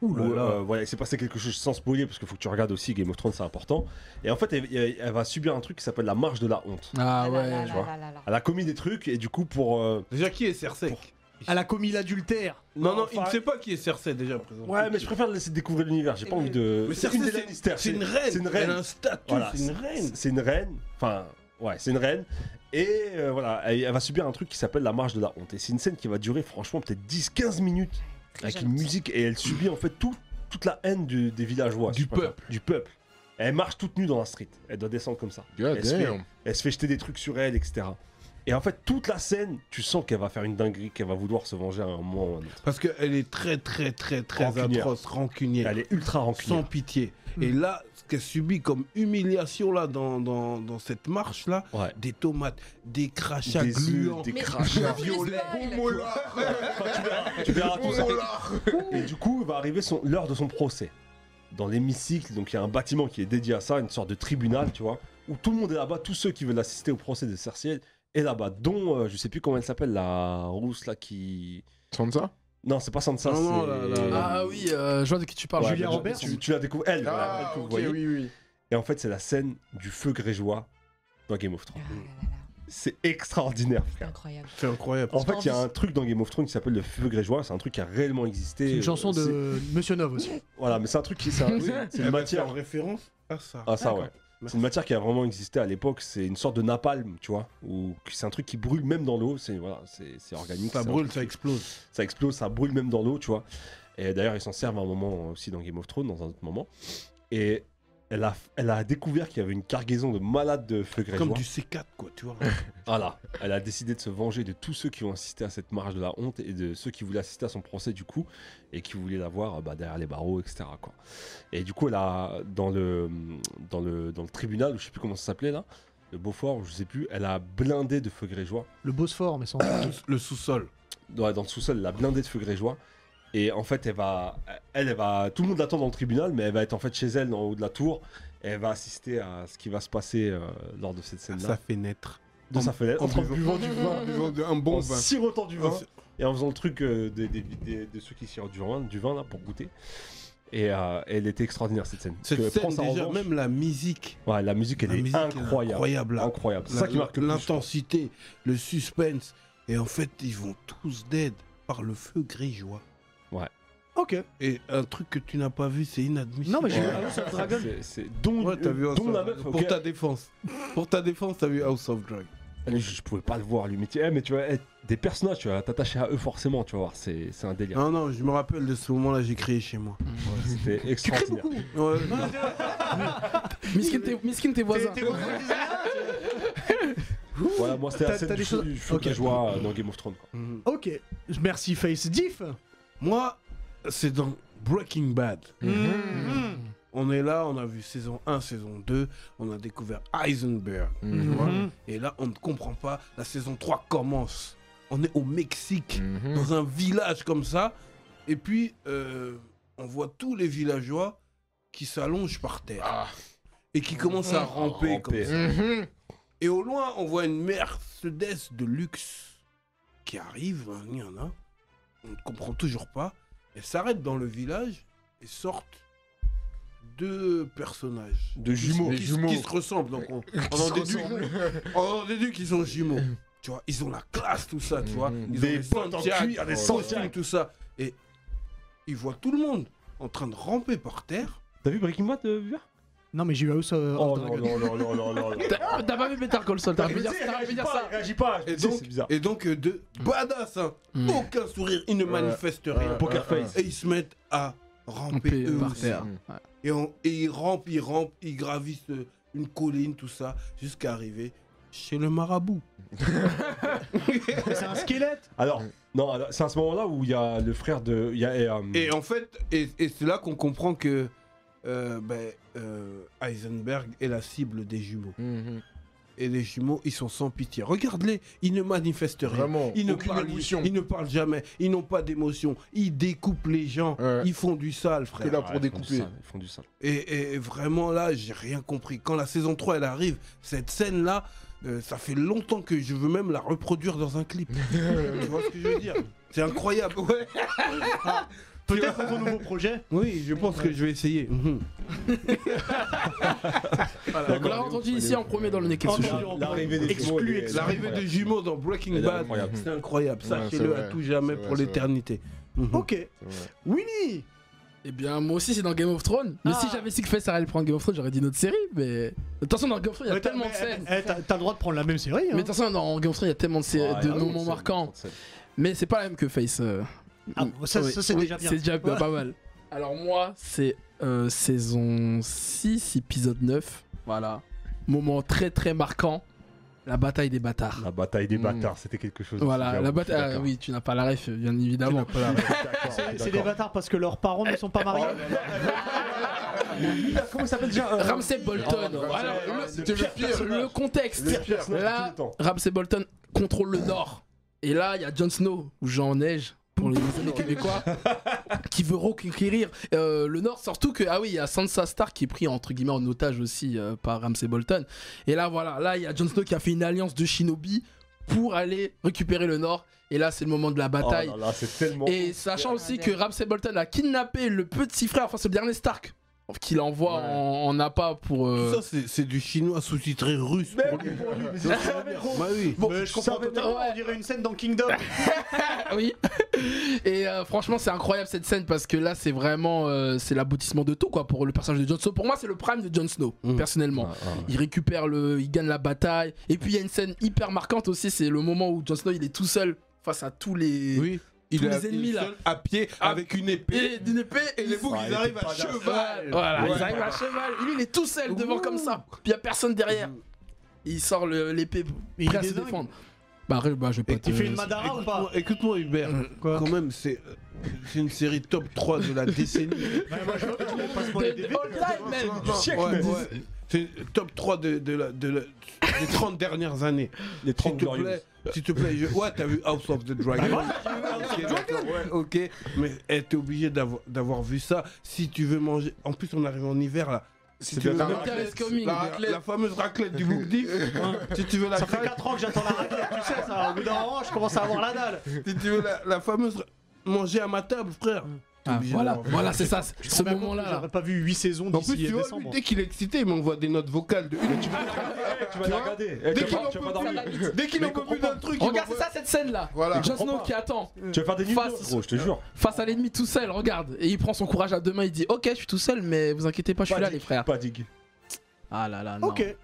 Speaker 2: Ouh
Speaker 6: là là.
Speaker 2: voilà, il s'est passé quelque chose sans spoiler parce qu'il faut que tu regardes aussi Game of Thrones, c'est important. Et en fait, elle, elle- elle va subir un truc qui s'appelle la marche de la honte.
Speaker 5: Ah
Speaker 3: là, là,
Speaker 5: ouais.
Speaker 3: là,
Speaker 2: vois.
Speaker 3: là, là, là.
Speaker 2: Elle a commis des trucs et du coup pour euh,
Speaker 6: Déjà, qui est Cersei
Speaker 1: Elle a commis l'adultère.
Speaker 6: Non, non, il ne
Speaker 2: Enfin-
Speaker 6: sait pas qui est Cersei déjà présent.
Speaker 2: ouais mais je préfère laisser découvrir l'univers. J'ai pas envie de.
Speaker 6: Mais
Speaker 2: une des
Speaker 6: Cersei,
Speaker 2: Lannister,
Speaker 6: c'est- c'est une reine.
Speaker 2: C'est une
Speaker 6: Elle a
Speaker 2: reine.
Speaker 6: un statut,
Speaker 2: Voilà,
Speaker 6: c'est une reine.
Speaker 2: C'est une reine. Enfin, ouais, c'est une reine. Et euh, voilà, elle, elle va subir un truc qui s'appelle la marche de la honte. Et c'est une scène qui va durer franchement peut-être 10-15 minutes
Speaker 3: Très
Speaker 2: avec une
Speaker 3: jalouse.
Speaker 2: musique. Et elle subit en fait tout- toute la haine du- des villageois.
Speaker 5: Du
Speaker 2: je sais pas
Speaker 5: peuple.
Speaker 2: comment. Du peuple. Elle marche toute nue dans la street. Elle doit descendre comme ça. elle, se fait, elle se fait jeter des trucs sur elle, etc. Et en fait, toute la scène, tu sens qu'elle va faire une dinguerie, qu'elle va vouloir se venger à un moment ou à un autre.
Speaker 6: Parce qu'elle est très, très, très, très
Speaker 2: Rancunière.
Speaker 6: atroce, rancunière.
Speaker 2: Elle est ultra
Speaker 6: sans
Speaker 2: rancunière.
Speaker 6: pitié. Et là, ce qu'elle subit comme humiliation là dans, dans, dans cette marche là,
Speaker 2: Ouais.
Speaker 6: des tomates, des crachats
Speaker 2: Des œufs,
Speaker 6: gluants,
Speaker 2: des
Speaker 3: Mais-
Speaker 2: crachats.
Speaker 3: Ah, vous le
Speaker 6: violets,
Speaker 3: spoil.
Speaker 2: tu verras tout ça. Et du coup, va arriver son- l'heure de son procès. Dans l'hémicycle, donc il y a un bâtiment qui est dédié à ça, une sorte de tribunal, tu vois, où tout le monde est là-bas, tous ceux qui veulent assister au procès de Cersei est là-bas, dont euh, je sais plus comment elle s'appelle, la rousse là qui.
Speaker 4: Sansa
Speaker 2: Non, c'est pas Sansa,
Speaker 6: Non, non,
Speaker 2: c'est.
Speaker 6: la- la-
Speaker 5: Ah oui, Ah, euh, je vois de qui tu parles.
Speaker 2: Ouais,
Speaker 1: Julia
Speaker 2: mais je-
Speaker 1: Roberts.
Speaker 2: Tu, tu la découvres, elle, voilà, elle Ah, que vous voyez.
Speaker 4: oui.
Speaker 2: Et en fait, c'est la scène du feu grégeois dans Game of
Speaker 3: Ah,
Speaker 2: Thrones.
Speaker 3: là, là, là.
Speaker 2: C'est extraordinaire, frère.
Speaker 3: Incroyable.
Speaker 6: C'est incroyable.
Speaker 2: En fait, il y a un truc dans Game of Thrones qui s'appelle le feu grégeois, c'est un truc qui a réellement existé. euh,
Speaker 1: C'est une chanson
Speaker 2: C'est-
Speaker 1: de Monsieur Nov aussi.
Speaker 2: Voilà, mais c'est un truc qui. C'est un- c'est- c'est une matière.
Speaker 6: en référence à ça.
Speaker 2: Ah ça
Speaker 6: D'accord. Bah.
Speaker 2: ouais. C'est une matière qui a vraiment existé à l'époque, c'est une sorte de napalm, tu vois, ou c'est un truc qui brûle même dans l'eau, c'est voilà, c'est c'est organique.
Speaker 6: Ça
Speaker 2: c'est un
Speaker 6: brûle,
Speaker 2: truc
Speaker 6: ça
Speaker 2: qui-
Speaker 6: explose.
Speaker 2: ça explose, ça brûle même dans l'eau, tu vois. Et d'ailleurs, ils s'en servent à un moment aussi dans Game of Thrones, dans un autre moment. Et elle a, elle a découvert qu'il y avait une cargaison de malades de feu grégeois.
Speaker 6: Comme du C4 quoi, tu vois.
Speaker 2: Voilà, elle a décidé de se venger de tous ceux qui ont assisté à cette marche de la honte et de ceux qui voulaient assister à son procès du coup et qui voulaient la voir euh, bah, derrière les barreaux, etc. Quoi. Et du coup, elle a, dans le, dans le, dans le tribunal, ou je sais plus comment ça s'appelait là, le Beaufort, ou je sais plus, elle a blindé de feu grégeois.
Speaker 1: Le Bosphore, mais sans.
Speaker 6: Le sous-sol.
Speaker 2: Dans, dans le sous-sol, elle a blindé de feu grégeois. Et en fait, elle va, elle, elle va, tout le monde l'attend dans le tribunal, mais elle va être en fait chez elle, en haut de la tour. Et elle va assister à ce qui va se passer euh, lors de cette
Speaker 6: Ça
Speaker 2: scène-là,
Speaker 6: fait naître.
Speaker 2: de sa fenêtre, en train de
Speaker 6: buvant du vin, en buvant de- un bon
Speaker 2: en sirotant du vin
Speaker 6: Ah, c'est-
Speaker 2: et en faisant le truc euh, des, des- des- de ceux qui sirotent du vin, du vin là pour goûter. Et euh, elle était extraordinaire cette scène.
Speaker 6: Cette
Speaker 2: Parce que
Speaker 6: scène
Speaker 2: prends ça en
Speaker 6: déjà,
Speaker 2: revanche-
Speaker 6: même la musique.
Speaker 2: Ouais, la musique elle
Speaker 6: La
Speaker 2: est
Speaker 6: musique, elle est
Speaker 2: incroyable.
Speaker 6: incroyable, là.
Speaker 2: Incroyable. C'est
Speaker 6: La-
Speaker 2: ça qui marque le plus.
Speaker 6: L'intensité, le suspense. Et en fait, ils vont tous dead par le feu grégeois.
Speaker 1: Ok.
Speaker 6: Et un truc que tu n'as pas vu, c'est inadmissible.
Speaker 1: Non, mais j'ai
Speaker 2: Ouais.
Speaker 1: vu House of Dragon.
Speaker 2: C'est- C'est dont,
Speaker 6: Ouais, t'as vu House
Speaker 2: dont
Speaker 6: of
Speaker 2: la
Speaker 6: Drag.
Speaker 2: meuf.
Speaker 6: Pour
Speaker 2: ok,
Speaker 6: ta défense. Pour ta défense, t'as vu House of Drag.
Speaker 2: elle- je, je pouvais pas le voir lui, mais tu, eh, mais tu vois, eh, des personnages, tu vas t'attacher à eux forcément, tu vas voir, c'est c'est un délire.
Speaker 6: Non, non, je me rappelle de ce moment-là, j'ai créé chez moi.
Speaker 2: C'était extraordinaire.
Speaker 6: Ouais,
Speaker 5: Miskin, t'es- Miskin, tes voisins.
Speaker 2: Voilà, moi c'était
Speaker 1: T'as-
Speaker 2: la scène
Speaker 1: t'as
Speaker 2: du
Speaker 1: des choses-
Speaker 2: feu du feu
Speaker 1: Ok.
Speaker 2: que je vois euh, dans Game of Thrones. quoi.
Speaker 6: Mhm.
Speaker 1: Ok. Merci Face. Diff.
Speaker 6: moi, c'est dans Breaking Bad.
Speaker 2: Mm-hmm.
Speaker 1: Mm-hmm.
Speaker 6: On est là, on a vu saison 1, saison 2, on a découvert Heisenberg.
Speaker 4: Mhm.
Speaker 6: tu vois.
Speaker 2: Mm-hmm.
Speaker 6: Et là, on ne comprend pas, la saison 3 commence. On est au Mexique.
Speaker 2: Mhm. Mm.
Speaker 4: Mhm.
Speaker 6: dans un village comme ça. Et puis, euh, on voit tous les villageois qui s'allongent par terre. Et qui commencent à ramper. comme
Speaker 2: Ramper.
Speaker 6: ça.
Speaker 4: Mhm.
Speaker 6: Et au loin, on voit une Mercedes de luxe qui arrive. hein, Il y en a. On ne comprend toujours pas. Elle s'arrête dans le village et sortent deux personnages.
Speaker 2: De
Speaker 6: Qui,
Speaker 2: jumeaux.
Speaker 6: qui- qui se ressemblent. Donc on, on en déduit, on en déduit Oh, qu'ils sont jumeaux. tu vois, ils ont la classe, tout ça, tu vois. Ils
Speaker 2: Mhm. Des
Speaker 6: ont
Speaker 2: bottes en
Speaker 6: Santiago,
Speaker 2: cuir, des
Speaker 6: costumes,
Speaker 2: Santiago.
Speaker 6: tout ça. Et ils voient tout le monde en train de ramper par terre.
Speaker 2: T'as vu Breaking Bad, euh, Vivien
Speaker 1: Non, mais j'ai eu House euh,
Speaker 2: Oh
Speaker 1: of
Speaker 2: non,
Speaker 1: Dragon.
Speaker 2: non, non, non, non, non, non.
Speaker 5: T'as t'as pas vu Better Call Saul, t'as
Speaker 6: Mais
Speaker 5: pu dire
Speaker 6: tu sais,
Speaker 5: t'as
Speaker 6: il
Speaker 5: pu dire
Speaker 2: pas,
Speaker 5: ça.
Speaker 2: il réagit pas.
Speaker 6: Et
Speaker 2: Tu sais,
Speaker 6: donc,
Speaker 2: c'est bizarre.
Speaker 6: et donc, euh, de badass, hein.
Speaker 5: Mm.
Speaker 6: aucun sourire, ils ne manifestent rien.
Speaker 2: Poker face.
Speaker 6: Et ils se mettent à ramper
Speaker 5: Rampé
Speaker 6: eux
Speaker 5: par
Speaker 6: aussi.
Speaker 5: terre.
Speaker 6: Et, on- et ils rampent, ils rampent, ils gravissent euh, une colline, tout ça, jusqu'à arriver chez le marabout.
Speaker 1: C'est un squelette.
Speaker 2: Alors, non, alors, c'est à ce moment-là où il y a le frère de. Il y a, euh,
Speaker 6: Et en fait, et, et c'est là qu'on comprend que euh, ben, euh, Heisenberg est la cible des jumeaux.
Speaker 4: Mhm.
Speaker 6: Et les jumeaux, ils sont sans pitié. Regarde-les, ils ne manifestent rien.
Speaker 4: Vraiment,
Speaker 6: Ils ne,
Speaker 4: aucune
Speaker 6: parlent,
Speaker 4: émotion.
Speaker 6: ils ne parlent jamais, ils n'ont pas d'émotion, ils découpent les gens,
Speaker 4: Ouais.
Speaker 6: ils font du sale,
Speaker 4: Que
Speaker 6: frère.
Speaker 4: là
Speaker 2: ouais, ils
Speaker 4: pour
Speaker 2: font du
Speaker 4: découper.
Speaker 2: sale, Ils font du sale.
Speaker 6: Et, et vraiment là, j'ai rien compris. Quand la saison 3 elle arrive, cette scène là, ça fait longtemps que je veux même la reproduire dans un clip. tu vois ce que je veux dire C'est incroyable. Ouais.
Speaker 1: Peut-être pour ton nouveau projet.
Speaker 6: Oui, je pense que je vais essayer. Mhm.
Speaker 5: Donc là, entendu ici en premier dans le Neketsushi.
Speaker 1: Entendu en
Speaker 2: L'arrivée des
Speaker 1: Exclu,
Speaker 2: jumeaux, elle
Speaker 1: exclu.
Speaker 2: est- elle est
Speaker 6: L'arrivée des
Speaker 2: incroyable.
Speaker 6: jumeaux dans Breaking
Speaker 2: Elle est
Speaker 6: Bad,
Speaker 2: incroyable.
Speaker 6: c'est incroyable.
Speaker 4: Ouais,
Speaker 6: Sachez-le
Speaker 4: c'est
Speaker 6: à
Speaker 4: vrai.
Speaker 6: tout jamais
Speaker 4: C'est vrai,
Speaker 6: pour
Speaker 4: c'est
Speaker 6: l'éternité. Mhm.
Speaker 1: Ok. Winnie
Speaker 5: Eh bien, moi aussi, c'est dans Game of Thrones. Mais
Speaker 1: Ah.
Speaker 5: si j'avais su que Fess allait prendre Game of Thrones, j'aurais dit une autre série. Mais. De toute façon, dans Game of Thrones, il y a
Speaker 1: Ouais, t'as-
Speaker 5: tellement de
Speaker 1: mais-
Speaker 5: scènes.
Speaker 1: eh, T'as t'as le droit de prendre la même série.
Speaker 5: Mais
Speaker 1: hein.
Speaker 5: de toute façon, dans Game of Thrones, il y a tellement de, sé-
Speaker 2: Ah,
Speaker 5: de
Speaker 2: il y a un
Speaker 5: moments
Speaker 2: scène,
Speaker 5: marquants.
Speaker 2: une scène.
Speaker 5: Mais c'est pas la même que Face. euh.
Speaker 1: Ah, ça- ça, c'est déjà bien.
Speaker 5: C'est déjà pas mal. Alors, moi, c'est euh, saison 6, épisode 9. Voilà. Moment très très marquant. La bataille des bâtards.
Speaker 2: La bataille des
Speaker 4: Mm.
Speaker 2: bâtards, c'était quelque chose.
Speaker 5: Voilà,
Speaker 2: J'avoue,
Speaker 5: la
Speaker 2: je suis
Speaker 5: bataille. Ah,
Speaker 2: d'accord.
Speaker 5: oui, tu n'as pas la ref, bien évidemment.
Speaker 2: D'accord, Oh,
Speaker 1: C'est c'est des
Speaker 2: d'accord.
Speaker 1: bâtards parce que leurs parents ne sont pas mariés.
Speaker 2: Comment il s'appelle déjà euh,
Speaker 5: Ramsey Bolton.
Speaker 4: Oh,
Speaker 5: Voilà,
Speaker 4: Ramsay,
Speaker 5: le-
Speaker 4: c'était le pire.
Speaker 5: le contexte.
Speaker 2: Le pire personnage de
Speaker 5: Là,
Speaker 2: tous les temps.
Speaker 5: Ramsay Bolton contrôle le Nord. Et là, il y a Jon Snow, ou Jean Neige, pour les amis québécois, qui veut reconquérir euh, le Nord. Surtout que, ah oui, il y a Sansa Stark qui est pris entre guillemets en otage aussi euh, par Ramsay Bolton. Et là, voilà, là, il y a Jon Snow qui a fait une alliance de shinobi pour aller récupérer le Nord. Et là, c'est le moment de la
Speaker 2: Oh
Speaker 5: bataille.
Speaker 2: là là, c'est tellement.
Speaker 5: Et sachant aussi que Ramsay Bolton a kidnappé le petit frère, enfin c'est le dernier Stark, qu'il envoie
Speaker 4: Ouais.
Speaker 5: en, en appât pour. euh,
Speaker 6: Tout ça, c'est- c'est du chinois sous-titré russe
Speaker 2: Mais
Speaker 6: pour
Speaker 2: oui,
Speaker 6: lui.
Speaker 2: pour lui, mais
Speaker 6: Donc,
Speaker 2: c'est jamais gros.
Speaker 6: bah oui.
Speaker 5: Bon,
Speaker 1: Mais je comprends
Speaker 5: savais-
Speaker 1: totalement,
Speaker 5: ouais.
Speaker 1: on dirait une scène dans Kingdom.
Speaker 5: oui. Et euh, franchement, c'est incroyable cette scène parce que là, c'est vraiment euh, c'est l'aboutissement de tout quoi pour le personnage de Jon Snow. Pour moi, c'est le prime de Jon Snow
Speaker 6: Mm.
Speaker 5: personnellement. Il récupère le, il gagne la bataille. Et puis il y a une scène hyper marquante aussi, c'est le moment où Jon Snow il est tout seul face à tous les
Speaker 6: Oui.
Speaker 5: tous
Speaker 6: est
Speaker 5: les ennemis,
Speaker 6: il est
Speaker 5: là.
Speaker 6: seul à pied
Speaker 5: Ah.
Speaker 6: avec une épée.
Speaker 5: et d'une épée
Speaker 6: Et les boucs,
Speaker 2: Ouais,
Speaker 6: ils arrivent
Speaker 2: il était
Speaker 6: à
Speaker 2: pas d'accord.
Speaker 6: cheval.
Speaker 5: Voilà,
Speaker 6: Ouais.
Speaker 5: ils arrivent à cheval. Et lui, il est tout seul devant comme ça. Puis il y a personne derrière. Il sort le- l'épée
Speaker 1: Mais il
Speaker 5: prêt
Speaker 1: est
Speaker 5: à se
Speaker 1: dingue.
Speaker 5: défendre. Bah, arrête, bah, je vais pas te-
Speaker 1: Il fait une Madara ou pas
Speaker 6: Écoute-moi- Écoute-moi, Hubert.
Speaker 1: Quoi
Speaker 6: Quand même, c'est c'est une série top 3 de la décennie.
Speaker 5: De- de- all time, même.
Speaker 2: Du siècle,
Speaker 6: Ouais,
Speaker 2: même.
Speaker 6: ouais. C'est top 3 de, de la, de la- des 30 dernières années.
Speaker 2: Les
Speaker 6: S'il
Speaker 2: 30
Speaker 6: te plaît,
Speaker 2: glorieuses.
Speaker 6: s'il te plaît. je- Ouais, t'as vu House of the Dragon. Ok, d'accord, ouais, ok, mais eh, t'es obligé d'avoir d'avoir vu ça si tu veux manger. En plus, on arrive en hiver là. Si
Speaker 4: C'est
Speaker 6: tu veux
Speaker 4: bien
Speaker 6: la,
Speaker 4: ça.
Speaker 5: Winter is coming.
Speaker 6: la- la fameuse raclette du Bookdi, si tu veux la
Speaker 1: Ça fait
Speaker 6: craque,
Speaker 1: 4 ans que j'attends la raclette, tu sais ça. Au bout d'un moment, je commence à avoir la dalle.
Speaker 6: si tu veux la, la fameuse ra- manger à ma table, frère. T'es
Speaker 5: Ah,
Speaker 6: obligé
Speaker 5: voilà,
Speaker 6: d'avoir vu.
Speaker 5: voilà c'est ça, c'est-
Speaker 1: Je
Speaker 5: ce
Speaker 1: me rends compte
Speaker 5: moment-là.
Speaker 1: que
Speaker 5: là.
Speaker 1: J'aurais pas vu 8 saisons
Speaker 6: En plus,
Speaker 1: d'ici
Speaker 6: tu vois, lui,
Speaker 1: décembre.
Speaker 6: dès qu'il est excité, il m'envoie des notes vocales de une
Speaker 2: Tu vas la regarder. Eh,
Speaker 6: Dès
Speaker 2: Tu
Speaker 6: qu'il
Speaker 2: vas
Speaker 6: en
Speaker 2: tu vas pas
Speaker 6: peut plus,
Speaker 2: dormir.
Speaker 6: dès qu'il en peut plus d'un truc, il
Speaker 5: Regarde, c'est
Speaker 6: m'envoie-
Speaker 5: ça cette scène là.
Speaker 4: Voilà.
Speaker 5: Jon Snow
Speaker 2: pas.
Speaker 5: qui attend
Speaker 2: Tu vas faire des
Speaker 5: Face-
Speaker 2: nuls, gros, je te jure.
Speaker 5: face à l'ennemi tout seul, regarde. Et il prend son courage à deux mains, il dit Ok, je suis tout seul, mais vous inquiétez pas, je suis là, les frères.
Speaker 2: Pas digue.
Speaker 5: Ah là là, non.
Speaker 1: Ok.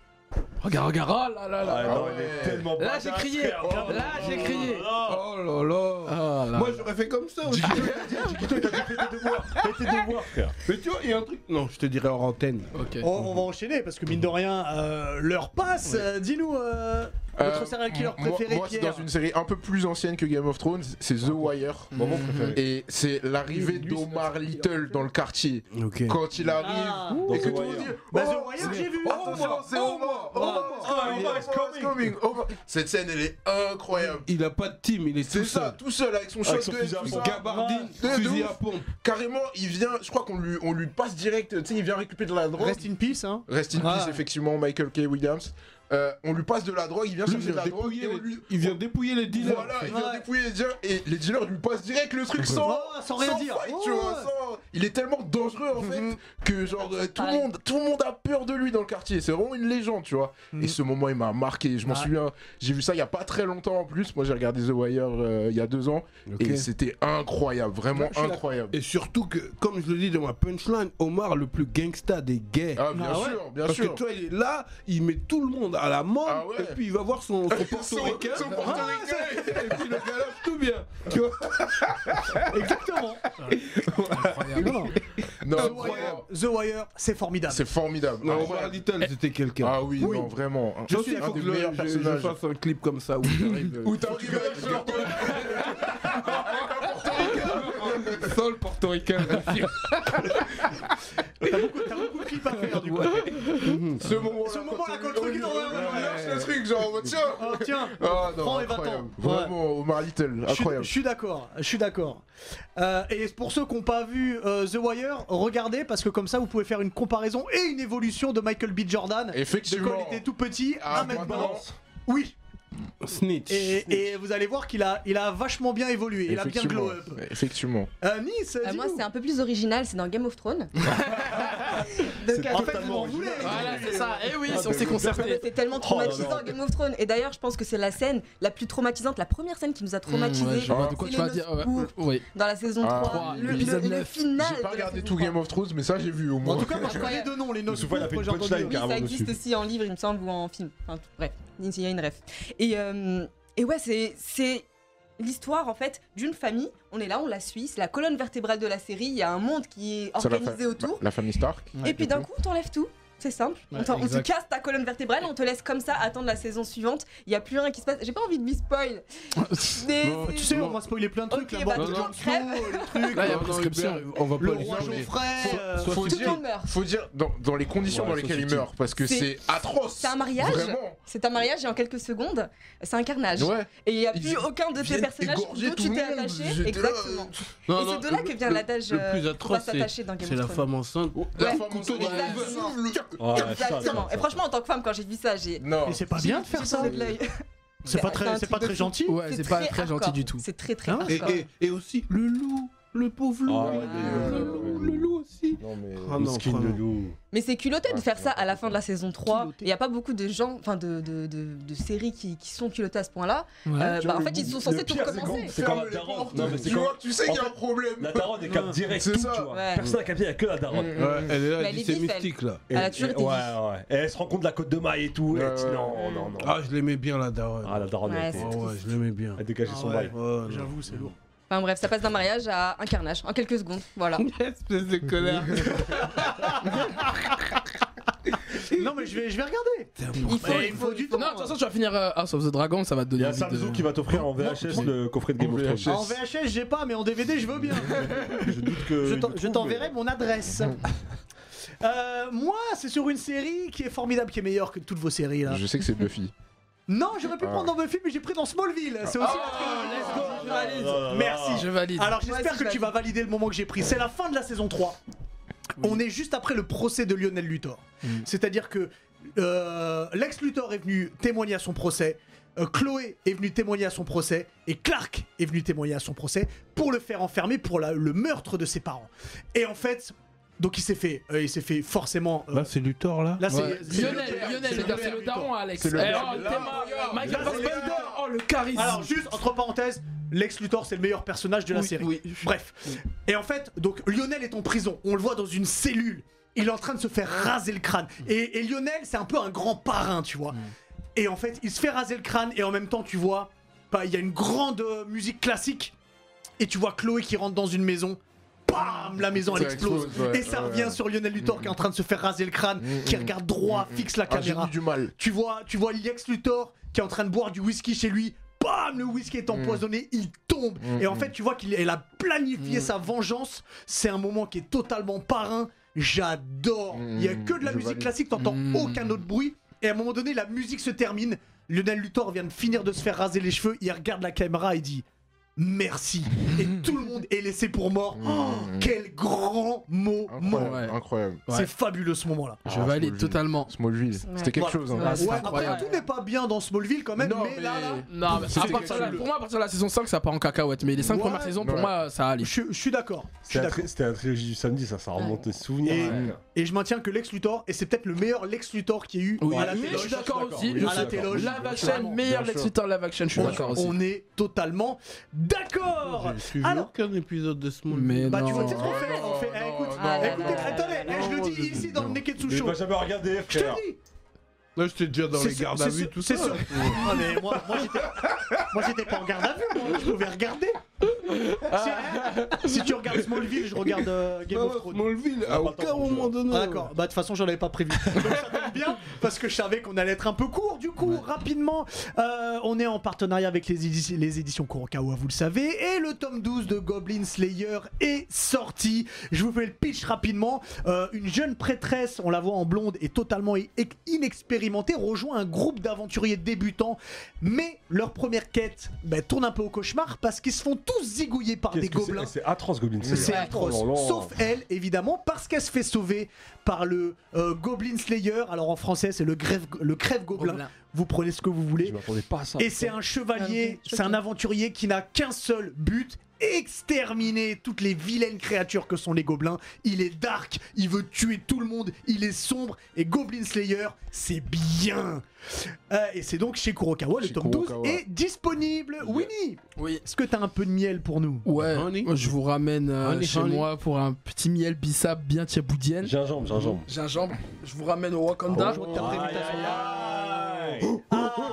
Speaker 5: Regarde, regarde, oh là là là.
Speaker 2: Ah, non,
Speaker 4: ouais.
Speaker 2: il est tellement
Speaker 5: Là,
Speaker 2: badass,
Speaker 5: j'ai crié,
Speaker 2: frère. Oh,
Speaker 5: là, j'ai crié.
Speaker 6: Oh là là.
Speaker 5: Ah là
Speaker 6: Moi
Speaker 5: là.
Speaker 6: j'aurais fait comme ça aussi.
Speaker 2: Fais tes devoirs, frère.
Speaker 6: Mais tu vois, il y a un truc. Non, je te dirai hors antenne.
Speaker 5: Ok.
Speaker 1: On, on va enchaîner parce que mine de rien, euh, l'heure passe. Euh, Dis-nous euh, votre
Speaker 4: Euh,
Speaker 1: serial killer
Speaker 4: moi-
Speaker 1: préféré,
Speaker 4: Moi, c'est
Speaker 1: Pierre.
Speaker 4: dans une série un peu plus ancienne que Game of Thrones, c'est The Wire.
Speaker 2: Mon moment préféré.
Speaker 4: Mhm. Et c'est l'arrivée
Speaker 1: Lui, c'est
Speaker 4: d'Omar
Speaker 1: notre-
Speaker 4: Little dans le quartier.
Speaker 6: Ok.
Speaker 4: Quand il arrive,
Speaker 1: Ah.
Speaker 2: Dans
Speaker 4: et que
Speaker 2: The
Speaker 4: tout le monde
Speaker 2: Wire.
Speaker 4: dit
Speaker 1: Bah,
Speaker 4: oh,
Speaker 1: The Wire, j'ai vu.
Speaker 4: Omar, c'est Omar, Omar,
Speaker 2: Omar,
Speaker 4: Omar is coming, Omar is coming, Omar. Cette scène, elle est incroyable.
Speaker 6: Il a pas de team, il est,
Speaker 4: C'est
Speaker 6: tout
Speaker 4: ça,
Speaker 6: seul.
Speaker 4: tout seul avec son
Speaker 2: Avec son
Speaker 4: shotgun,
Speaker 2: fusil à
Speaker 4: tout
Speaker 2: pompe.
Speaker 4: ça.
Speaker 6: Gabardine,
Speaker 4: Ah, de
Speaker 6: fusil
Speaker 4: ouf.
Speaker 6: à pompe.
Speaker 4: Carrément, il vient, je crois qu'on lui, on lui passe direct, tu sais, il vient récupérer de la drogue.
Speaker 1: Rest in peace, hein.
Speaker 4: Rest in
Speaker 1: Ah.
Speaker 4: peace, effectivement, Michael K. Williams. Euh, on lui passe de la drogue, il vient
Speaker 6: Lui,
Speaker 4: chercher de la drogue
Speaker 6: dépouiller
Speaker 4: et on
Speaker 6: les-
Speaker 4: lui.
Speaker 6: Il vient dépouiller les dealers.
Speaker 4: Voilà, il
Speaker 1: Ouais.
Speaker 4: vient dépouiller les dealers et les dealers lui passent direct le truc sans.
Speaker 1: Oh, sans rien
Speaker 4: sans
Speaker 1: dire.
Speaker 4: fight,
Speaker 1: Oh,
Speaker 4: tu vois,
Speaker 1: ouais.
Speaker 4: sans- il est tellement dangereux en fait que genre euh, tout le monde, tout le monde a peur de lui dans le quartier. C'est vraiment une légende, tu vois. Et ce moment, il m'a marqué. Je m'en
Speaker 1: Ah.
Speaker 4: souviens. J'ai vu ça il y a pas très longtemps en plus. Moi, j'ai regardé The Wire euh, il y a deux ans
Speaker 6: Ok.
Speaker 4: et c'était incroyable, vraiment
Speaker 6: Ouais, je suis
Speaker 4: incroyable.
Speaker 6: Et surtout que, comme je le dis dans ma punchline, Omar, le plus gangsta des gays.
Speaker 4: Ah, bien
Speaker 1: Ah ouais.
Speaker 4: sûr, bien
Speaker 6: Parce
Speaker 4: sûr.
Speaker 6: que toi, il est là, il met tout le monde à la mort,
Speaker 4: Ah ouais.
Speaker 6: et puis il va voir son, son portoricain.
Speaker 4: Son- son
Speaker 6: Ah, c'est- et puis le galope tout bien. Tu vois
Speaker 1: Exactement.
Speaker 5: Incroyable.
Speaker 1: Non, non.
Speaker 4: Non,
Speaker 1: The
Speaker 4: incroyable.
Speaker 1: Wire, The Wire, c'est formidable.
Speaker 4: C'est formidable.
Speaker 6: Non,
Speaker 4: incroyable.
Speaker 6: Omar Little, c'était quelqu'un.
Speaker 4: Ah oui, non, vraiment.
Speaker 6: Je
Speaker 4: Un
Speaker 6: sais,
Speaker 4: des
Speaker 6: faut que le-
Speaker 4: meilleurs
Speaker 6: je, je
Speaker 4: personnages.
Speaker 6: fasse un clip comme ça où j'arrive. euh,
Speaker 4: Où t'arrives avec le
Speaker 5: Sol portoricain.
Speaker 1: T'as beaucoup, t'as beaucoup de clips à faire du coup.
Speaker 4: Ce moment-là,
Speaker 1: Ce moment-là,
Speaker 4: quand
Speaker 1: quand le truc est dans la-
Speaker 4: on lâche le truc, genre, en mode, tiens.
Speaker 1: Ah, tiens,
Speaker 4: Ah non,
Speaker 1: prends et va-t'en.
Speaker 4: incroyable.
Speaker 1: Ouais.
Speaker 4: Vraiment, Omar Little,
Speaker 1: Je suis-
Speaker 4: incroyable.
Speaker 1: Je suis d'accord, je suis d'accord. Euh, et pour ceux qui n'ont pas vu euh, The Wire, regardez parce que comme ça vous pouvez faire une comparaison et une évolution de Michael B. Jordan. De quand
Speaker 4: Effectivement.
Speaker 1: il était tout petit
Speaker 4: Ah,
Speaker 1: à maintenant.
Speaker 4: maintenant.
Speaker 1: Oui.
Speaker 6: Snitch.
Speaker 1: Et, et vous allez voir qu'il a, il a vachement bien évolué. Il a bien
Speaker 4: Effectivement.
Speaker 1: glow up.
Speaker 4: Effectivement.
Speaker 1: Euh, nice.
Speaker 3: Euh, moi,
Speaker 1: dis-nous.
Speaker 3: c'est un peu plus original, c'est dans Game of Thrones. Donc, euh,
Speaker 1: en fait, vous m'en voulez.
Speaker 5: Voilà, c'est ça. Eh oui, on s'est concerté.
Speaker 3: C'est tellement traumatisant Game of Thrones. Et d'ailleurs, je pense que c'est la scène la plus traumatisante, la première scène qui nous a traumatisés
Speaker 5: je vois de Mmh, quoi
Speaker 3: C'est
Speaker 5: tu
Speaker 3: le
Speaker 5: vas dire. ouais.
Speaker 3: Nosferatu.
Speaker 5: Oui.
Speaker 3: dans la saison
Speaker 4: Mmh, Ah,
Speaker 3: 3.
Speaker 5: oui,
Speaker 3: le,
Speaker 5: épisode
Speaker 3: le- le
Speaker 5: neuf.
Speaker 3: final.
Speaker 4: J'ai pas
Speaker 3: de la
Speaker 4: regardé
Speaker 3: saison
Speaker 4: tout
Speaker 3: 3.
Speaker 4: Game of Thrones, mais ça j'ai vu au
Speaker 1: En
Speaker 4: moins.
Speaker 1: tout cas, moi je connais
Speaker 3: Incroyable.
Speaker 1: deux noms, les noms.
Speaker 2: Souvent, il a fait une punchline.
Speaker 1: euh,
Speaker 3: Oui,
Speaker 2: carrément
Speaker 3: ça existe
Speaker 2: dessus.
Speaker 3: aussi en livre, il me semble, ou en film. Enfin, tout- bref, il y a une ref. Et, euh, et ouais, c'est, c'est l'histoire, en fait, d'une famille. On est là, on la suit, c'est la colonne vertébrale de la série. Il y a un monde qui est
Speaker 4: Ça, la
Speaker 3: organisé
Speaker 4: fa-
Speaker 3: autour.
Speaker 4: La famille Stark.
Speaker 1: Ouais,
Speaker 3: et puis d'un coup, on t'enlève tout. C'est simple. On
Speaker 5: Ouais,
Speaker 3: t'en- on te
Speaker 5: exact.
Speaker 3: casse ta colonne vertébrale, on te laisse comme ça attendre la saison suivante. Il y a plus rien qui se passe. J'ai pas envie de me spoil. Mais c'est-
Speaker 1: Ah, Tu sais, on va spoiler plein de
Speaker 3: Ok,
Speaker 1: trucs.
Speaker 3: bah,
Speaker 1: la
Speaker 3: tout
Speaker 1: bande
Speaker 3: le monde
Speaker 1: de
Speaker 3: crève.
Speaker 1: Johnson, le truc,
Speaker 5: Là, il y a
Speaker 6: Non, non,
Speaker 5: prescription.
Speaker 6: Hubert, On va
Speaker 1: euh, le
Speaker 6: pas les
Speaker 1: roi
Speaker 6: nommer.
Speaker 1: Geoffrey. euh,
Speaker 4: Faut
Speaker 3: tout le
Speaker 4: dire,
Speaker 3: monde meurt.
Speaker 4: faut dire dans, dans les conditions
Speaker 2: Ouais,
Speaker 4: dans lesquelles il
Speaker 2: société.
Speaker 4: meurt, parce que
Speaker 3: C'est-
Speaker 4: c'est atroce.
Speaker 3: C'est un mariage
Speaker 4: Vraiment.
Speaker 3: C'est un mariage et en quelques secondes, c'est un carnage.
Speaker 4: Ouais.
Speaker 3: Et il n'y a
Speaker 4: Ils
Speaker 3: plus aucun de tes
Speaker 4: viennent
Speaker 3: personnages
Speaker 4: égorger
Speaker 3: dont
Speaker 4: tout
Speaker 3: tu
Speaker 4: le
Speaker 3: t'es
Speaker 4: monde.
Speaker 3: attaché.
Speaker 4: J'étais là, euh,
Speaker 3: Exactement.
Speaker 6: Non,
Speaker 3: et
Speaker 6: non,
Speaker 3: c'est de là
Speaker 6: le-
Speaker 3: que vient
Speaker 6: le-
Speaker 3: l'adage
Speaker 6: Le plus
Speaker 3: euh, on va
Speaker 6: atroce, c'est-
Speaker 3: s'attacher dans Game
Speaker 6: c'est la
Speaker 3: of Thrones. Oh,
Speaker 6: femme enceinte.
Speaker 4: La
Speaker 3: Ouais,
Speaker 4: femme
Speaker 3: couteau
Speaker 4: enceinte,
Speaker 3: dans
Speaker 4: elle
Speaker 3: le
Speaker 4: sauve le-
Speaker 2: Ouais, ça,
Speaker 3: Exactement.
Speaker 2: ça,
Speaker 3: Et franchement, en tant que femme, quand j'ai vu ça, j'ai.
Speaker 4: Non.
Speaker 1: Mais c'est pas bien de faire
Speaker 3: j'ai
Speaker 1: ça.
Speaker 3: tourné de l'œil.
Speaker 1: C'est pas très,
Speaker 3: un
Speaker 1: c'est
Speaker 3: truc
Speaker 1: pas
Speaker 3: de
Speaker 1: très
Speaker 3: fou.
Speaker 1: gentil.
Speaker 5: Ouais, c'est pas très
Speaker 3: hardcore.
Speaker 5: gentil du tout.
Speaker 3: C'est très très
Speaker 1: Hein
Speaker 3: hardcore.
Speaker 6: Et, et- et aussi le loup, le pauvre loup.
Speaker 2: Ah, ouais,
Speaker 3: Ah.
Speaker 6: le, loup le loup aussi.
Speaker 2: Non, mais.
Speaker 6: Ah,
Speaker 2: le
Speaker 6: non,
Speaker 2: skin de
Speaker 6: vraiment.
Speaker 2: loup.
Speaker 3: Mais c'est culotté de
Speaker 2: Ouais,
Speaker 3: faire
Speaker 2: c'est
Speaker 3: ça à la
Speaker 2: culotté.
Speaker 3: fin de la saison 3.
Speaker 6: Culotté.
Speaker 3: Il n'y a pas beaucoup de gens, enfin de, de, de, de séries qui, qui sont culottées à ce point-là. Euh, bah, en fait, ils sont censés tout
Speaker 2: pire, c'est
Speaker 3: recommencer.
Speaker 2: quand- C'est quand la
Speaker 4: Ferme les
Speaker 2: daronne.
Speaker 4: portes.
Speaker 2: Non, mais c'est
Speaker 4: Tu
Speaker 2: quand.
Speaker 4: vois, tu sais qu'il y a un problème.
Speaker 2: La daronne est cap direct.
Speaker 4: C'est
Speaker 2: tout,
Speaker 4: ça.
Speaker 2: tu vois.
Speaker 3: Ouais.
Speaker 2: Personne n'a capté, il n'y a que la
Speaker 3: Euh,
Speaker 2: daronne.
Speaker 6: Ouais, elle est là,
Speaker 3: Mais
Speaker 6: elle
Speaker 3: elle
Speaker 6: dit
Speaker 3: est
Speaker 6: c'est
Speaker 3: vif, elle.
Speaker 6: mystique là.
Speaker 3: Elle a toujours
Speaker 2: et-
Speaker 3: été
Speaker 2: Ouais,
Speaker 3: vive.
Speaker 2: ouais. Et elle se rend compte de la côte de maille et tout. et elle dit
Speaker 4: Ouais, ouais.
Speaker 2: non, non, non.
Speaker 6: Ah, je l'aimais bien la daronne.
Speaker 2: Ah, la daronne,
Speaker 3: Ouais,
Speaker 2: elle était-
Speaker 6: Ah ouais, je l'aimais bien.
Speaker 2: elle dégageait son
Speaker 1: Ah ouais.
Speaker 2: bail.
Speaker 6: Oh, non.
Speaker 1: J'avoue, c'est lourd.
Speaker 3: Enfin bref, ça passe d'un mariage à un carnage en quelques secondes. Voilà.
Speaker 5: Espèce de colère.
Speaker 1: Non mais je vais, je vais regarder.
Speaker 3: Il faut,
Speaker 1: Mais
Speaker 3: il faut du temps.
Speaker 5: Non, de toute façon, tu vas finir euh, House of the Dragon, ça va te
Speaker 2: Il y
Speaker 5: donner.
Speaker 2: a
Speaker 5: envie de-
Speaker 2: Samzou qui va t'offrir en VHS le coffret de Game
Speaker 4: En
Speaker 2: of Thrones.
Speaker 4: VHS.
Speaker 1: En VHS, j'ai pas, mais en DVD, je veux bien.
Speaker 2: Je doute que.
Speaker 1: Je
Speaker 2: il
Speaker 1: t'en-
Speaker 2: le
Speaker 1: je
Speaker 2: trouve,
Speaker 1: t'enverrai
Speaker 2: mais-
Speaker 1: mon adresse. Euh, moi, c'est sur une série qui est formidable, qui est meilleure que toutes vos séries là.
Speaker 4: Je sais que c'est Buffy.
Speaker 1: Non, j'aurais pu
Speaker 4: Ah.
Speaker 1: prendre dans Buffy, mais j'ai pris dans Smallville. C'est aussi. la trilogie.
Speaker 5: let's go, je valide.
Speaker 2: Non, non, non.
Speaker 1: Merci.
Speaker 5: Je valide.
Speaker 1: Alors
Speaker 3: Moi
Speaker 1: j'espère
Speaker 3: aussi,
Speaker 1: que
Speaker 3: je
Speaker 1: tu
Speaker 3: valide.
Speaker 1: vas valider le moment que j'ai pris. C'est la fin de la saison 3. On est juste après le procès de Lionel Luthor. C'est-à-dire que euh, Lex Luthor est venu témoigner à son procès. euh, Chloé est venue témoigner à son procès et Clark est venu témoigner à son procès pour le faire enfermer pour la- le meurtre de ses parents. Et en fait, donc il s'est fait, euh, il s'est fait forcément. euh,
Speaker 6: Là, c'est Luthor là.
Speaker 1: là, c'est
Speaker 5: Ouais.
Speaker 1: c'est le
Speaker 5: Lionel,
Speaker 1: père,
Speaker 5: Lionel,
Speaker 1: c'est
Speaker 5: les gars,
Speaker 1: père
Speaker 5: c'est le
Speaker 1: Luthor.
Speaker 5: daron, Alex.
Speaker 4: C'est le
Speaker 5: Eh,
Speaker 4: père
Speaker 5: oh,
Speaker 4: Luthor.
Speaker 5: Thomas, Michael
Speaker 1: Là, c'est le
Speaker 5: Fassbender,
Speaker 1: père.
Speaker 5: oh le charisme.
Speaker 1: Alors juste entre parenthèses, Lex Luthor c'est le meilleur personnage de la
Speaker 5: Oui,
Speaker 1: série.
Speaker 5: oui.
Speaker 1: Bref. Et en fait, donc Lionel est en prison. On le voit dans une cellule. Il est en train de se faire raser le crâne.
Speaker 4: Mm.
Speaker 1: Et, et Lionel, c'est un peu un grand parrain, tu vois. Et en fait, il se fait raser le crâne et en même temps, tu vois, bah, il y a une grande euh, musique classique et tu vois Chloé qui rentre dans une maison. Bam La maison elle
Speaker 4: Ça
Speaker 1: explose.
Speaker 4: explose, ouais,
Speaker 1: et ça
Speaker 4: ouais,
Speaker 1: revient
Speaker 4: ouais. Mm.
Speaker 1: sur Lionel Luthor qui est en train de se faire raser le crâne, qui regarde droit, fixe la
Speaker 4: Ah, j'ai
Speaker 1: caméra.
Speaker 4: eu du mal.
Speaker 1: Tu vois, tu vois Lex Luthor qui est en train de boire du whisky chez lui. Bam, le whisky est empoisonné, il tombe. Et en fait, tu vois qu'il elle a planifié sa vengeance. C'est un moment qui est totalement parrain. J'adore. Il y a que de la
Speaker 4: je
Speaker 1: musique
Speaker 4: valide.
Speaker 1: classique, t'entends
Speaker 5: Mm.
Speaker 1: aucun autre bruit. Et à un moment donné, la musique se termine. Lionel Luthor vient de finir de se faire raser les cheveux. Il regarde la caméra et dit merci. Et tout le monde est laissé pour mort. Oh, quel grand moment.
Speaker 4: Incroyable. incroyable.
Speaker 1: C'est fabuleux ce moment-là.
Speaker 4: Ah,
Speaker 5: Je valide
Speaker 4: Smallville.
Speaker 5: totalement.
Speaker 4: Smallville, c'était quelque
Speaker 1: Voilà.
Speaker 4: chose. hein.
Speaker 5: Ah, c'est
Speaker 1: Ouais, après,
Speaker 5: incroyable.
Speaker 1: tout n'est pas bien dans Smallville quand même,
Speaker 4: Non,
Speaker 1: mais, là, là,
Speaker 5: Non, mais
Speaker 4: C'était
Speaker 5: à partir de la-
Speaker 4: quelque
Speaker 5: pour moi, à partir de la saison 5, ça part en cacahuète. Mais les 5
Speaker 1: Ouais.
Speaker 5: premières saisons, pour
Speaker 4: Ouais.
Speaker 5: moi, ça allait.
Speaker 1: je, je suis d'accord. Je suis
Speaker 2: C'était la
Speaker 1: d'accord.
Speaker 2: tri- c'était la trilogie du samedi, ça, ça remonte des souvenirs.
Speaker 1: Et-
Speaker 2: Ouais.
Speaker 1: Et je maintiens que Lex Luthor, et c'est peut-être le meilleur Lex Luthor qu'il y a eu
Speaker 5: Oui,
Speaker 1: à la
Speaker 5: mais je
Speaker 1: téloche.
Speaker 5: suis d'accord aussi.
Speaker 1: À la téloge.
Speaker 5: Live action,
Speaker 1: Vraiment.
Speaker 5: meilleur
Speaker 6: bien
Speaker 5: Lex
Speaker 6: sûr.
Speaker 5: Luthor live action, je suis d'accord
Speaker 1: On,
Speaker 5: aussi.
Speaker 1: on est totalement d'accord.
Speaker 6: J'ai suivi
Speaker 1: Alors-
Speaker 6: aucun épisode de Smallville.
Speaker 5: Mais
Speaker 1: Bah, tu vois,
Speaker 5: non.
Speaker 1: tu sais ce qu'on fait On fait. eh,
Speaker 4: non,
Speaker 1: écoute,
Speaker 3: non,
Speaker 1: écoutez,
Speaker 3: non,
Speaker 1: attendez,
Speaker 3: non,
Speaker 1: eh, je
Speaker 6: non,
Speaker 1: le dis
Speaker 6: non,
Speaker 1: ici
Speaker 6: non.
Speaker 1: dans le Neketsu
Speaker 2: Mais
Speaker 1: Show.
Speaker 2: t'as jamais regardé,
Speaker 1: Je
Speaker 2: frère.
Speaker 1: te dis
Speaker 6: Là, j'étais déjà dans
Speaker 1: C'est
Speaker 6: les
Speaker 1: sûr-
Speaker 6: gardes à
Speaker 1: c'est
Speaker 6: vue,
Speaker 1: sûr-
Speaker 6: tout
Speaker 1: c'est
Speaker 6: ça.
Speaker 1: sûr. Ah, mais moi, moi, j'étais, moi j'étais pas en garde à vue, moi, je pouvais regarder. Si, si tu regardes Smallville, je regarde euh, Game of Thrones.
Speaker 6: Ah, Smallville, à aucun moment donné.
Speaker 1: Ah, D'accord, bah de toute façon j'en avais pas prévu. Donc ça tombe bien parce que je savais qu'on allait être un peu court du coup, rapidement. Euh, on est en partenariat avec les, édi- les éditions Kurokawa, vous le savez, et le tome 12 de Goblin Slayer est sorti. Je vous fais le pitch rapidement. Euh, une jeune prêtresse, on la voit en blonde et totalement i- ex- inexpérimentée, rejoint un groupe d'aventuriers débutants, mais leur première quête bah, tourne un peu au cauchemar parce qu'ils se font tous zigouiller par
Speaker 2: Qu'est-ce
Speaker 1: des
Speaker 2: que c'est
Speaker 1: gobelins.
Speaker 2: Eh, C'est atroce, Goblin.
Speaker 1: C'est atroce.
Speaker 2: Oh là là.
Speaker 1: Sauf elle, évidemment, parce qu'elle se fait sauver par le euh, Goblin Slayer. Alors en français, c'est le, grève- le crève-gobelin.
Speaker 5: Gobelin.
Speaker 1: Vous prenez ce que vous
Speaker 2: Je
Speaker 1: voulez.
Speaker 2: m'attendais pas à ça.
Speaker 1: Et c'est un chevalier,
Speaker 3: Ah, ok.
Speaker 1: c'est un aventurier qui n'a qu'un seul but exterminer toutes les vilaines créatures que sont les gobelins. Il est dark, il veut tuer tout le monde, il est sombre. Et Goblin Slayer, c'est bien. Euh, et c'est donc chez Kurokawa, le
Speaker 4: Chez
Speaker 1: tome 12
Speaker 4: Kurokawa.
Speaker 1: est disponible. Winnie,
Speaker 5: Oui.
Speaker 1: est-ce que t'as un peu de miel pour nous
Speaker 5: Ouais,
Speaker 6: Honey.
Speaker 5: moi, je vous ramène euh,
Speaker 6: Honey,
Speaker 5: chez
Speaker 6: honey.
Speaker 5: moi pour un petit miel bissap bien tchaboudienne.
Speaker 2: Gingembre, gingembre.
Speaker 5: Gingembre, je vous ramène au Wakanda.
Speaker 2: Ah,
Speaker 1: Je vois que t'as prévu ta soirée. Ah.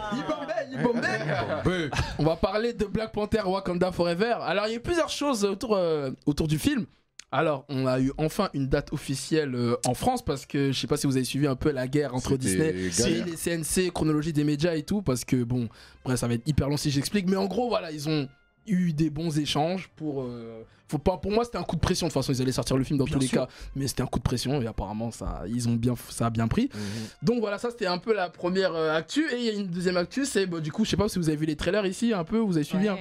Speaker 5: Il bombaye, il bombaye.
Speaker 4: Peu.
Speaker 5: On va parler de Black Panther Wakanda Forever. Alors, il y a eu plusieurs choses autour, euh, autour du film. Alors, on a eu enfin une date officielle euh, en France parce que je sais pas si vous avez suivi un peu la guerre entre
Speaker 4: C'était
Speaker 5: Disney,
Speaker 4: galère.
Speaker 5: les CNC, chronologie des médias et tout. Parce que bon, bref, ça va être hyper long si j'explique. Mais en gros, voilà, ils ont eu des bons échanges pour. euh, faut pas, pour moi, c'était un coup de pression. De toute façon, ils allaient sortir le film dans
Speaker 1: Bien
Speaker 5: tous les
Speaker 1: sûr.
Speaker 5: cas. Mais c'était un coup de pression et apparemment, ça, ils ont bien, ça a bien pris.
Speaker 1: Mhm.
Speaker 5: Donc voilà, ça c'était un peu la première euh, actu. Et il y a une deuxième actu, c'est bah, du coup, je sais pas si vous avez vu les trailers ici un peu, vous avez suivi. hein.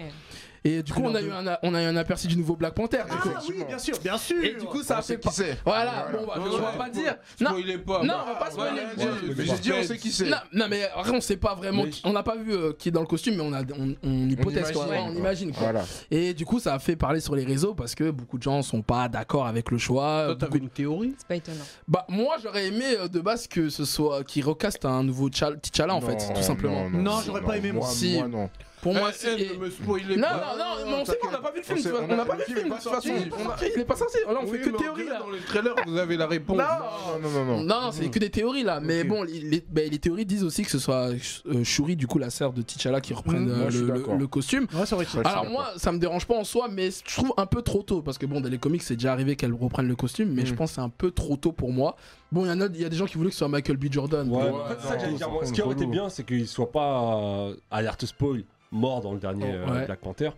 Speaker 5: Et du coup, on a, eu un, on a eu un aperçu du nouveau Black Panther. du
Speaker 1: Ah
Speaker 5: coup.
Speaker 1: oui, bien sûr, bien sûr.
Speaker 5: Et du coup, ça a
Speaker 4: On sait
Speaker 5: fait.
Speaker 4: qui
Speaker 5: pas-
Speaker 4: c'est.
Speaker 5: Voilà, bon, bah, je- je
Speaker 6: Ouais,
Speaker 5: vais
Speaker 6: ouais.
Speaker 5: pas dire. Non,
Speaker 6: Spoilez pas.
Speaker 5: non, on va pas spoiler.
Speaker 6: Ouais, ouais,
Speaker 4: Mais
Speaker 6: ouais.
Speaker 4: j'ai dit, on sait qui c'est.
Speaker 5: Non, non, mais après, on sait pas vraiment.
Speaker 6: Mais-
Speaker 5: qui- On n'a pas vu euh, qui est dans le costume, mais on, a, on, on hypothèse quoi.
Speaker 4: imagine.
Speaker 5: Ouais, on imagine quoi.
Speaker 4: Voilà.
Speaker 5: Et du coup, ça a fait parler sur les réseaux parce que beaucoup de gens sont pas d'accord avec le choix.
Speaker 6: Toi,
Speaker 5: Beaucoup-
Speaker 6: t'avais une théorie
Speaker 3: C'est pas étonnant.
Speaker 5: Bah, moi, j'aurais aimé euh, de base que ce soit. qu'il recaste un nouveau Tcha- T'Challa en
Speaker 4: Non,
Speaker 5: fait, tout simplement.
Speaker 1: Non, j'aurais pas aimé, moi.
Speaker 4: Moi,
Speaker 5: Si.
Speaker 4: moi, non.
Speaker 5: Pour moi,
Speaker 6: Eh,
Speaker 5: c'est.
Speaker 6: eh, ne me spoilez
Speaker 5: Non,
Speaker 6: pas.
Speaker 5: non, non, mais on sait pas, on n'a pas vu le film,
Speaker 4: On
Speaker 5: tu
Speaker 4: sait-
Speaker 5: vois,
Speaker 4: on
Speaker 5: on
Speaker 4: a-
Speaker 5: n'a pas vu
Speaker 4: le
Speaker 5: le film,
Speaker 4: film
Speaker 5: de
Speaker 4: est
Speaker 5: toute
Speaker 4: pas
Speaker 5: façon,
Speaker 4: sorti.
Speaker 5: il est pas sorti, il est pas sorti, là on fait que théorie là.
Speaker 6: Dans le trailer, vous avez la réponse.
Speaker 5: Non,
Speaker 4: non, non, non.
Speaker 5: non, c'est que des théories là, mais
Speaker 6: Ok.
Speaker 5: bon, les, les- ben, les théories disent aussi que ce soit euh, Shuri, du coup, la sœur de T'Challa qui reprenne
Speaker 1: Mhm.
Speaker 5: euh,
Speaker 4: Mm, Moi, je
Speaker 5: le,
Speaker 4: suis
Speaker 5: le-
Speaker 4: d'accord.
Speaker 5: le costume.
Speaker 1: Ouais, ça aurait été-
Speaker 4: Ouais, je suis
Speaker 5: Alors, moi, ça me dérange pas en soi, mais je trouve un peu trop tôt parce que bon, dans les comics, c'est déjà arrivé qu'elle reprenne le costume, mais
Speaker 4: Mhm.
Speaker 5: je pense que c'est un peu trop tôt pour moi. Bon, il y en a, il y a des gens qui voulaient que ce soit Michael B. Jordan.
Speaker 2: Ouais,
Speaker 5: Bon,
Speaker 2: mais en fait, c'est
Speaker 5: euh,
Speaker 2: ça que j'allais dire, moi. Ce qui aurait été bien, c'est qu'il soit pas euh, alerte spoil mort dans le dernier
Speaker 5: Oh,
Speaker 2: euh,
Speaker 5: ouais.
Speaker 2: Black Panther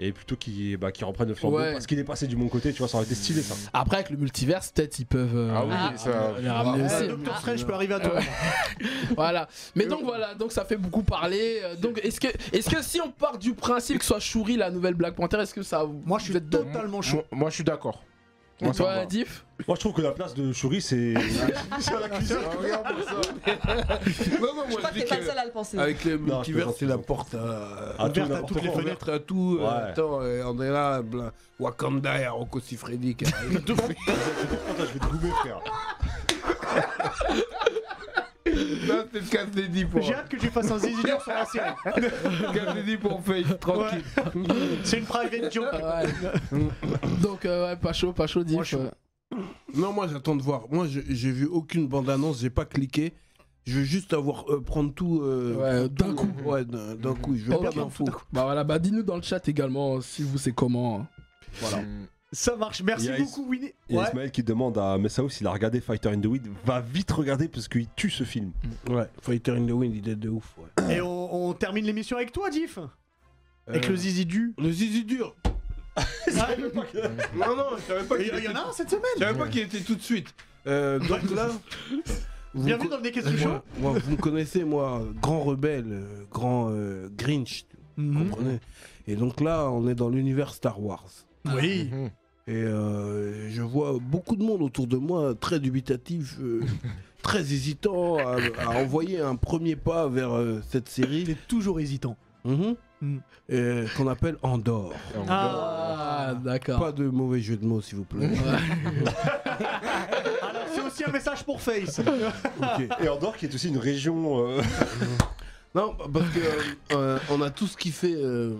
Speaker 2: et plutôt qu'il bah, qu'il reprenne le flambeau
Speaker 5: Ouais.
Speaker 2: parce qu'il est passé du bon côté, tu vois, ça aurait été stylé ça.
Speaker 5: Après, avec le multiverse, peut-être ils peuvent. euh,
Speaker 4: Ah oui,
Speaker 3: Ah.
Speaker 4: ça.
Speaker 5: les ramener
Speaker 1: Ah, euh,
Speaker 5: aussi.
Speaker 1: Doctor Strange peut arriver à tout
Speaker 5: Ouais.
Speaker 1: moment.
Speaker 5: Voilà. Mais donc voilà, donc ça fait beaucoup parler. Euh, Donc est-ce que, est-ce que si on part du principe que soit Shuri la nouvelle Black Panther, est-ce que ça vous
Speaker 1: Moi, je suis
Speaker 5: êtes de-
Speaker 1: totalement chaud.
Speaker 4: Moi, moi, je suis d'accord.
Speaker 5: Toi,
Speaker 4: Moi, ça me va.
Speaker 5: Diff
Speaker 2: Moi je trouve que la place de Shuri c'est.
Speaker 4: C'est à la cuisine.
Speaker 6: Non, non,
Speaker 3: Je
Speaker 6: moi,
Speaker 3: crois que t'es
Speaker 6: je dis
Speaker 3: pas le
Speaker 6: que
Speaker 3: seul à le penser.
Speaker 2: Ah
Speaker 6: avec
Speaker 2: Non,
Speaker 6: le
Speaker 2: je
Speaker 6: multivers,
Speaker 2: plaisante,
Speaker 6: c'est la
Speaker 2: je
Speaker 6: porte à.
Speaker 2: À tout,
Speaker 6: ouverte
Speaker 2: n'importe
Speaker 6: toutes les
Speaker 2: quoi.
Speaker 6: fenêtres, à tout. euh,
Speaker 2: Ouais.
Speaker 6: Attends, euh, on est là, bla- Wakanda et Rocco Siffredi. qui arrive.
Speaker 2: Attends, je vais te goumer frère.
Speaker 6: Là, c'est le casse des dix pour.
Speaker 1: J'ai hâte que tu fasses un zizi dur sur la série.
Speaker 6: Casse des dix pour Face, tranquille.
Speaker 1: C'est une private joke.
Speaker 5: Donc euh, ouais, pas chaud, pas chaud, Euh, Diff.
Speaker 6: Moi, je suis- Non, moi j'attends de voir. Moi je- j'ai vu aucune bande-annonce, j'ai pas cliqué. Je veux juste avoir euh, prendre tout euh,
Speaker 5: Ouais,
Speaker 6: prendre
Speaker 5: d'un
Speaker 6: tout. Ouais, d'un d'un coup. Je veux
Speaker 5: Oh,
Speaker 6: pas
Speaker 5: d'un
Speaker 6: d'infos.
Speaker 5: Bah voilà, bah dis-nous dans le chat également euh, si vous c'est comment.
Speaker 4: Voilà.
Speaker 1: Ça marche. Merci
Speaker 2: Il y a
Speaker 1: beaucoup, Winnie.
Speaker 2: Il y a
Speaker 1: Ouais.
Speaker 2: Ismaël qui demande à Messao s'il a regardé Fighter in the Wind, va vite regarder parce qu'il tue ce film.
Speaker 6: Ouais, Fighter in the Wind, il est de ouf. Ouais.
Speaker 1: Et on, on termine l'émission avec toi, Diff. Avec
Speaker 6: Euh,
Speaker 1: le zizi du.
Speaker 6: le zizi dur.
Speaker 1: Ah,
Speaker 6: Non, non, je savais pas
Speaker 1: Il
Speaker 6: qu'il
Speaker 1: y, il y
Speaker 6: était,
Speaker 1: en a un cette semaine.
Speaker 6: je savais pas qu'il était tout de suite. Euh, donc là. vous
Speaker 1: Bienvenue
Speaker 6: co-
Speaker 1: dans le Naked Show.
Speaker 6: moi, moi, vous me connaissez, moi, grand rebelle, euh, grand euh, Grinch.
Speaker 1: Mhm.
Speaker 6: vous comprenez Et donc là, on est dans l'univers Star Wars.
Speaker 1: Oui.
Speaker 6: Et euh, je vois beaucoup de monde autour de moi très dubitatif, euh, très hésitant à, à envoyer un premier pas vers euh, cette série. Mm-hmm.
Speaker 1: T'es toujours hésitant. Mm.
Speaker 6: Et Qu'on appelle Andorre.
Speaker 5: Ah, d'accord.
Speaker 6: Pas de mauvais jeu de mots, s'il vous plaît.
Speaker 1: Alors, c'est aussi un message pour Face.
Speaker 6: Ok.
Speaker 2: Et Andorre qui est aussi une région. euh,
Speaker 6: Non, parce que euh, euh, on a tout ce qui fait euh,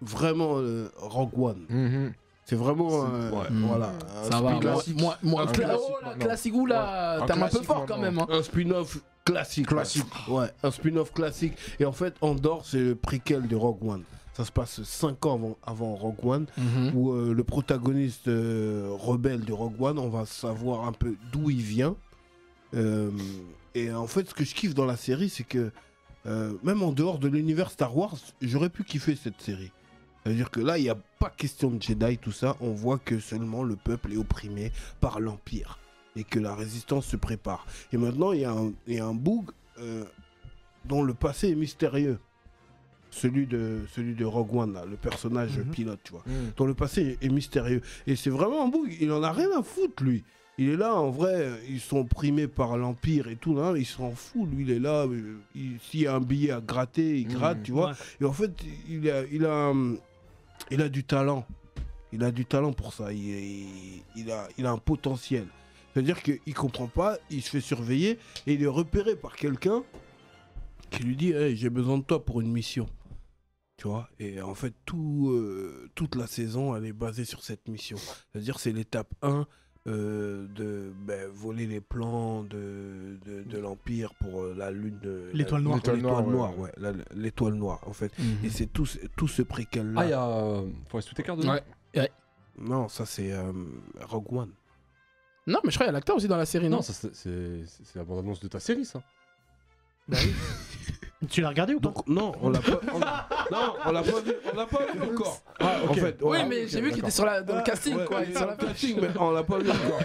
Speaker 6: vraiment euh, Rogue One.
Speaker 4: Mhm.
Speaker 6: C'est vraiment
Speaker 4: C'est-
Speaker 6: euh,
Speaker 4: ouais.
Speaker 6: voilà. un
Speaker 5: Ça va. Moi,
Speaker 6: spin-off-
Speaker 5: moi, moi-
Speaker 4: Un
Speaker 5: cla-
Speaker 4: classique
Speaker 5: oh, la
Speaker 4: maintenant.
Speaker 5: classique, oula,
Speaker 4: Ouais. Un
Speaker 5: t'as un peu
Speaker 4: classique
Speaker 5: fort quand
Speaker 4: maintenant.
Speaker 5: même. hein.
Speaker 6: Un spin-off classique.
Speaker 4: Classique.
Speaker 6: ouais. Ouais, un spin-off classique. Et en fait, Andorre, c'est le préquel de Rogue One. Ça se passe 5 ans avant, avant Rogue One,
Speaker 5: Mhm.
Speaker 6: où euh, le protagoniste euh, rebelle de Rogue One, on va savoir un peu d'où il vient. Euh, et en fait, ce que je kiffe dans la série, c'est que euh, même en dehors de l'univers Star Wars, j'aurais pu kiffer cette série. C'est-à-dire que là, il n'y a pas question de Jedi, tout ça. On voit que seulement le peuple est opprimé par l'Empire et que la résistance se prépare. Et maintenant, il y a un, il y a un boug euh, dont le passé est mystérieux. Celui de, celui de Rogue One, là, le personnage
Speaker 1: Mhm.
Speaker 6: pilote, tu vois. Dont le passé est est mystérieux. Et c'est vraiment un boug, il en a rien à foutre, lui. Il est là, en vrai, ils sont primés par l'Empire et tout, là, il s'en fout, lui, il est là, euh, il- s'il y a un billet à gratter, il gratte, tu vois.
Speaker 1: Ouais.
Speaker 6: Et en fait, il a, il a, un- il a du talent. Il a du talent pour ça. Il, il- il a, il a un potentiel. C'est-à-dire qu'il ne comprend pas, il se fait surveiller et il est repéré par quelqu'un qui lui dit Hey, J'ai besoin de toi pour une mission. Tu vois Et en fait, tout, euh, toute la saison, elle est basée sur cette mission. C'est-à-dire, c'est l'étape 1 euh, de ben, voler les plans de, de, de l'Empire pour euh, la Lune. de-
Speaker 1: L'étoile
Speaker 6: la-
Speaker 1: noire.
Speaker 6: L'étoile
Speaker 4: L'étoile
Speaker 6: noire,
Speaker 4: noire,
Speaker 6: ouais. La- L'étoile noire, en fait. Et
Speaker 5: Mhm.
Speaker 6: c'est tout, ce- tout ce préquel-là.
Speaker 2: Ah, il y a. euh, Forest Whitaker dedans
Speaker 5: Ouais.
Speaker 6: Non, ça c'est euh, Rogue One.
Speaker 1: Ah.
Speaker 5: Non, mais je crois qu'il y a l'acteur aussi dans la série, non,
Speaker 2: Non, ça, c'est c'est- c'est la bande-annonce de ta série, ça.
Speaker 1: Tu l'as regardé ou pas
Speaker 6: Donc non, on l'a pas. on- non, on l'a pas vu. On l'a pas vu encore.
Speaker 1: Ah, ok.
Speaker 6: En fait,
Speaker 5: Oui,
Speaker 6: ouais,
Speaker 5: mais
Speaker 6: ok,
Speaker 5: j'ai vu qu'il était sur la, dans le
Speaker 6: Ouais,
Speaker 5: casting,
Speaker 6: Ah, ouais,
Speaker 5: quoi.
Speaker 6: il
Speaker 5: il
Speaker 6: est
Speaker 5: est sur
Speaker 6: dans
Speaker 5: la
Speaker 6: le casting, mais on l'a pas vu encore.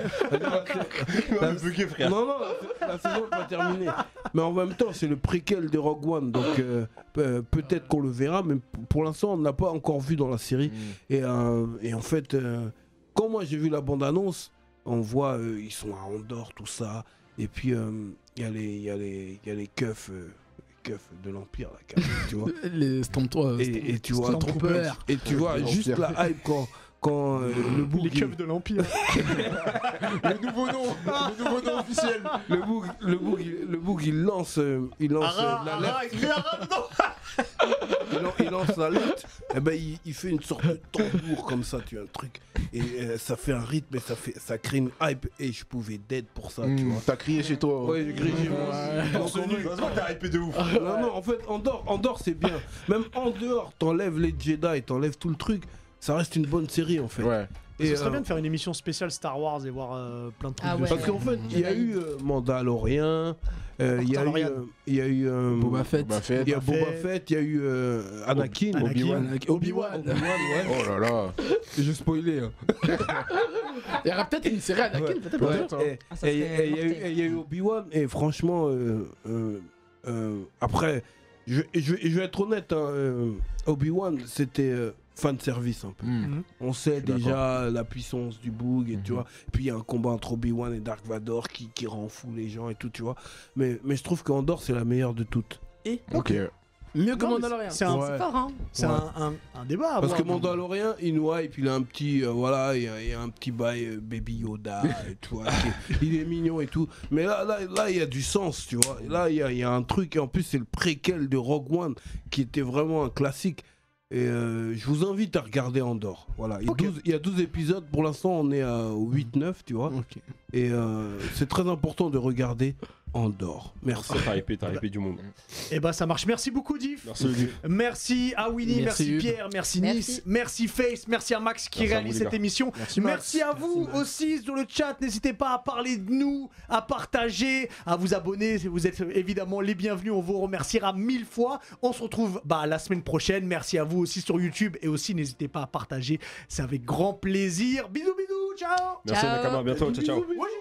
Speaker 6: La- Non, non, la saison est pas terminée. Mais en même temps, c'est le préquel de Rogue One, donc euh, euh, peut-être qu'on le verra, mais p- pour l'instant, on ne l'a pas encore vu dans la série. Et, euh, et en fait, euh, quand moi j'ai vu la bande-annonce, on voit, euh, ils sont à Andorre, tout ça. Et puis, euh, il y a les- il y, a les- il y a les keufs, euh, les keufs de l'Empire, là, carrément, tu vois.
Speaker 5: Les Stormtroopers.
Speaker 6: Et, et tu vois,
Speaker 5: Stormtroopers.
Speaker 6: et tu vois
Speaker 4: L'Empire.
Speaker 6: juste la hype quand, quand euh, le bouc,
Speaker 1: Les
Speaker 6: il-
Speaker 1: keufs de l'Empire.
Speaker 4: Le nouveau nom, le nouveau nom officiel.
Speaker 6: le bouc, le bouc, il- le bouc, il lance, euh, il lance euh,
Speaker 1: Ara,
Speaker 6: l'alerte.
Speaker 1: Ara, il met Ara dedans.
Speaker 6: il, lan- il lance la lettre, et ben il, il fait une sorte de tambour comme ça, tu vois, un truc. Et euh, ça fait un rythme et ça, fait, ça crée une hype. Et je pouvais dead pour ça,
Speaker 4: Mm.
Speaker 6: tu vois.
Speaker 4: Mm-hmm. T'as crié chez toi. hein.
Speaker 6: Ouais, j'ai crié, j'ai vu. Donc, en fait- Non, non, en fait, Andorre, Andorre c'est bien. Même en dehors, t'enlèves les Jedi, t'enlèves tout le truc. Ça reste une bonne série en fait.
Speaker 4: Ouais.
Speaker 1: Ce
Speaker 6: Et,
Speaker 1: serait
Speaker 6: euh,
Speaker 1: bien de faire une émission spéciale Star Wars et voir euh, plein de trucs.
Speaker 3: Ah
Speaker 1: dessus.
Speaker 3: ouais.
Speaker 6: Parce qu'en fait, il y a eu euh, Mandalorian, euh, il y a eu.
Speaker 1: Mandalorian.
Speaker 6: euh, Il y a eu. euh,
Speaker 5: Boba Fett.
Speaker 4: Bah fait.
Speaker 6: Il y a
Speaker 1: Boba
Speaker 6: Boba Fett, il y a eu euh, Anakin,
Speaker 1: Anakin.
Speaker 6: Obi-Wan.
Speaker 5: Obi-Wan.
Speaker 6: Obi-Wan, ouais.
Speaker 4: Oh là là.
Speaker 6: J'ai spoilé. hein.
Speaker 5: Il y aura peut-être une série Anakin,
Speaker 6: Ouais.
Speaker 5: peut-être.
Speaker 6: Ouais.
Speaker 5: peut-être.
Speaker 6: Et-
Speaker 3: Ah, ça
Speaker 6: et-
Speaker 3: serait
Speaker 6: et Il y a eu-
Speaker 3: mortel.
Speaker 6: et il y a eu Obi-Wan, et franchement, euh, euh, euh, après, je, je- je vais être honnête, hein, euh, Obi-Wan, c'était euh, fan service un peu.
Speaker 4: Mm.
Speaker 6: On sait
Speaker 4: suis
Speaker 6: déjà la puissance du bug, et tu
Speaker 4: Mhm.
Speaker 6: vois. Puis il y a un combat entre Obi-Wan et Dark Vador qui, qui rend fou les gens et tout, tu vois. Mais, mais je trouve qu'Andorre, c'est la meilleure de toutes.
Speaker 4: Ok.
Speaker 5: Mieux que
Speaker 1: Non, mais
Speaker 5: Mandalorian.
Speaker 1: C'est un,
Speaker 6: Ouais.
Speaker 3: C'est fort, hein.
Speaker 1: c'est
Speaker 6: Ouais.
Speaker 1: un, un- un débat. à
Speaker 6: Parce
Speaker 1: avoir,
Speaker 6: que
Speaker 1: mais-
Speaker 6: Mandalorian, il nous hype, il a un petit, euh, voilà, il a, il a un petit bail euh, Baby Yoda, et tout, hein, qui- il est mignon et tout. Mais là, là, là, il y a du sens, tu vois. Là, il y a, il y a un truc, et en plus, c'est le préquel de Rogue One, qui était vraiment un classique. Et euh, je vous invite à regarder Andorre. Voilà, il, y a
Speaker 1: Ok.
Speaker 6: 12 il y a 12 épisodes, pour l'instant, on est à 8-9, tu vois.
Speaker 5: Ok.
Speaker 6: Et euh, c'est très important de regarder Andorre. Merci.
Speaker 2: T'as hypé, t'as hypé du monde.
Speaker 1: Eh ben ça marche. Merci beaucoup, Diff.
Speaker 2: Merci, Olivier.
Speaker 1: Merci à Winnie,
Speaker 5: Merci,
Speaker 1: merci,
Speaker 5: Hugues.
Speaker 1: Pierre, merci,
Speaker 3: Merci.
Speaker 1: Nice, merci Face, merci à Max qui
Speaker 2: Merci à vous,
Speaker 1: réalise
Speaker 2: les
Speaker 1: cette
Speaker 2: gars.
Speaker 1: émission. Merci, à vous aussi sur le chat. N'hésitez pas à parler de nous, à partager, à vous abonner. Vous êtes évidemment les bienvenus. On vous remerciera mille fois. On se retrouve bah, la semaine prochaine. Merci à vous aussi sur YouTube et aussi n'hésitez pas à partager. C'est avec grand plaisir. Bisous, bisous, ciao.
Speaker 2: Merci,
Speaker 3: Ciao.
Speaker 2: Nakama. À bientôt. Ciao, ciao.
Speaker 1: Oui.